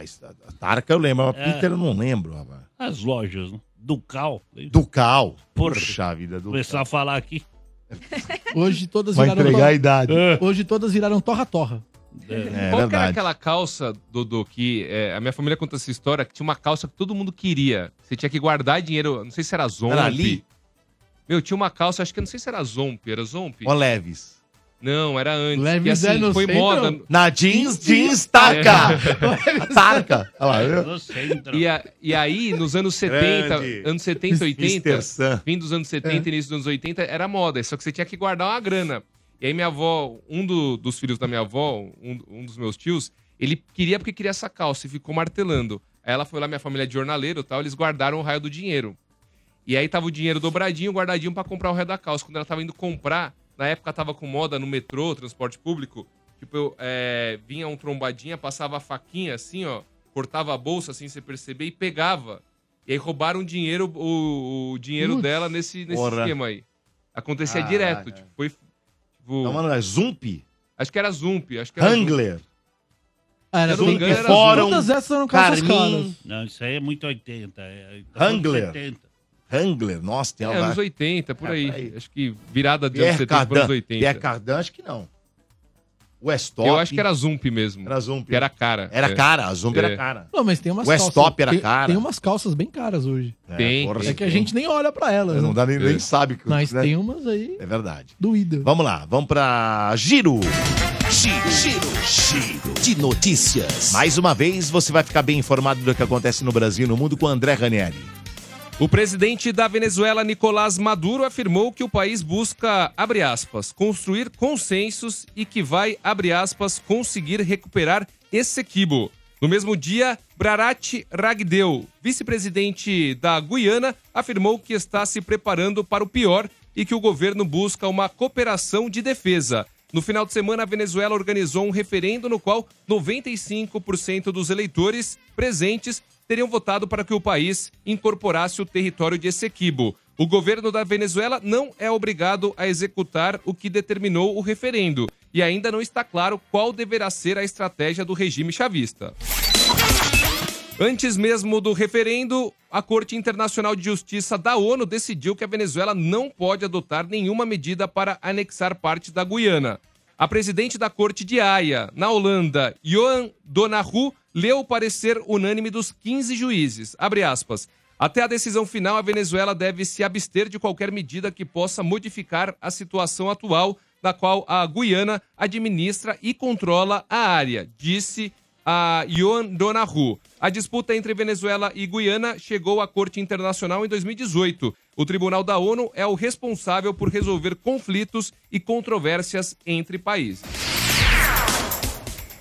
Tarca tá. eu lembro, mas
É.
Peter eu não lembro, rapaz.
As lojas, né? Ducal.
Ducal.
Porra.
Puxa vida, Ducal.
Começar a falar aqui.
Hoje todas
Vai
viraram. É.
entregar a idade. É.
Hoje todas viraram torra-torra.
né?
Qual que era aquela calça, Dodô, que é, a minha família conta essa história, que tinha uma calça que todo mundo queria. Você tinha que guardar dinheiro, não sei se era Zomp.
Era ali?
Meu, tinha uma calça, acho que eu não sei se era Zomp, era Zomp?
Ó, Leves.
Não, era antes.
Leves
que,
é,
assim,
não
foi
sei,
moda. É.
não. Na jeans, jeans, taca. Taca. Olha lá, viu?
E, a- e aí, nos anos 70,
Grande.
anos
Mr.
70, 80,
Sam.
fim dos anos 70, início dos anos 80, era moda, só que você tinha que guardar uma grana. E aí minha avó, um do- dos filhos da minha avó, um, um dos meus tios, ele queria porque queria essa calça e ficou martelando. Aí ela foi lá, minha família é de jornaleiro e tal, eles guardaram o raio do dinheiro. E aí tava o dinheiro dobradinho, guardadinho pra comprar o ré da calça. Quando ela tava indo comprar, na época tava com moda no metrô, transporte público, tipo, eu, é, vinha um trombadinha, passava a faquinha assim, ó, cortava a bolsa assim, você perceber, e pegava. E aí roubaram o dinheiro, o, o dinheiro
Putz,
dela nesse, nesse
porra.
esquema aí. Acontecia
Caraca.
direto, tipo, foi... Tipo,
Então, mano, era Zump?
Acho que era Zump, acho que era
Hangler.
Ah, era
Se eu não me
Zump.
engano, era
Fórum,
Zump.
Todas essas eram calças Carmin.
Não, isso aí é muito 80. É, tá falando de
Hangler.
70.
Hangler, nossa, tem
É,
uma
anos 80, por
É,
aí.
por aí. é
Acho que virada de
Pierre
anos 70 para
Cardin.
anos 80.
Pierre Cardin, é acho que não. Westop.
Eu acho que era Zump mesmo.
Era Zump.
Que era cara.
Era
É.
cara, a Zump
É.
era cara.
Não, mas tem umas
Westop
calças.
era
tem,
cara.
Tem umas calças bem caras hoje.
É,
Tem,
porra,
É que a
tem.
gente nem olha pra elas.
Não
né?
dá nem, nem sabe. Que,
Mas
né?
tem umas aí
É verdade.
doídas.
Vamos lá, vamos pra giro. Giro, giro, giro de notícias. Mais uma vez, você vai ficar bem informado do que acontece no Brasil e no mundo com André Ranieri.
O presidente da Venezuela, Nicolás Maduro, afirmou que o país busca, abre aspas, construir consensos e que vai, abre aspas, conseguir recuperar esse equibo. No mesmo dia, Brarat Ragdeu, vice-presidente da Guiana, afirmou que está se preparando para o pior e que o governo busca uma cooperação de defesa. No final de semana, a Venezuela organizou um referendo no qual 95% dos eleitores presentes teriam votado para que o país incorporasse o território de Essequibo. O governo da Venezuela não é obrigado a executar o que determinou o referendo e ainda não está claro qual deverá ser a estratégia do regime chavista. Antes mesmo do referendo, a Corte Internacional de Justiça da ONU decidiu que a Venezuela não pode adotar nenhuma medida para anexar parte da Guiana. A presidente da Corte de Haia, na Holanda, Johan Donahue, leu o parecer unânime dos 15 juízes. Abre aspas. Até a decisão final, a Venezuela deve se abster de qualquer medida que possa modificar a situação atual, na qual a Guiana administra e controla a área, disse a Ion Donahue. A disputa entre Venezuela e Guiana chegou à Corte Internacional em 2018. O Tribunal da ONU é o responsável por resolver conflitos e controvérsias entre países.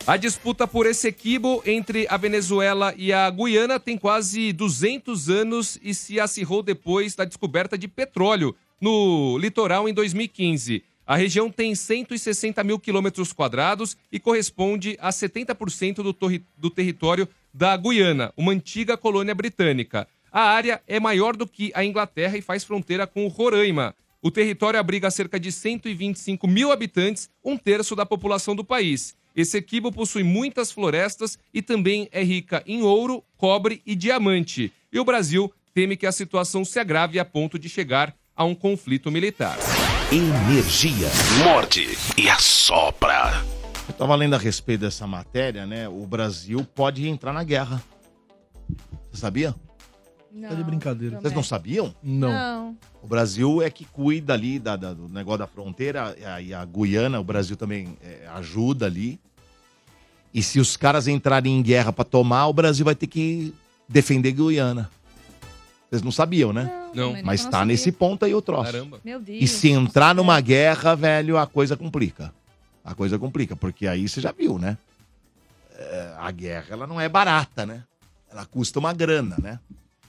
A disputa por esse equibo entre a Venezuela e a Guiana tem quase 200 anos e se acirrou depois da descoberta de petróleo no litoral em 2015. A região tem 160 mil quilômetros quadrados e corresponde a 70% do, torri- do território da Guiana, uma antiga colônia britânica. A área é maior do que a Inglaterra e faz fronteira com Roraima. O território abriga cerca de 125 mil habitantes, um terço da população do país. Esse equibo possui muitas florestas e também é rica em ouro, cobre e diamante. E o Brasil teme que a situação se agrave a ponto de chegar a um conflito militar.
Energia.
Morde e assopra.
Eu tava lendo a respeito dessa matéria, né? O Brasil pode entrar na guerra. Você sabia?
Tá de brincadeira.
Vocês não sabiam?
Não.
O Brasil é que cuida ali da- da- do negócio da fronteira, e a, e a Guiana, o Brasil também é, ajuda ali. E se os caras entrarem em guerra pra tomar, o Brasil vai ter que defender Guiana. Vocês não sabiam, né?
Não.
Mas
não
tá nesse ponto aí o troço.
Caramba.
Meu
E se entrar numa guerra, velho, a coisa complica. A coisa complica, porque aí você já viu, né? É, A guerra, ela não é barata, né? Ela custa uma grana, né?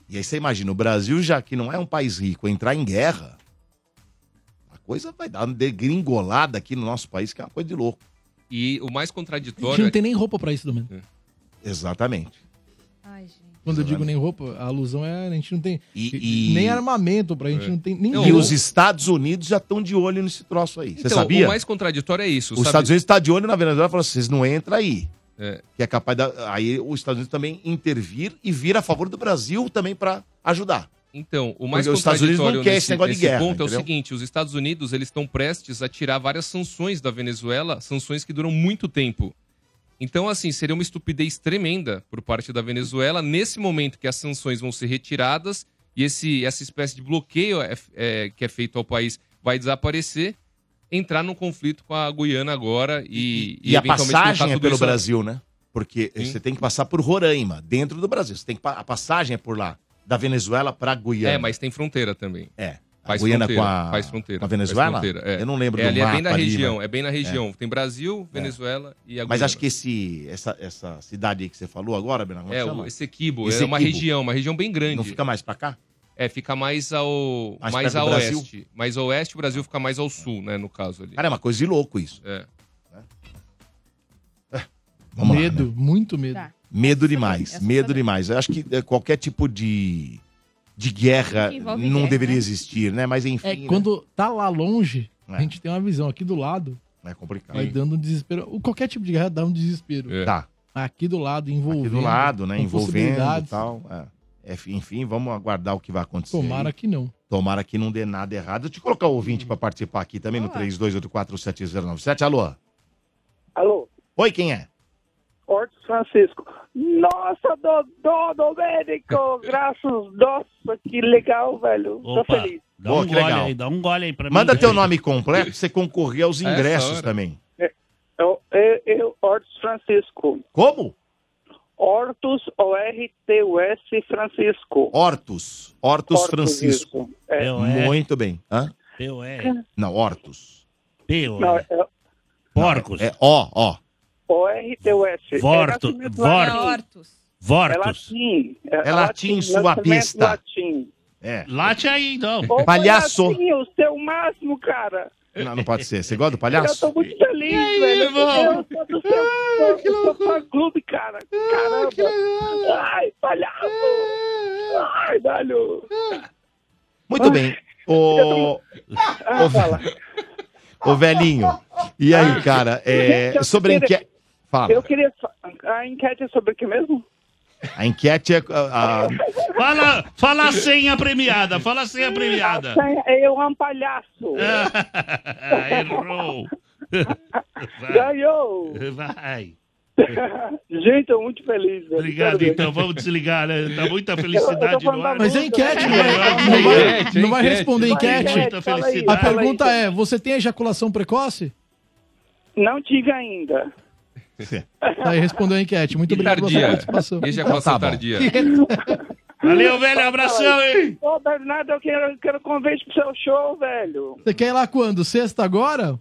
E aí você imagina, o Brasil, já que não é um país rico, entrar em guerra, a coisa vai dar uma degringolada aqui no nosso país, que é uma coisa de louco.
E o mais contraditório.
A gente não tem nem roupa pra
É,
isso, Domênico.
Exatamente.
Quando eu
é.
digo nem roupa, a alusão é a gente não tem
E- e-
nem armamento pra gente, não tem nem
e
roupa.
os Estados Unidos já estão de olho nesse troço aí. Você
Então,
sabia?
O mais contraditório é isso.
Os
sabe?
Estados Unidos está de olho na Venezuela e falou: vocês não entram aí.
É.
Que é capaz da. Aí os Estados Unidos também intervir e vir a favor do Brasil também para ajudar.
Então, o mais
Porque os Estados Unidos não
contraditório
quer esse
nesse,
negócio de
nesse
guerra,
ponto
entendeu?
é o seguinte, os Estados Unidos eles estão prestes a tirar várias sanções da Venezuela, sanções que duram muito tempo. Então, assim, seria uma estupidez tremenda por parte da Venezuela nesse momento que as sanções vão ser retiradas e esse, essa espécie de bloqueio é- é- que é feito ao país vai desaparecer, entrar num conflito com a Guiana agora e,
E, a
eventualmente colocar
passagem é
tudo
pelo
isso a-
Brasil, né? Porque
Sim.
você tem que passar por Roraima, dentro do Brasil. Você tem que pa- a passagem é por lá, da Venezuela para Guiana.
É, mas tem fronteira também.
É. A
Faz
Guiana
fronteira,
com a-
faz fronteira.
com a Venezuela?
Faz fronteira, é.
Eu não lembro
é,
do
ali É bem
mapa
na
ali,
região,
mas-
é bem na
É.
região. Tem Brasil, Venezuela e a Guiana.
Mas acho que esse, essa, essa cidade aí que você falou agora, Bernardo, como
É,
chama?
o- esse Equibo, é uma região, uma região bem grande.
Não fica mais pra cá?
É, fica mais ao
Mais
mais,
perto
a
do Brasil?
oeste. Mais a oeste, o Brasil fica mais ao sul, né, no caso ali.
Cara, é uma coisa de louco isso.
É.
medo,
né?
muito medo.
Medo demais,
essa
medo demais. Eu acho que eh, qualquer tipo de, de guerra
Que
não
envolve guerra,
deveria
né?
existir, né? Mas enfim,
É,
né?
quando tá lá longe, a gente tem uma visão aqui do lado,
é complicado.
vai dando um desespero. O- Qualquer tipo de guerra dá um desespero.
É. Tá.
Aqui do lado, envolvendo.
Aqui do lado, né?
com
Envolvendo e
possibilidades.
tal. É. É, Enfim, vamos aguardar o que vai acontecer.
Tomara
aí.
que não.
Tomara que não dê nada errado. Deixa eu colocar o ouvinte pra participar aqui também no 32847097. Alô?
Alô?
Oi, quem é?
Horto Francisco. Nossa, Dodô, Domênico! Graças, nossa, que legal, velho. Tô
Opa.
feliz.
Dá
Boa,
um
que
gole
legal.
aí, dá um gole aí pra mim.
Manda teu nome completo pra você concorrer aos
Essa
ingressos
hora.
também.
Eu, eu, eu Hortus Francisco.
Como?
Hortus, O-R-T-U-S, Francisco.
Hortus. Hortus
Hortus,
Francisco.
isso. É.
É.
Muito bem. Hã?
P-O-R.
Não, Hortus.
Não, é
Porcos. É ó, ó.
O-R-T-U-S.
Vorto-
É nascimento
vorto-
latim.
vortus.
É latim.
É latim, sua
nascimento
pista.
Latim.
É.
Late aí, então.
Ô,
Palhaço.
Latim, o seu máximo, cara.
Não, não pode ser. Você gosta do palhaço?
Eu tô muito feliz, velho.
irmão?
Eu sou do seu,
Ah,
sou- sou fã clube, cara. Caramba. Ai, palhaço.
Ah,
Ai, velho.
Muito bem. Ô,
Ah, fala.
ô velhinho. E aí, cara? É,
Gente,
sobre a
eu queria-
enquete. Fala.
Eu queria... fa- A enquete é sobre o que mesmo?
A enquete é. a- a-
Fala, fala a senha premiada, fala assim, a senha premiada.
Eu amo é um palhaço.
É. Ah, Errou.
Ganhou.
Vai.
Gente, eu tô muito feliz. velho.
Obrigado,
Sério
então. Vamos desligar, né? Tá muita
Eu- eu
felicidade
tô
no
falando
ar.
Mas é
enquete,
não
né? Não vai, não vai responder enquete.
Muita
A
felicidade.
pergunta é: você tem ejaculação precoce?
Não tive ainda.
Tá aí, respondeu a enquete. Muito obrigado pela sua
tardia.
participação.
Ejaculação
Então tá bom.
tardia.
Valeu, velho. Abração, hein?
Ô, Bernardo, eu quero, quero convite pro seu show, velho.
Você quer ir lá quando? Sexta agora?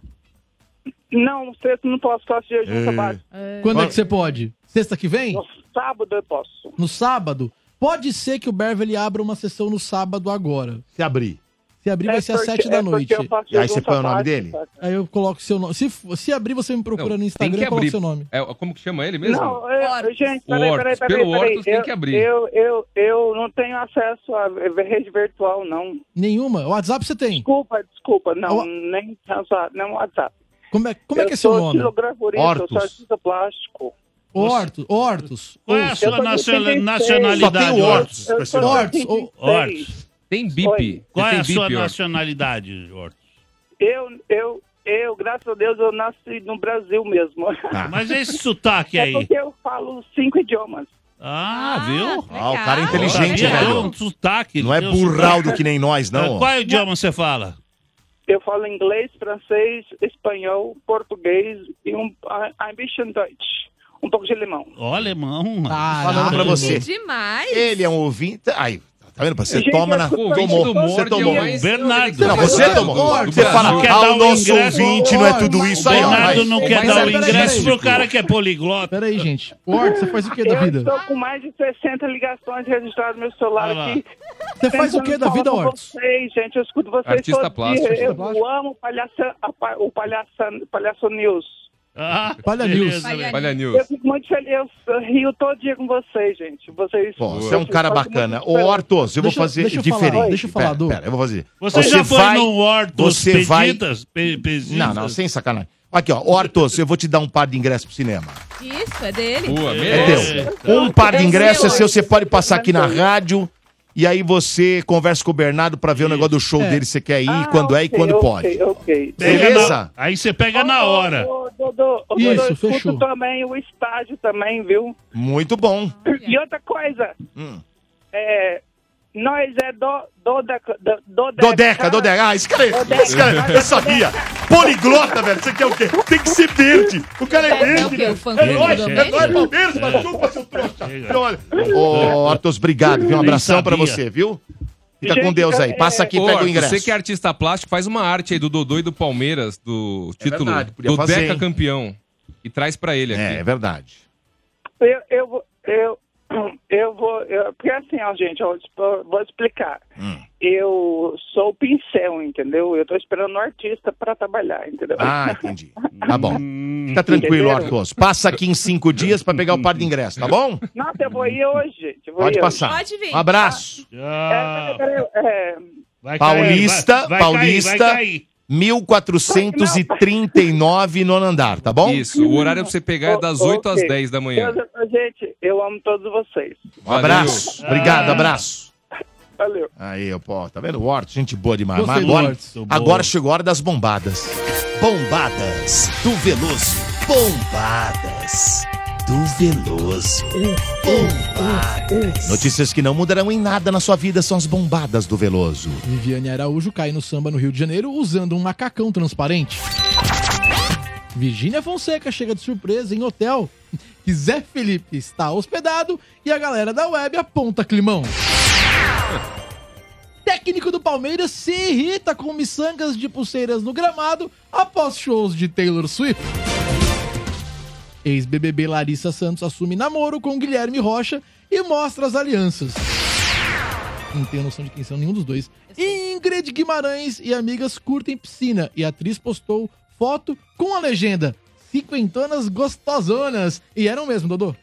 Não, sexta não posso, faço jejum
É.
sabático.
Quando é que você pode? Sexta que vem?
Sábado eu posso.
No sábado? Pode ser que o Bervel ele abra uma sessão no sábado agora.
Se abrir.
Se abrir
É
vai ser às
porque-
sete
é
da
porque
noite.
eu faço E aí jejum você põe o nome sabático, dele? sabe?
Aí eu coloco seu nome. Se, f- se abrir, você me procura no
Tem
Instagram
que
e coloca
abrir.
seu nome.
É, como que chama ele mesmo?
Não, eu- gente, peraí,
O
peraí,
Hortus.
peraí.
Pelo
peraí.
Hortus tem
Eu-
que abrir.
Eu, eu, eu não tenho acesso à rede virtual, não.
Nenhuma? O WhatsApp você tem?
Desculpa, desculpa. Não,
Ó.
nem WhatsApp, nem WhatsApp.
Como é, como é
Eu
que é seu
sou
nome?
estilografurista, eu sou artista plástico.
Hortus. Hortus.
Qual é a sua
Eu tô
nacio-
com 36.
nacionalidade,
Só tem o
Hortus.
Hortus.
Eu sou
Hortus.
Hortus.
ou-
Hortus.
Tem
Oi.
bip.
Qual é
Tem
a sua
bip, Hortus?
nacionalidade, Horto?
Eu, eu, eu, graças a Deus, eu nasci no Brasil mesmo.
Ah.
Mas esse sotaque
é
aí?
porque eu falo cinco idiomas.
Ah, viu?
Ah, o cara é inteligente,
Sabia,
velho.
deu um sotaque.
Não é
deu um
burraldo
sotaque.
que nem nós, não. ó.
Qual idioma você fala?
Eu falo inglês, francês, espanhol, português e um ah, ein bisschen Deutsch. Um pouco de alemão.
Ó, alemão.
Tá, Falando pra você.
Demais.
Ele é um ouvinte. Aí, tá Tá vendo? Você
Gente,
toma na.
o ouvinte
Tomou.
do
Você
Morde
tomou.
é o mais- Bernardo.
Não, você tomou.
Do
Você fala,
Brasil.
ah, o
Quer dar o
nosso
ingresso?
ouvinte não é tudo
Mas
isso aí, ó.
o Bernardo
vai.
não quer
Mas
dar
é
o ingresso pro
verídico.
cara que é poliglota.
Peraí, gente. Orc, você faz o que da
Eu
vida?
estou com mais de 60 ligações registradas no meu celular
Vai lá.
aqui.
Você faz o quê da vida,
Orton?
Ortiz?
Vocês, gente, eu escuto vocês
Artista
todo dia.
plástico. Artista
Eu amo palhaça, a pa- o palhaça, palhaço News.
Ah, Palha News.
Palha
Eu fico muito feliz, eu rio todo dia com vocês, gente. Vocês,
Bom, você é um cara
vocês fazem
bacana.
muito
Ô,
diferença.
Ortos, eu vou fazer
deixa eu falar,
diferente.
deixa eu falar,
Pera,
Du.
Pera, eu vou fazer.
Você, já foi
vai-
no Hortus
você vai-
Pedidas? Pe- Pedidas?
Não, não, sem sacanagem. Aqui, ó, Hortos, eu vou te dar um par de ingressos pro cinema.
Isso, é dele.
É teu.
Então.
Um par de ingressos é seu, você pode passar aqui na rádio e aí você conversa com o Bernardo pra ver o negócio do show dele, se você quer ir, quando é e
ok,
quando
ok,
pode.
ok.
Beleza?
Aí você pega na hora.
Ô, Dodô, ô,
Isso,
Dodô, eu
fechou.
escuto também o estádio também, viu?
Muito bom.
E outra coisa,
Hum.
é, nós é do, do, da, do, do
Dodeca, Dodeca. Ah, esse cara, é- esse cara é- eu sabia. Poliglota, velho. Você quer o quê? Tem que ser verde. O cara é
Dodeca é o
verde,
quê?
velho.
O fã
É
clube
nóis,
do
é
Dodeca?
nóis, Palmeiras, mas chupa, seu trouxa. Então, olha. Ô, Hortos, obrigado. viu? Um
Nem
abração pra
sabia.
você, viu? Fica com Deus aí. Passa aqui e
Ô,
pega o
Arthur,
ingresso.
Você que é artista plástico, faz uma arte aí do Dodô e do Palmeiras, do título
É verdade, podia
do
fazer,
Deca
hein?
campeão. E traz pra ele aqui. É, é
verdade.
Eu, eu, vou- eu, eu vou. Eu, porque assim, ó, gente, eu vou- vou explicar.
Hum.
Eu sou o pincel, entendeu? Eu tô esperando um artista pra trabalhar, entendeu?
Ah, entendi. Tá bom.
Hum.
Fica tranquilo,
Entenderam?
Hortos. Passa aqui em cinco dias pra pegar o par de ingresso, tá bom?
Nossa, eu vou ir hoje, gente. eu vou
Pode
ir
passar.
hoje.
Um abraço.
É, peraí, é,
Vai
Paulista,
cair, vai- vai
Paulista,
cair, vai cair.
1439 nono andar, tá bom?
Isso, o horário pra você pegar é das
Ok.
8 às 10 da manhã.
Deus- gente, eu amo todos vocês.
Um abraço.
Valeu.
Obrigado,
Ah.
abraço.
Valeu.
Aí, ó, pô, tá vendo? O Hortos, gente boa demais. Mas
Gostei do
agora,
Hortos. Boa.
agora chegou a hora das bombadas. Bombadas do Veloso. Bombadas do Veloso. Bombadas. Notícias que não mudarão em nada na sua vida são as bombadas do Veloso.
Viviane Araújo cai no samba no Rio de Janeiro usando um macacão transparente. Virgínia Fonseca chega de surpresa em hotel que Zé Felipe está hospedado e a galera da web aponta climão. Técnico do Palmeiras se irrita com miçangas de pulseiras no gramado após shows de Taylor Swift. Ex-BBB Larissa Santos assume namoro com Guilherme Rocha e mostra as alianças. Não tenho noção de quem são nenhum dos dois. Ingrid Guimarães e amigas curtem piscina. E a atriz postou foto com a legenda: Cinquentonas gostosonas. E eram mesmo, Dodô.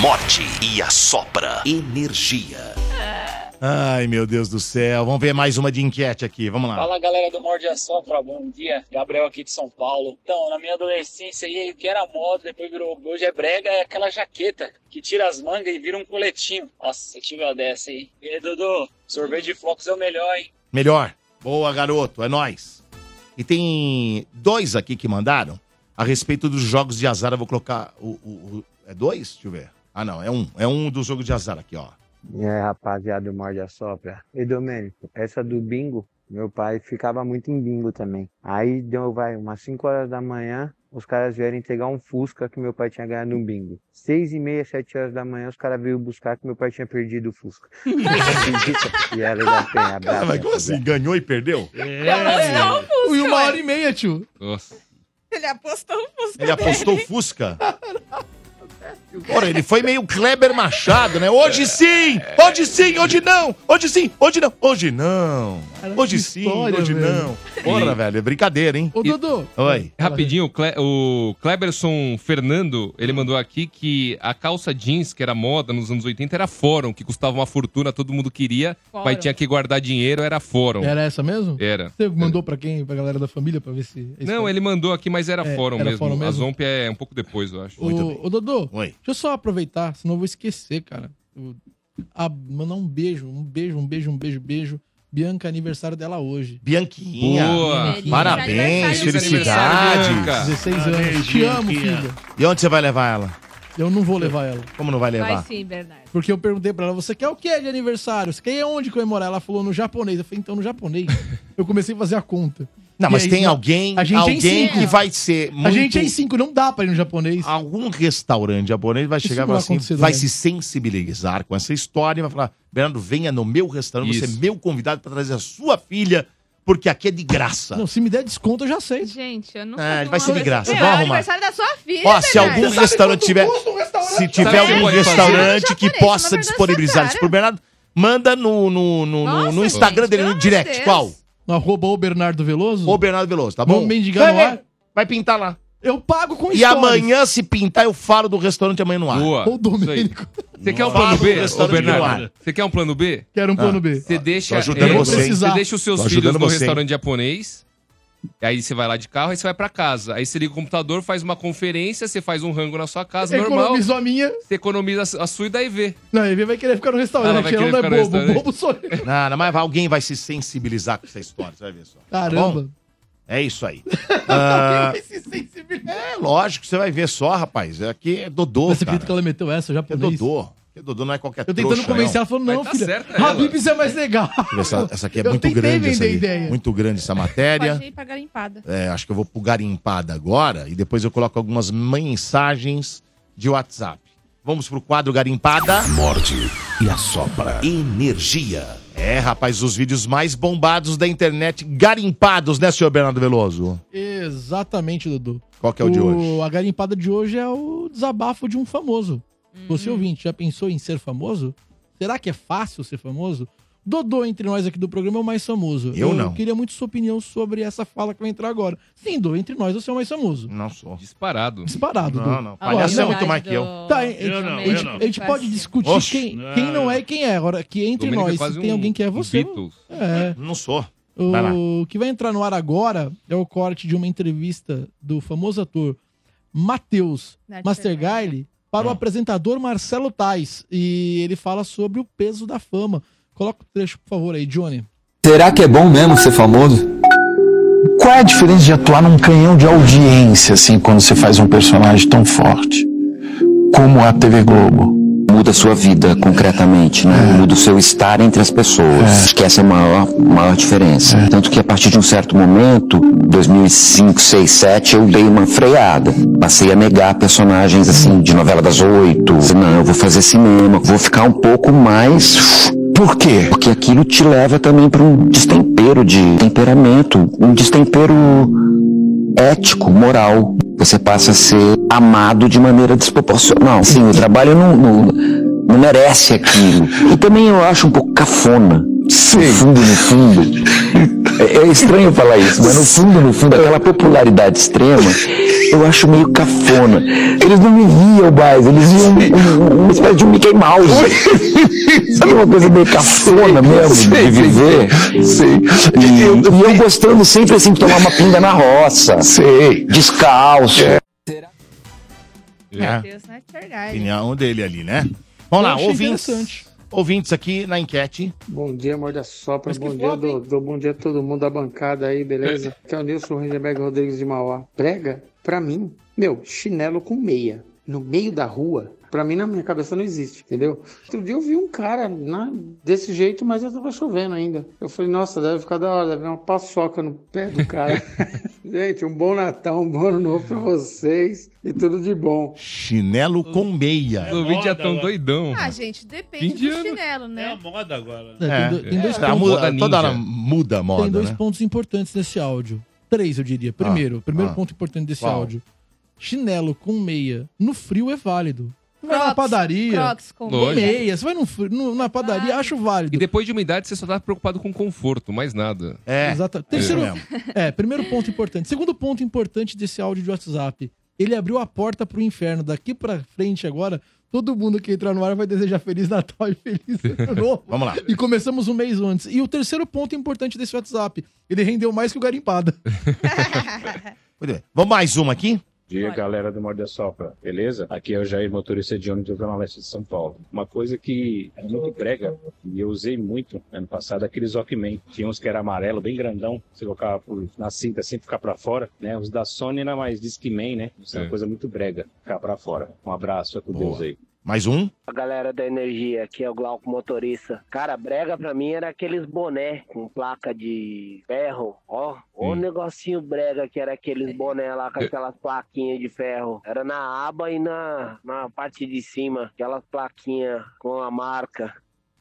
Morte e assopra energia.
Ai, meu Deus do céu. Vamos ver mais uma de enquete aqui. Vamos lá.
Fala galera do Morde a Sopra, bom dia. Gabriel aqui de São Paulo. Então, na minha adolescência aí, o que era moda, depois virou hoje é brega, é aquela jaqueta que tira as mangas e vira um coletinho. Nossa, eu tive uma dessa aí. E aí, Dudu, sorvete de flocos é o melhor, hein?
Melhor. Boa, garoto. É nóis. E tem dois aqui que mandaram a respeito dos jogos de azar. Eu vou colocar o. o- o- é dois? Deixa eu ver. Ah, não. É um. É um dos jogos de azar aqui, ó.
E aí, rapaziada do Morde a Sopra. E Domênico, essa do bingo, meu pai ficava muito em bingo também. Aí deu, vai, umas 5 horas da manhã, os caras vieram entregar um Fusca que meu pai tinha ganhado no bingo. 6 e meia, 7 horas da manhã, os caras veio buscar que meu pai tinha perdido o Fusca. Você acredita? e era da Penha,
Ah,
abraço.
mas como assim? Ganhou e perdeu?
E uma hora e meia, tio.
Nossa.
Ele apostou o Fusca.
Ele apostou o
dele.
Fusca? Ora, ele foi meio Kleber Machado, né? Hoje sim! Hoje sim! Hoje não! Hoje sim! Hoje não! Hoje não! Hoje sim!
história,
Hoje
velho.
não! Ora, velho, é brincadeira, hein?
Ô, Dodô.
Oi.
Rapidinho, o, Cle- o Kleberson Fernando, ele mandou aqui que a calça jeans, que era moda nos anos 80, era fórum, que custava uma fortuna, todo mundo queria,
Fórum.
mas tinha que guardar dinheiro, era fórum.
Era essa mesmo?
Era.
Você mandou pra quem? Pra galera da família? Pra ver se.
Não, ele mandou aqui, mas era
É,
fórum
era
mesmo.
fórum
A
mesmo?
Zomp é um pouco depois, eu acho.
Ô, ô, Dodô,
Oi.
deixa eu só aproveitar, senão eu vou esquecer, cara. Eu- Ah, mandar um beijo, um beijo, um beijo, um beijo, beijo. Bianca, aniversário dela hoje.
Bianquinha. Boa. Feliz Parabéns, aniversário, felicidades.
Feliz
Bianca.
16 anos. Te amo, filha.
E onde você vai levar ela?
Eu não vou levar ela.
Como não vai levar?
Vai sim, Bernardo.
Porque eu perguntei pra ela, você quer o que de aniversário? Você quer ir aonde comemorar? Ela falou no japonês. Eu falei, então no japonês. eu comecei a fazer a conta.
Não,
E
mas
aí,
tem
não-
alguém,
a gente é em
alguém
cinco.
que vai ser muito...
A gente é em cinco, não dá pra ir no japonês.
Algum restaurante japonês vai
Isso
chegar e
não
falar
vai
assim,
acontecer né?
vai
também.
se sensibilizar com essa história e vai falar, Bernardo, venha no meu restaurante, você é
Isso.
meu convidado para trazer a sua filha, porque aqui é de graça.
Não, se me der desconto, eu já sei.
Gente, eu não.
É, ele vai ser de graça,
É
vamos
o
arrumar.
aniversário da sua filha.
é
Ó, se
Bernardo.
algum restaurante tiver, se tiver
Sabe
algum
quanto custa?
restaurante que
Japonês,
possa disponibilizar isso pro Bernardo, manda no, no, no, no- no
Nossa,
Instagram
gente,
dele,
pelo
no
amor
direct,
de Deus.
qual?
Arroba o Bernardo Veloso.
O Bernardo Veloso, tá bom?
Vamos mendigar no
Vai,
ar.
Vai pintar lá.
Eu pago com
E
stories.
amanhã, se pintar, eu falo do restaurante amanhã no ar.
Boa.
Ô, Ah, Domênico.
Você quer um
Fala
plano
do
B, ô
restaurante do
Bernardo?
ar.
Você quer um plano B?
Quero um plano B.
Você deixa,
Tô ajudando
é,
você, hein?
você deixa os seus
Tô
filhos
ajudando
no
você, hein?
restaurante japonês. Aí você vai lá de carro, aí você vai pra casa. Aí você liga o computador, faz uma conferência, você faz um rango na sua casa, normal.
Economizou a minha.
Você economiza a sua e daí vê.
Não, ele vai querer ficar no restaurante,
Ah,
né?
vai
Porque ela não
querer
é
ficar no
bobo.
restaurante.
Bobo sou eu.
Não, não, mas alguém vai se sensibilizar com essa história, você vai ver só. Tá
Caramba.
bom? é isso aí. Ah, é lógico, você vai ver só, rapaz. Aqui é Dodô,
Mas você
cara.
acredita que ela meteu essa,
É
japonês?
Dodô. Aqui é Dodô não é qualquer
Eu tentando
trouxa,
convencer,
não.
ela falou, não,
Mas tá
filha.
certo ela.
Habib's é mais legal.
Essa, essa aqui é
Eu
muito
tentei
grande, essa
vender
aqui.
ideia.
Muito grande essa matéria.
Pode ir pra garimpada.
É, acho que eu vou pro garimpada agora e depois eu coloco algumas mensagens de WhatsApp. Vamos pro quadro garimpada.
Morde
e assopra. Energia. É, rapaz, os vídeos mais bombados da internet garimpados, né, senhor Bernardo Veloso?
Exatamente, Dudu.
Qual que é o de hoje?
A garimpada de hoje é o desabafo de um famoso.
Hum.
Você ouvinte, já pensou em ser famoso? Será que é fácil ser famoso? Dodô, entre nós aqui do programa, é o mais famoso.
Eu não.
queria muito sua opinião sobre essa fala que vai entrar agora. Sim, Dodô, entre nós você é o mais famoso.
Não sou.
Disparado.
Disparado, Dodô.
Não, não. Palhaço é muito mais que eu.
Tá, a gente,
Eu não,
a
eu
gente-
não.
a gente pode discutir
Oxe.
quem, quem não é e quem é. Agora, que entre
Domênico é
nós,
quase
se tem
um-
alguém que é
um
você.
Beatles.
É.
Não sou. Vai lá.
O que vai entrar no ar agora é o corte de uma entrevista do famoso ator Matheus
Nath
Mastergaile para
É.
o apresentador Marcelo Tais. E ele fala sobre o peso da fama. Coloca o trecho, por favor, aí, Johnny.
Será que é bom mesmo ser famoso? Qual é a diferença de atuar num canhão de audiência, assim, quando você faz um personagem tão forte como é a TV Globo?
Muda a sua vida concretamente, né? Muda o seu estar entre as pessoas. Acho que essa é a maior, maior diferença. Tanto que a partir de um certo momento, 2005, 6, 2007, eu dei uma freada. Passei a negar personagens assim, de novela das oito. Não, eu vou fazer cinema, vou ficar um pouco mais. Por quê? Porque aquilo te leva também para um destempero de temperamento, um destempero ético, moral. Você passa a ser amado de maneira desproporcional. Sim, o trabalho não, não, não merece aquilo. E também eu acho um pouco cafona. No fundo, no fundo. É, é estranho falar isso, mas no fundo, no fundo, aquela popularidade extrema, eu acho meio cafona. Eles não me riam mais, eles viam um- um- uma espécie de um Mickey Mouse. Sabe uma coisa meio cafona mesmo de viver? E, e eu gostando sempre assim de tomar uma pinga na roça. Descalço.
É.
Deus, né? Fergari.
Opinião dele ali, né? Vamos
Eu
lá,
achei
ouvintes. Ouvintes aqui na enquete.
Bom dia, Morda Sopra.
Mas que
Bom dia, do, bom dia a todo mundo da bancada aí, beleza? Aqui é o Nilson Rangerberg Rodrigues de Mauá. Prega, pra mim, meu, chinelo com meia. No meio da rua, pra mim na minha cabeça não existe, entendeu? Outro dia eu vi um cara na- desse jeito, mas eu tava chovendo ainda. Eu falei, nossa, deve ficar da hora, deve dar uma paçoca no pé do cara. Gente, um bom Natal, um bom ano novo pra vocês e tudo de bom.
Chinelo com meia.
Os ouvintes já tão doidão.
Ah, gente, depende do chinelo, né? É a
moda agora.
É,
tem do- tem dois
é, a
pontos.
muda-
Moda ninja.
toda hora muda a moda,
Tem dois
né?
pontos importantes nesse áudio. Três, eu diria. Primeiro,
Ah,
primeiro
ah.
ponto importante desse
Qual?
áudio. Chinelo com meia no frio é válido. Vai na
Crocs,
padaria.
Crocs com
Lógico. meia.
meia. é. Você vai no frio- no- na padaria, acho válido.
E depois de uma idade, você só tá preocupado com conforto, mais nada.
É.
Exato. Terceiro, é, primeiro ponto importante. Segundo ponto importante desse áudio de WhatsApp. Ele abriu a porta pro inferno. Daqui pra frente agora, todo mundo que entrar no ar vai desejar Feliz Natal e Feliz Ano Novo.
Vamos lá.
E começamos um mês antes. E o terceiro ponto importante desse WhatsApp. Ele rendeu mais que o garimpada.
Muito bem. Vamos mais uma aqui?
Bom dia, galera do Morde a Sopra, beleza? Aqui é o Jair, motorista de ônibus do Zona Leste de São Paulo. Uma coisa que é muito brega, e eu usei muito ano passado, aqueles Walkman. Tinha uns que era amarelo, bem grandão, você colocava por- na cinta, sempre ficar pra fora, né? Os da Sony era mais Discman, né? Isso é uma
É.
coisa muito brega, ficar pra fora. Um abraço, é com Deus aí.
Mais um?
A galera da energia, aqui é o Glauco Motorista. Cara, brega pra mim era aqueles boné com placa de ferro, ó.
Hum.
Ô negocinho brega que era
É.
aqueles boné lá
É.
com aquelas plaquinhas de ferro. Era na aba e na, na parte de cima, aquelas plaquinhas com a marca.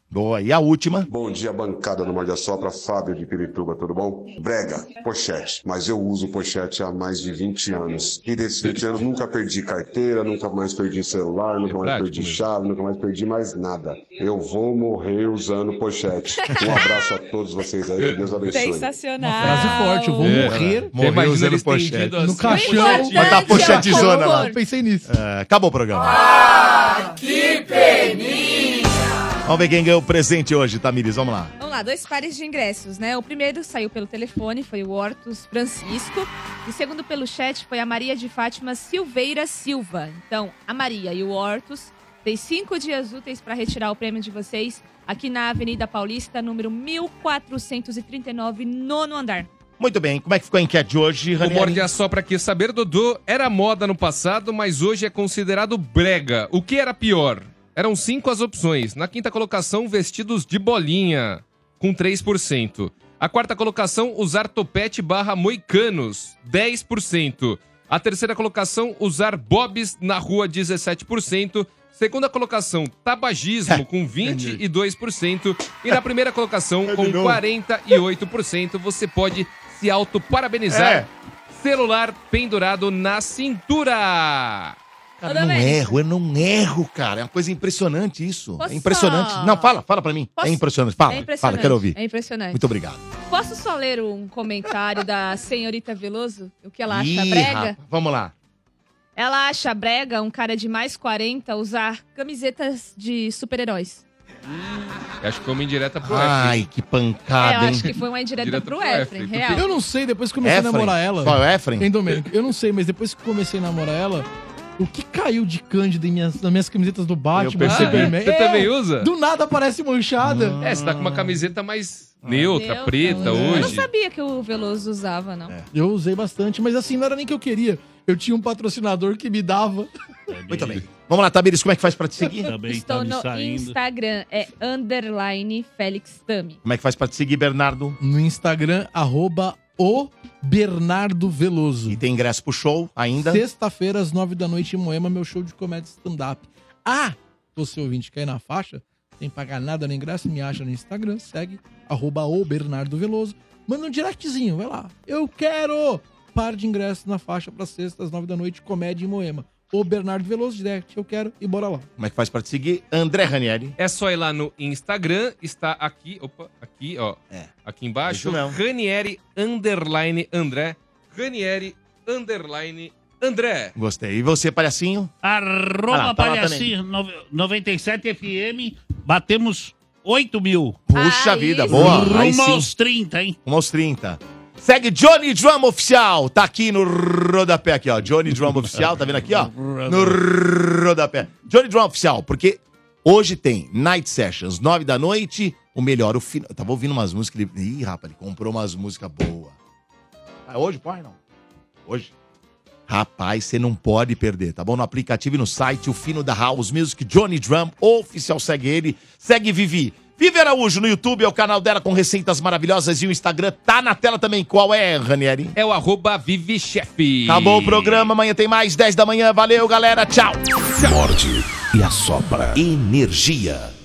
Boa, e a última?
Bom dia, bancada do Morde a Sopra, Fábio de Pirituba, tudo bom? Brega, pochete, mas eu uso pochete há mais de 20 anos. E desses 20 anos nunca perdi carteira, nunca mais perdi celular, nunca mais perdi chave, nunca mais perdi mais nada. Eu vou morrer usando pochete. Um abraço a todos vocês aí, que Deus abençoe.
Sensacional.
forte, eu vou morrer.
Morrer
Imagina
usando
ele
pochete.
estendido
No
assim.
caixão.
O importante
Botar a
é o
pochetetona
conforto.
lá.
Pensei nisso.
É, acabou o programa.
Que peninha!
Vamos ver quem ganhou o presente hoje, Tamires. Vamos lá.
Vamos lá, dois pares de ingressos, né? O primeiro saiu pelo telefone, foi o Hortus Francisco. E o segundo pelo chat foi a Maria de Fátima Silveira Silva. Então, a Maria e o Hortus têm cinco dias úteis para retirar o prêmio de vocês aqui na Avenida Paulista, número 1439, nono andar.
Muito bem, como é que ficou a enquete de hoje,
O
Ranieri?
Morde a Sopra aqui. Saber Dodô era moda no passado, mas hoje é considerado brega. O que era pior? Eram cinco as opções. Na quinta colocação, vestidos de bolinha, com 3%. A quarta colocação, usar topete barra moicanos, 10%. A terceira colocação, usar bobs na rua, 17%. Segunda colocação, tabagismo, com 22%. E na primeira colocação, com
É novo.
48%, você pode se auto-parabenizar.
É.
Celular pendurado na cintura.
Cara, eu não é erro, eu não erro, cara. É uma coisa impressionante isso.
Posso
É impressionante.
só-
Não, fala, fala pra mim. É impressionante. Fala,
É impressionante,
fala, quero ouvir.
é impressionante.
Muito obrigado.
Posso só ler um comentário da senhorita Veloso? O que ela acha
Ih,
brega?
rapaz, vamos lá.
Ela acha brega um cara de mais 40 usar camisetas de super-heróis.
Eu Acho que foi uma indireta pro
Ai, que
É, eu
pancada, hein?
acho que foi uma indireta
Direta
pro,
pro
Efren,
Efren,
real.
Eu não sei, depois que comecei a
Efren?
namorar ela.
Só é Efren?
Hein, Domênico? Eu não sei, mas depois que comecei a namorar ela, o que caiu de Cândida em minhas, nas minhas camisetas do Batman,
Eu percebi.
Superman?
Você também usa?
Do nada aparece manchada.
É, você tá com uma camiseta mais neutra,
Neutra,
preta
Eu não
hoje.
sabia que o Veloso usava, não.
É.
Eu usei bastante, mas assim, não era nem que eu queria. Eu tinha um patrocinador que me dava.
Muito bem. Vamos lá, Tamires, como é que faz pra te seguir?
Estou no Instagram, é underline Félix
né?
Tami.
Como é que faz pra te seguir, Bernardo?
No Instagram, arroba o Bernardo Veloso.
E tem ingresso pro show ainda?
Sexta-feira, às nove da noite, em Moema, meu show de comédia stand-up. Ah, você ouvinte cair na faixa, sem pagar nada no ingresso, me acha no Instagram, segue, arroba o Bernardo Veloso. Manda um directzinho, vai lá. Eu quero par de ingressos na faixa pra sexta, às nove da noite, comédia em Moema. O Bernardo Veloso, direct, eu quero e bora lá.
Como é que faz pra te seguir? André Ranieri.
É só ir lá no Instagram, está aqui, opa, aqui, ó. Aqui embaixo.
É. Isso mesmo.
Ranieri underline André. Ranieri underline André.
Gostei. E você, palhacinho?
Arroba
Ah lá, tá lá
Palhacinho, no- 97 FM, batemos 8 mil.
Puxa vida, boa. Aí
Rumo
sim.
aos 30, hein?
Rumo Um aos 30. Segue Johnny Drum Oficial, tá aqui no rodapé aqui, ó. Johnny Drum Oficial, tá vendo aqui, ó? No rodapé. Johnny Drum Oficial, porque hoje tem Night Sessions, 9 da noite, o melhor, o final. Eu tava ouvindo umas músicas, ele... Ih, rapaz, ele comprou umas músicas boas. Ah, hoje, pai, não? Hoje? Rapaz, você não pode perder, tá bom? No aplicativo e no site, o Fino da House Music, Johnny Drum, oficial, segue ele. Segue Vivi. Vivi Araújo no YouTube, é o canal dela com receitas maravilhosas e o Instagram tá na tela também. Qual é, Ranieri?
É o arroba ViviChef.
Acabou o programa, amanhã tem mais, 10 da manhã. Valeu, galera, tchau.
Morde e assopra.
Energia.